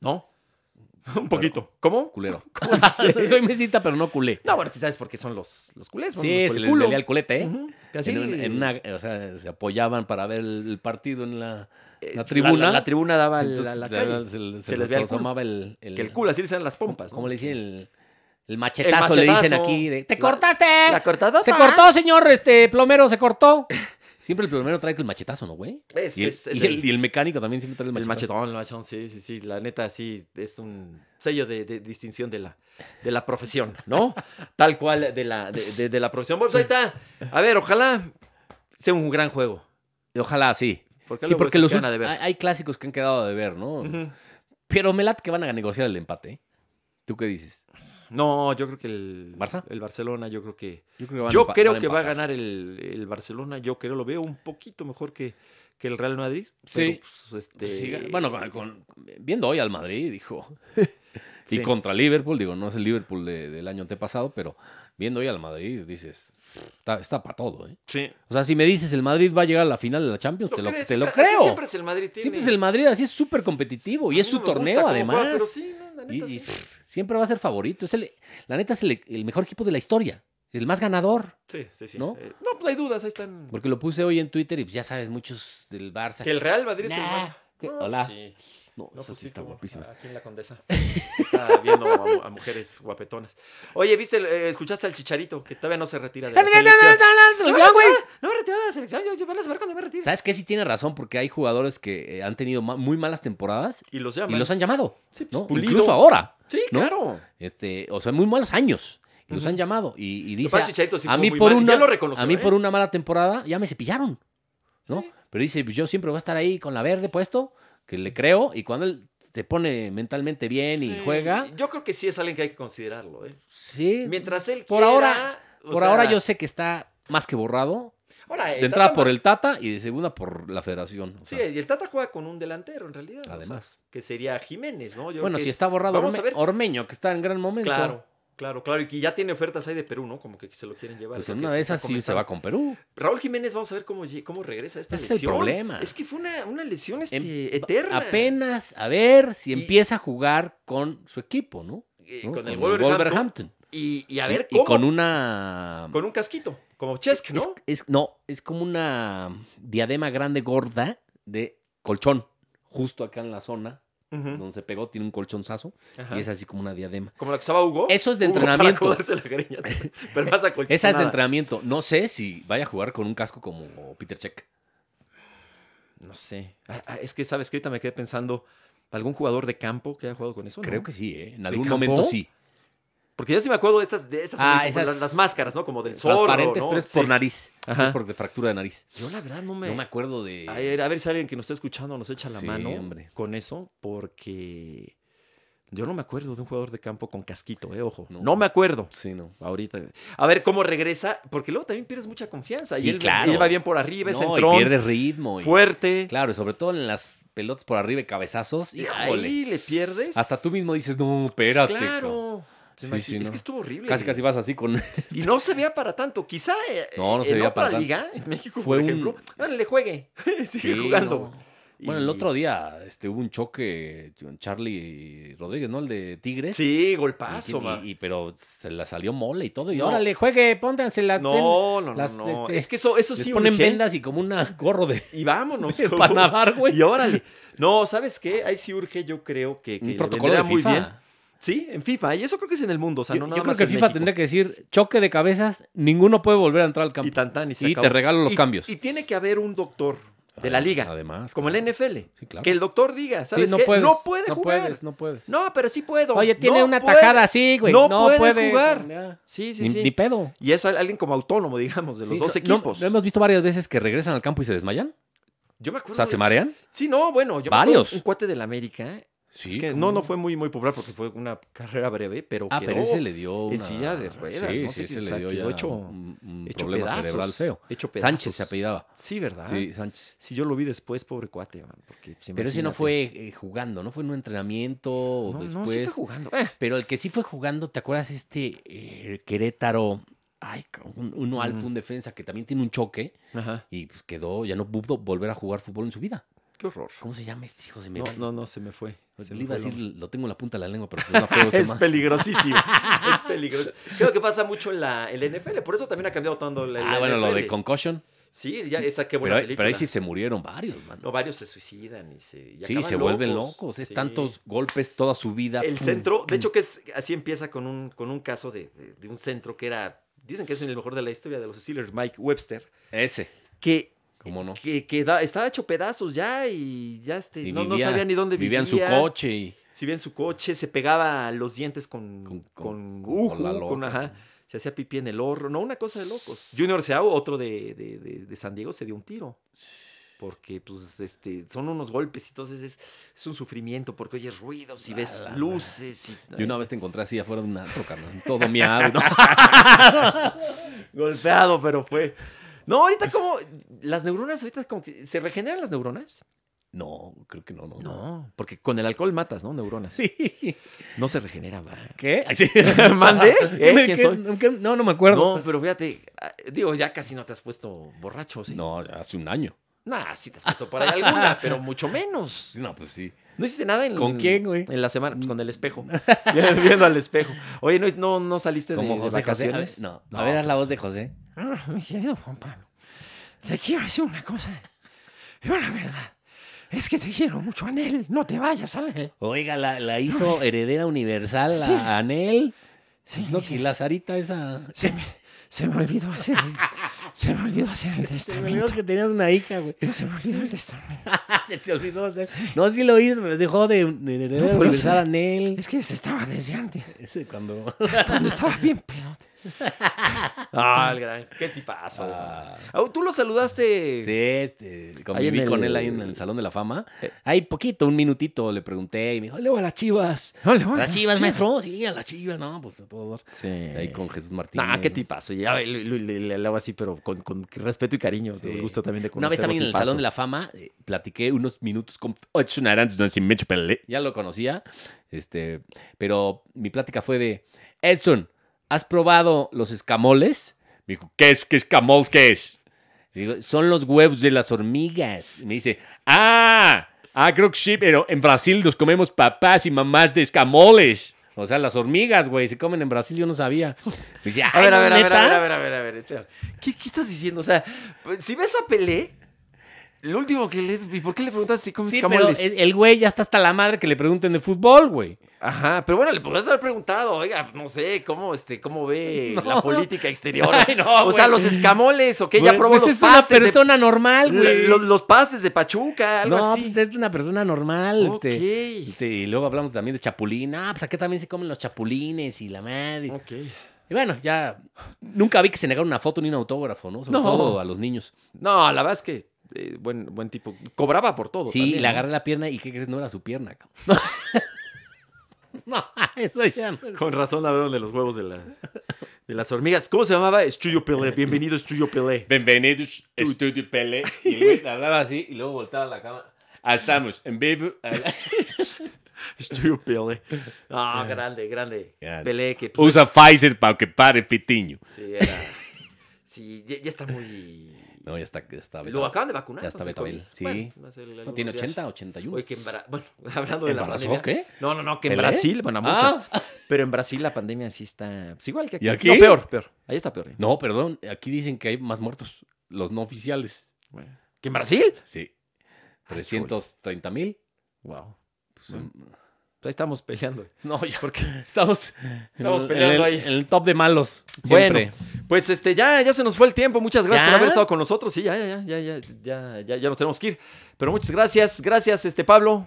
[SPEAKER 1] ¿No? Un poquito. ¿Cómo?
[SPEAKER 2] Culero.
[SPEAKER 1] ¿Cómo dice?
[SPEAKER 2] soy mesista, pero no culé.
[SPEAKER 1] No, bueno, si sabes por qué son los, los culés. bueno,
[SPEAKER 2] Sí,
[SPEAKER 1] por
[SPEAKER 2] se
[SPEAKER 1] el
[SPEAKER 2] les
[SPEAKER 1] culo.
[SPEAKER 2] dolía el culete, ¿eh?
[SPEAKER 1] Ujú, así.
[SPEAKER 2] En un- en una- o sea, se apoyaban para ver el, el partido en la,
[SPEAKER 1] Eh,
[SPEAKER 2] la tribuna.
[SPEAKER 1] La, tribuna daba la-
[SPEAKER 2] Entonces,
[SPEAKER 1] la,
[SPEAKER 2] la-
[SPEAKER 1] calle.
[SPEAKER 2] Se, se
[SPEAKER 1] Se les
[SPEAKER 2] les,
[SPEAKER 1] veía el culo.
[SPEAKER 2] asomaba el, el,
[SPEAKER 1] que el culo, así le dicen las pompas. ¿no?
[SPEAKER 2] ¿Cómo le dicen? El, el machetazo, le dicen
[SPEAKER 1] machetazo.
[SPEAKER 2] aquí. de, ¡Te
[SPEAKER 1] La-
[SPEAKER 2] cortaste!
[SPEAKER 1] La ¿eh? cortadosa.
[SPEAKER 2] Se cortó, señor, este plomero, se cortó. Siempre el plomero trae el machetazo, ¿no, güey?
[SPEAKER 1] Es-
[SPEAKER 2] y, el,
[SPEAKER 1] es- es
[SPEAKER 2] y el-
[SPEAKER 1] el-
[SPEAKER 2] y el mecánico también siempre trae el
[SPEAKER 1] El
[SPEAKER 2] machetazo.
[SPEAKER 1] machetón, el machetón, sí, sí, sí. La neta, sí, es un sello de, de distinción de la, de la profesión, ¿no? Tal cual de la, de, de- de la profesión. Bueno, pues ahí está. A ver, ojalá sea un gran juego.
[SPEAKER 2] Ojalá, sí.
[SPEAKER 1] Porque
[SPEAKER 2] Sí, porque los,
[SPEAKER 1] van a
[SPEAKER 2] ul- Ah.
[SPEAKER 1] deber.
[SPEAKER 2] hay, hay clásicos que han quedado de ver, ¿no?
[SPEAKER 1] Ujú.
[SPEAKER 2] Pero me late que van a negociar el empate. ¿eh? ¿Tú qué dices?
[SPEAKER 1] No, yo creo que el,
[SPEAKER 2] ¿Barça?
[SPEAKER 1] el Barcelona, yo creo que.
[SPEAKER 2] Yo creo, van
[SPEAKER 1] yo
[SPEAKER 2] empa-
[SPEAKER 1] creo
[SPEAKER 2] van
[SPEAKER 1] que va a
[SPEAKER 2] empatar.
[SPEAKER 1] ganar el, el Barcelona. Yo creo, lo veo un poquito mejor que, que el Real Madrid.
[SPEAKER 2] Sí.
[SPEAKER 1] Pero, pues, este,
[SPEAKER 2] Sí, ga- bueno, con- con- viendo hoy al Madrid, dijo. y
[SPEAKER 1] Sí.
[SPEAKER 2] contra Liverpool, digo, no es el Liverpool de- del año antepasado, pero viendo hoy al Madrid, dices, está, para todo, ¿eh?
[SPEAKER 1] sí.
[SPEAKER 2] O sea, si me dices el Madrid va a llegar a la final de la Champions, te, lo,
[SPEAKER 1] crees?
[SPEAKER 2] te lo
[SPEAKER 1] Así
[SPEAKER 2] creo.
[SPEAKER 1] Siempre es el Madrid. Tiene.
[SPEAKER 2] Siempre es el Madrid, así es súper competitivo y
[SPEAKER 1] A
[SPEAKER 2] es
[SPEAKER 1] mí
[SPEAKER 2] su
[SPEAKER 1] no me gusta
[SPEAKER 2] torneo
[SPEAKER 1] cómo juega,
[SPEAKER 2] además.
[SPEAKER 1] pero sí, no, la
[SPEAKER 2] y,
[SPEAKER 1] neta,
[SPEAKER 2] y,
[SPEAKER 1] sí.
[SPEAKER 2] pff, siempre va a ser favorito. Es el, la neta es el, el mejor equipo de la historia, el más ganador.
[SPEAKER 1] Sí, sí, sí. Eh, ¿No?
[SPEAKER 2] ¿No?
[SPEAKER 1] pues no hay dudas, ahí están.
[SPEAKER 2] Porque lo puse hoy en Twitter y pues, ya sabes, muchos del Barça.
[SPEAKER 1] Que el Real Madrid es el
[SPEAKER 2] Nah,
[SPEAKER 1] más.
[SPEAKER 2] que-
[SPEAKER 1] No,
[SPEAKER 2] hola.
[SPEAKER 1] sí.
[SPEAKER 2] No,
[SPEAKER 1] No,
[SPEAKER 2] esa
[SPEAKER 1] pues
[SPEAKER 2] sí
[SPEAKER 1] sí,
[SPEAKER 2] está
[SPEAKER 1] tú,
[SPEAKER 2] guapísima.
[SPEAKER 1] Aquí en la condesa. Está viendo a, mu- a mujeres guapetonas. Oye, ¿viste? el- eh, ¿Escuchaste al chicharito? Que todavía no se retira
[SPEAKER 2] Ah,
[SPEAKER 1] de la selección.
[SPEAKER 2] Selección, güey.
[SPEAKER 1] No me retiro de la selección. Yo, yo van a saber cuando me retire.
[SPEAKER 2] ¿Sabes qué? Sí tiene razón, porque hay jugadores que eh, han tenido ma- muy malas temporadas
[SPEAKER 1] Y los llaman.
[SPEAKER 2] y los han llamado,
[SPEAKER 1] Sí, pues,
[SPEAKER 2] ¿no?
[SPEAKER 1] Pulido.
[SPEAKER 2] Incluso ahora,
[SPEAKER 1] Sí,
[SPEAKER 2] ¿no?
[SPEAKER 1] claro.
[SPEAKER 2] este, o sea, muy malos años. y Los
[SPEAKER 1] Ujú.
[SPEAKER 2] han llamado y, y
[SPEAKER 1] Lo que
[SPEAKER 2] dice,
[SPEAKER 1] pasa es que Chicharito sí
[SPEAKER 2] a
[SPEAKER 1] jugó
[SPEAKER 2] mí,
[SPEAKER 1] muy
[SPEAKER 2] por
[SPEAKER 1] mal, y
[SPEAKER 2] una,
[SPEAKER 1] ya lo reconoció,
[SPEAKER 2] a mí
[SPEAKER 1] ¿eh?
[SPEAKER 2] por una mala temporada ya me cepillaron, ¿no?
[SPEAKER 1] Sí.
[SPEAKER 2] Pero dice, pues, yo siempre voy a estar ahí con la verde puesto, que le creo, y cuando él te pone mentalmente bien
[SPEAKER 1] Sí.
[SPEAKER 2] y juega,
[SPEAKER 1] Yo creo que sí es alguien que hay que considerarlo. ¿eh?
[SPEAKER 2] sí,
[SPEAKER 1] Mientras él
[SPEAKER 2] Por
[SPEAKER 1] quiera,
[SPEAKER 2] ahora-
[SPEAKER 1] o
[SPEAKER 2] por
[SPEAKER 1] sea,
[SPEAKER 2] ahora yo sé que está más que borrado,
[SPEAKER 1] ahora, el
[SPEAKER 2] de entrada
[SPEAKER 1] Tata-
[SPEAKER 2] por el Tata y de segunda por la federación. o
[SPEAKER 1] Sí,
[SPEAKER 2] sea,
[SPEAKER 1] y el Tata juega con un delantero, en realidad. o sea,
[SPEAKER 2] además.
[SPEAKER 1] que sería Jiménez, ¿no? Yo
[SPEAKER 2] bueno,
[SPEAKER 1] creo que
[SPEAKER 2] si
[SPEAKER 1] es-
[SPEAKER 2] está borrado
[SPEAKER 1] Vamos a
[SPEAKER 2] Orme-
[SPEAKER 1] ver.
[SPEAKER 2] Ormeño, que está en gran momento.
[SPEAKER 1] Claro, claro, claro. Y que ya tiene ofertas ahí de Perú, ¿no? Como que se lo quieren llevar.
[SPEAKER 2] Pues
[SPEAKER 1] creo
[SPEAKER 2] en
[SPEAKER 1] que
[SPEAKER 2] una de
[SPEAKER 1] está
[SPEAKER 2] esas sí se va
[SPEAKER 1] comenzando.
[SPEAKER 2] con Perú.
[SPEAKER 1] Raúl Jiménez, vamos a ver cómo, lle- cómo regresa a esta
[SPEAKER 2] Ese es el
[SPEAKER 1] lesión.
[SPEAKER 2] problema.
[SPEAKER 1] Es que fue una, una lesión este,
[SPEAKER 2] Em-
[SPEAKER 1] eterna.
[SPEAKER 2] Apenas a ver si
[SPEAKER 1] Y-
[SPEAKER 2] empieza a jugar con su equipo, ¿no?
[SPEAKER 1] eh,
[SPEAKER 2] ¿no?
[SPEAKER 1] con el Wolverhampton. Y, y a ver, ¿cómo?
[SPEAKER 2] Y con una...
[SPEAKER 1] Con un casquito, como Chesk, ¿no?
[SPEAKER 2] Es, es- no, es como una diadema grande gorda de colchón, justo acá en la zona
[SPEAKER 1] Ujú,
[SPEAKER 2] donde se pegó, tiene un colchonzazo
[SPEAKER 1] ajá.
[SPEAKER 2] y es así como una diadema.
[SPEAKER 1] Como la que usaba Hugo.
[SPEAKER 2] Eso es de
[SPEAKER 1] Hugo
[SPEAKER 2] entrenamiento.
[SPEAKER 1] Para acomodarse la greña, pero más acolchonada.
[SPEAKER 2] Esa es de entrenamiento. No sé si vaya a jugar con un casco como Peter Check.
[SPEAKER 1] No sé. Ah, ah, Es que, ¿sabes que Ahorita me quedé pensando, ¿algún jugador de campo que haya jugado con eso?
[SPEAKER 2] Creo
[SPEAKER 1] no?
[SPEAKER 2] que sí, ¿eh? En algún
[SPEAKER 1] campo?
[SPEAKER 2] momento sí.
[SPEAKER 1] Porque yo sí me acuerdo de estas, de estas
[SPEAKER 2] Ah,
[SPEAKER 1] como
[SPEAKER 2] esas
[SPEAKER 1] las, las máscaras, ¿no? Como del zorro,
[SPEAKER 2] Transparentes,
[SPEAKER 1] ¿no?
[SPEAKER 2] pero es
[SPEAKER 1] Sí.
[SPEAKER 2] por nariz.
[SPEAKER 1] Ajá.
[SPEAKER 2] Es por de fractura de nariz.
[SPEAKER 1] Yo la verdad no me...
[SPEAKER 2] No me acuerdo de...
[SPEAKER 1] A ver, a ver si alguien que nos está escuchando nos echa la
[SPEAKER 2] Sí,
[SPEAKER 1] mano
[SPEAKER 2] hombre.
[SPEAKER 1] con eso, porque yo no me acuerdo de un jugador de campo con casquito, eh, ojo. No,
[SPEAKER 2] No.
[SPEAKER 1] me acuerdo.
[SPEAKER 2] Sí, no.
[SPEAKER 1] Ahorita. A ver cómo regresa, porque luego también pierdes mucha confianza. y
[SPEAKER 2] Sí,
[SPEAKER 1] él,
[SPEAKER 2] claro.
[SPEAKER 1] y él va bien por arriba, es
[SPEAKER 2] No, y
[SPEAKER 1] entrón,
[SPEAKER 2] pierde ritmo. y-
[SPEAKER 1] fuerte.
[SPEAKER 2] Claro, y sobre todo en las pelotas por arriba y cabezazos.
[SPEAKER 1] Y
[SPEAKER 2] Híjole.
[SPEAKER 1] ahí le pierdes.
[SPEAKER 2] Hasta tú mismo dices, no,
[SPEAKER 1] Pues
[SPEAKER 2] espérate. cabrón".
[SPEAKER 1] Claro.
[SPEAKER 2] Sí,
[SPEAKER 1] Imagi-
[SPEAKER 2] sí,
[SPEAKER 1] es
[SPEAKER 2] no.
[SPEAKER 1] que estuvo horrible.
[SPEAKER 2] Casi, casi vas así con...
[SPEAKER 1] Y no se vea para tanto. Quizá eh,
[SPEAKER 2] No, no se
[SPEAKER 1] en
[SPEAKER 2] veía
[SPEAKER 1] otra
[SPEAKER 2] para tanto.
[SPEAKER 1] liga, en México,
[SPEAKER 2] Fue
[SPEAKER 1] por
[SPEAKER 2] un-
[SPEAKER 1] ejemplo, le juegue. Sigue
[SPEAKER 2] Sí,
[SPEAKER 1] jugando.
[SPEAKER 2] no. Bueno, el
[SPEAKER 1] Y-
[SPEAKER 2] otro día este, hubo un choque con Charlie Rodríguez, ¿no? El de Tigres.
[SPEAKER 1] Sí,
[SPEAKER 2] Y-
[SPEAKER 1] golpazo,
[SPEAKER 2] y-
[SPEAKER 1] man.
[SPEAKER 2] y- Pero se la salió mole y todo. Y
[SPEAKER 1] No.
[SPEAKER 2] órale, juegue, pónganse las... ven-
[SPEAKER 1] No, no, no,
[SPEAKER 2] las,
[SPEAKER 1] no.
[SPEAKER 2] este,
[SPEAKER 1] es que eso, eso
[SPEAKER 2] les
[SPEAKER 1] sí
[SPEAKER 2] ponen
[SPEAKER 1] urgía.
[SPEAKER 2] vendas y como una gorro de,
[SPEAKER 1] Y vámonos.
[SPEAKER 2] de
[SPEAKER 1] cabrón.
[SPEAKER 2] panabar, güey.
[SPEAKER 1] Y órale. No, ¿sabes qué? Ahí sí urge, yo creo que, que
[SPEAKER 2] Un
[SPEAKER 1] le
[SPEAKER 2] protocolo de
[SPEAKER 1] vendría
[SPEAKER 2] FIFA.
[SPEAKER 1] muy bien. Sí, en FIFA. Y eso creo que es en el mundo. O sea,
[SPEAKER 2] Yo-
[SPEAKER 1] no
[SPEAKER 2] yo
[SPEAKER 1] nada
[SPEAKER 2] creo
[SPEAKER 1] más
[SPEAKER 2] que
[SPEAKER 1] en
[SPEAKER 2] FIFA
[SPEAKER 1] México.
[SPEAKER 2] tendría que decir choque de cabezas, ninguno puede volver a entrar al
[SPEAKER 1] Y
[SPEAKER 2] campo.
[SPEAKER 1] tan, tan, y se
[SPEAKER 2] Y,
[SPEAKER 1] acabó.
[SPEAKER 2] te regalo los
[SPEAKER 1] Y-
[SPEAKER 2] cambios. Ah,
[SPEAKER 1] Y tiene que haber un doctor de la liga,
[SPEAKER 2] Además.
[SPEAKER 1] como el
[SPEAKER 2] claro.
[SPEAKER 1] NFL.
[SPEAKER 2] Sí, claro.
[SPEAKER 1] Que el doctor diga,
[SPEAKER 2] Sí,
[SPEAKER 1] ¿sabes
[SPEAKER 2] no
[SPEAKER 1] qué?
[SPEAKER 2] puedes.
[SPEAKER 1] no puede
[SPEAKER 2] no
[SPEAKER 1] jugar.
[SPEAKER 2] Puedes, no puedes.
[SPEAKER 1] No, pero sí puedo.
[SPEAKER 2] Oye, tiene
[SPEAKER 1] No
[SPEAKER 2] una
[SPEAKER 1] puede.
[SPEAKER 2] tajada así, güey.
[SPEAKER 1] No
[SPEAKER 2] No,
[SPEAKER 1] puedes
[SPEAKER 2] puede.
[SPEAKER 1] jugar.
[SPEAKER 2] Ya.
[SPEAKER 1] Sí, sí,
[SPEAKER 2] ni,
[SPEAKER 1] sí.
[SPEAKER 2] ni pedo.
[SPEAKER 1] Y es al- alguien como autónomo, digamos, de los
[SPEAKER 2] Sí,
[SPEAKER 1] dos
[SPEAKER 2] no-
[SPEAKER 1] equipos.
[SPEAKER 2] No, hemos visto varias veces que regresan al campo y se desmayan.
[SPEAKER 1] yo me
[SPEAKER 2] O
[SPEAKER 1] acuerdo.
[SPEAKER 2] sea, se
[SPEAKER 1] de-
[SPEAKER 2] marean.
[SPEAKER 1] Sí, no, bueno, yo me
[SPEAKER 2] Varios.
[SPEAKER 1] acuerdo de Un cuate del América.
[SPEAKER 2] Sí.
[SPEAKER 1] Es que
[SPEAKER 2] ¿cómo
[SPEAKER 1] no, no fue muy, muy popular porque fue una carrera breve, pero
[SPEAKER 2] Ah,
[SPEAKER 1] quedó
[SPEAKER 2] pero ese le dio.
[SPEAKER 1] en
[SPEAKER 2] una-
[SPEAKER 1] silla de ruedas,
[SPEAKER 2] Sí,
[SPEAKER 1] no
[SPEAKER 2] sí,
[SPEAKER 1] sé qué,
[SPEAKER 2] ese
[SPEAKER 1] o
[SPEAKER 2] le
[SPEAKER 1] sea,
[SPEAKER 2] dio
[SPEAKER 1] quedó
[SPEAKER 2] ya
[SPEAKER 1] hecho-
[SPEAKER 2] un, un
[SPEAKER 1] hecho
[SPEAKER 2] problema
[SPEAKER 1] pedazos,
[SPEAKER 2] cerebral feo.
[SPEAKER 1] Hecho pedazos. Ah.
[SPEAKER 2] Sánchez se apellidaba.
[SPEAKER 1] Sí, ¿verdad?
[SPEAKER 2] Sí, Sánchez.
[SPEAKER 1] Sí, yo lo vi después, pobre cuate. man, porque, pues,
[SPEAKER 2] Pero ese no
[SPEAKER 1] imagínate.
[SPEAKER 2] fue eh, jugando, ¿no? Fue en un entrenamiento o
[SPEAKER 1] No,
[SPEAKER 2] después.
[SPEAKER 1] no, sí fue jugando. Eh,
[SPEAKER 2] Pero el que sí fue jugando, ¿te acuerdas este eh, el Querétaro? Ay, cabrón, un- uno alto,
[SPEAKER 1] Mm.
[SPEAKER 2] un defensa que también tiene un choque
[SPEAKER 1] Ajá.
[SPEAKER 2] y pues quedó, ya no pudo volver a jugar fútbol en su vida.
[SPEAKER 1] Qué horror.
[SPEAKER 2] ¿Cómo se llama este hijo de mi
[SPEAKER 1] No, no, no, se me fue. se me
[SPEAKER 2] Le iba a
[SPEAKER 1] fue el
[SPEAKER 2] decir, lo tengo en la punta de la lengua, pero suena feo, se
[SPEAKER 1] Es
[SPEAKER 2] llama.
[SPEAKER 1] peligrosísimo. es peligroso. Creo que pasa mucho en la, en la NFL. Por eso también ha cambiado tanto la, la
[SPEAKER 2] Ah, bueno, lo
[SPEAKER 1] NFL.
[SPEAKER 2] de Concussion.
[SPEAKER 1] Sí, ya, esa qué
[SPEAKER 2] Pero,
[SPEAKER 1] buena
[SPEAKER 2] ahí-
[SPEAKER 1] película.
[SPEAKER 2] pero ahí sí se murieron varios, man.
[SPEAKER 1] No, varios se suicidan y se. y
[SPEAKER 2] sí,
[SPEAKER 1] acaban
[SPEAKER 2] se vuelven locos. Es
[SPEAKER 1] Sí.
[SPEAKER 2] tantos golpes toda su vida.
[SPEAKER 1] El
[SPEAKER 2] pum,
[SPEAKER 1] centro, de
[SPEAKER 2] pum.
[SPEAKER 1] hecho, que es así empieza con un, con un caso de, de- de un centro que era. Dicen que es el mejor de la historia de los Steelers, Mike Webster,
[SPEAKER 2] Ese,
[SPEAKER 1] que,
[SPEAKER 2] ¿cómo no?
[SPEAKER 1] que, que da- estaba hecho pedazos ya y ya este,
[SPEAKER 2] Y
[SPEAKER 1] no, no
[SPEAKER 2] vivía-
[SPEAKER 1] sabía ni dónde vivía.
[SPEAKER 2] Vivía en su coche y...
[SPEAKER 1] Si bien su coche, se pegaba los dientes con, con,
[SPEAKER 2] Con- con-
[SPEAKER 1] uju,
[SPEAKER 2] con la loca.
[SPEAKER 1] con- ajá, se hacía pipí en el horno, no, una cosa de locos. Junior Seau, otro de, de- de- de San Diego, se dio un tiro. Porque, pues, este, son unos golpes, y entonces es, es un sufrimiento, porque oyes ruidos y ves
[SPEAKER 2] la madre.
[SPEAKER 1] luces y,
[SPEAKER 2] Yo una vez te encontré así afuera de un antro, carnal. Todo miado. ¿no?
[SPEAKER 1] golpeado, pero fue. No, ahorita como, las neuronas, ahorita como que, ¿se regeneran las neuronas?
[SPEAKER 2] No, creo que no, no.
[SPEAKER 1] No, porque con el alcohol matas, ¿no? Neuronas.
[SPEAKER 2] Sí.
[SPEAKER 1] No se regeneran, va.
[SPEAKER 2] ¿Qué? Ay, sí.
[SPEAKER 1] ¿Mandé? Ah, ¿Eh?
[SPEAKER 2] ¿Qué-
[SPEAKER 1] ¿Quién
[SPEAKER 2] qué-
[SPEAKER 1] soy?
[SPEAKER 2] qué- No, no me acuerdo.
[SPEAKER 1] No, pero fíjate, ah, digo, ya casi no te has puesto borracho, ¿sí?
[SPEAKER 2] No, hace un año.
[SPEAKER 1] Nah, sí te has puesto por ahí alguna, pero mucho menos.
[SPEAKER 2] No, pues sí.
[SPEAKER 1] No hiciste nada en
[SPEAKER 2] ¿Con quién, güey?
[SPEAKER 1] En la semana, pues con el espejo. Viendo al espejo. Oye, no, no, no saliste de,
[SPEAKER 2] Como
[SPEAKER 1] de
[SPEAKER 2] José José. A ver,
[SPEAKER 1] vacaciones. pues,
[SPEAKER 2] no, pues a ver, haz la voz de José.
[SPEAKER 1] Ah, mi querido Juan Pablo, te quiero decir una cosa. Yo la verdad es que te quiero mucho, Anel. No te vayas, Anel.
[SPEAKER 2] Oiga, la, la hizo heredera universal
[SPEAKER 1] Sí.
[SPEAKER 2] a Anel.
[SPEAKER 1] Sí,
[SPEAKER 2] No,
[SPEAKER 1] sí.
[SPEAKER 2] y la Sarita esa.
[SPEAKER 1] Se me, se me olvidó hacer el, se me olvidó hacer el
[SPEAKER 2] Se me olvidó que tenías una hija, güey.
[SPEAKER 1] No, se me olvidó el testamento.
[SPEAKER 2] Se te olvidó. o sea, No, sí pues, lo hizo, pero dejó de, de heredera
[SPEAKER 1] No, pero
[SPEAKER 2] universal a
[SPEAKER 1] sí.
[SPEAKER 2] Anel.
[SPEAKER 1] que se estaba desde antes.
[SPEAKER 2] Ese cuando.
[SPEAKER 1] cuando estaba bien pedote. Ah, el gran. Qué tipazo.
[SPEAKER 2] Ah.
[SPEAKER 1] además. Ah, Tú lo saludaste.
[SPEAKER 2] Sí, este, conviví
[SPEAKER 1] en
[SPEAKER 2] con
[SPEAKER 1] el-
[SPEAKER 2] él ahí en el Salón de la Fama.
[SPEAKER 1] Eh.
[SPEAKER 2] Ahí poquito, un minutito, le pregunté y me dijo, le voy a las chivas.
[SPEAKER 1] Hola,
[SPEAKER 2] ¿A
[SPEAKER 1] hola.
[SPEAKER 2] las chivas, maestro? Sí, a las chivas, no, pues a todo dar.
[SPEAKER 1] Sí.
[SPEAKER 2] Ahí con Jesús Martínez.
[SPEAKER 1] Nah, qué tipazo. Ya le, le- le- le hablaba así, pero con, con respeto y cariño.
[SPEAKER 2] Sí.
[SPEAKER 1] El gusto también de
[SPEAKER 2] Una vez también en el Salón de la Fama eh, platiqué unos minutos con Edson Arantes, no sé, Mitch Pelé. Ya lo conocía, este, pero mi plática fue de, Edson, ¿has probado los escamoles? Me dijo, ¿qué es? ¿Qué escamoles? ¿Qué es? Le digo, son los huevos de las hormigas. Y me dice, ¡ah! Ah, creo que sí, pero en Brasil los comemos papás y mamás de escamoles. O sea, las hormigas, güey, se comen en Brasil, yo no sabía. Me dice,
[SPEAKER 1] A ver, a
[SPEAKER 2] "Ay,
[SPEAKER 1] ver, a ver,
[SPEAKER 2] ¿neta?".
[SPEAKER 1] a ver, a ver, a ver, a ver, espera. ¿Qué, qué estás diciendo? O sea, pues, si ves a Pelé, lo último que le... ¿Y por qué le preguntas si comes
[SPEAKER 2] Sí, pero
[SPEAKER 1] camoles?
[SPEAKER 2] el el güey ya está hasta la madre que le pregunten de fútbol, güey.
[SPEAKER 1] Ajá, pero bueno, le podrías haber preguntado, oiga, no sé, ¿cómo, este, cómo ve la política exterior?
[SPEAKER 2] Ay, no,
[SPEAKER 1] o sea,
[SPEAKER 2] güey.
[SPEAKER 1] los escamoles, ¿o qué?
[SPEAKER 2] Güey,
[SPEAKER 1] ya probó
[SPEAKER 2] pues
[SPEAKER 1] los
[SPEAKER 2] es una
[SPEAKER 1] pastes de-
[SPEAKER 2] persona normal, güey.
[SPEAKER 1] los, los pastes de Pachuca, algo
[SPEAKER 2] no,
[SPEAKER 1] así.
[SPEAKER 2] pues es una persona normal.
[SPEAKER 1] ok,
[SPEAKER 2] este. Este, y luego hablamos también de chapulín. Ah, pues acá también se comen los chapulines y la madre.
[SPEAKER 1] ok.
[SPEAKER 2] Y bueno, ya nunca vi que se negaron una foto ni un autógrafo, ¿no? Sobre
[SPEAKER 1] No.
[SPEAKER 2] todo a los niños.
[SPEAKER 1] No, la verdad es que eh, buen, buen tipo. Cobraba por todo.
[SPEAKER 2] Sí,
[SPEAKER 1] Pues, también, ¿no?
[SPEAKER 2] le agarré la pierna y ¿qué crees? No era su pierna, cabrón. No, eso ya no.
[SPEAKER 1] Con razón hablaron de los huevos de, la, de las hormigas. ¿Cómo se llamaba? Estudio Pelé. Bienvenido, Estudio Pelé.
[SPEAKER 3] Bienvenidos a Estudio Pele.
[SPEAKER 2] Y el güey hablaba así y luego voltaba la cama.
[SPEAKER 3] Estamos en vivo.
[SPEAKER 1] Estudio Pelé. Ah, grande, grande.
[SPEAKER 3] Grande.
[SPEAKER 1] Pelé que... pues,
[SPEAKER 3] Usa Pfizer para que pare Pitiño.
[SPEAKER 1] Sí, era... Sí, ya, ya está muy...
[SPEAKER 2] No, ya está. Ya está
[SPEAKER 1] Lo acaban de vacunar.
[SPEAKER 2] Ya está
[SPEAKER 1] contra el
[SPEAKER 2] Betabel,
[SPEAKER 1] COVID.
[SPEAKER 2] sí.
[SPEAKER 1] Bueno, va a ser el-
[SPEAKER 2] No, tiene
[SPEAKER 1] algunos días.
[SPEAKER 2] 80, 81.
[SPEAKER 1] Oye, que en Bra- Bueno, hablando de la
[SPEAKER 2] ¿Embarazó
[SPEAKER 1] pandemia.
[SPEAKER 2] qué?
[SPEAKER 1] No, no, no, que en
[SPEAKER 2] ¿Pelé?
[SPEAKER 1] Brasil, bueno, a
[SPEAKER 2] Ah.
[SPEAKER 1] muchos. Pero en Brasil la pandemia sí está... Pues igual que aquí.
[SPEAKER 3] ¿Y aquí?
[SPEAKER 1] No, peor, peor. Ahí está peor. ¿eh?
[SPEAKER 2] No, perdón. Aquí dicen que hay más muertos. Los no oficiales.
[SPEAKER 1] Bueno. ¿Que en Brasil?
[SPEAKER 2] Sí. 330 mil.
[SPEAKER 1] Wow. Pues, Ahí estamos peleando.
[SPEAKER 2] No, ya Pues, mm. porque estamos,
[SPEAKER 1] Estamos
[SPEAKER 2] en el-
[SPEAKER 1] peleando
[SPEAKER 2] en el,
[SPEAKER 1] ahí.
[SPEAKER 2] en el top de malos.
[SPEAKER 1] Bueno,
[SPEAKER 2] Siempre.
[SPEAKER 1] Pues este, ya, ya se nos fue el tiempo. Muchas gracias
[SPEAKER 2] ¿Ya?
[SPEAKER 1] por haber estado con nosotros. Sí, ya, ya, ya, ya, ya, ya, ya nos tenemos que ir. Pero muchas gracias, gracias, este Pablo.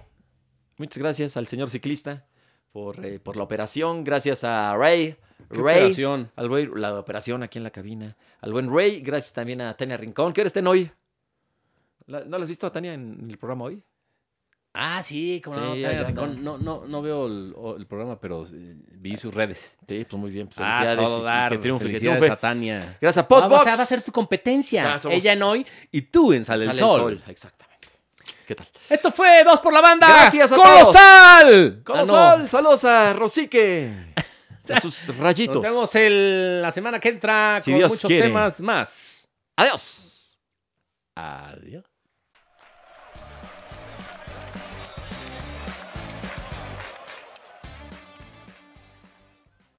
[SPEAKER 1] Muchas gracias al señor ciclista por, eh, por la operación. Gracias a Ray.
[SPEAKER 2] Qué
[SPEAKER 1] Ray.
[SPEAKER 2] operación.
[SPEAKER 1] Al Ray, la operación aquí en la cabina. Al buen Ray. Gracias también a Tania Rincón. ¿Qué hora estén hoy? La- ¿No la has visto a Tania en el programa hoy?
[SPEAKER 2] Ah, sí, como no,
[SPEAKER 1] Sí,
[SPEAKER 2] Tania
[SPEAKER 1] ya, ya,
[SPEAKER 2] Rincón.
[SPEAKER 1] ya.
[SPEAKER 2] No, no, no veo el, o- el programa, pero eh, vi sus redes.
[SPEAKER 1] Sí, pues muy bien. pues,
[SPEAKER 2] Ah,
[SPEAKER 1] felicidades.
[SPEAKER 2] todo
[SPEAKER 1] y- y
[SPEAKER 2] dar.
[SPEAKER 1] que triunfe, que
[SPEAKER 2] Felicidades
[SPEAKER 1] triunfe.
[SPEAKER 2] a Tania.
[SPEAKER 1] Gracias a
[SPEAKER 2] Ah,
[SPEAKER 1] Podbox.
[SPEAKER 2] o sea, va a ser tu competencia.
[SPEAKER 1] Ya, somos-
[SPEAKER 2] Ella en hoy y tú en Sale,
[SPEAKER 1] Sale
[SPEAKER 2] el, sol.
[SPEAKER 1] Exactamente. ¿Qué tal?
[SPEAKER 2] Esto fue Dos por la Banda.
[SPEAKER 1] Gracias a todos.
[SPEAKER 2] ¡Colosal! Ah, no.
[SPEAKER 1] Colosal, saludos a Rosique. A sus rayitos.
[SPEAKER 2] Nos vemos el- la semana que entra
[SPEAKER 1] Si
[SPEAKER 2] con
[SPEAKER 1] Dios
[SPEAKER 2] muchos
[SPEAKER 1] quiere.
[SPEAKER 2] temas más.
[SPEAKER 1] Adiós.
[SPEAKER 2] Adiós.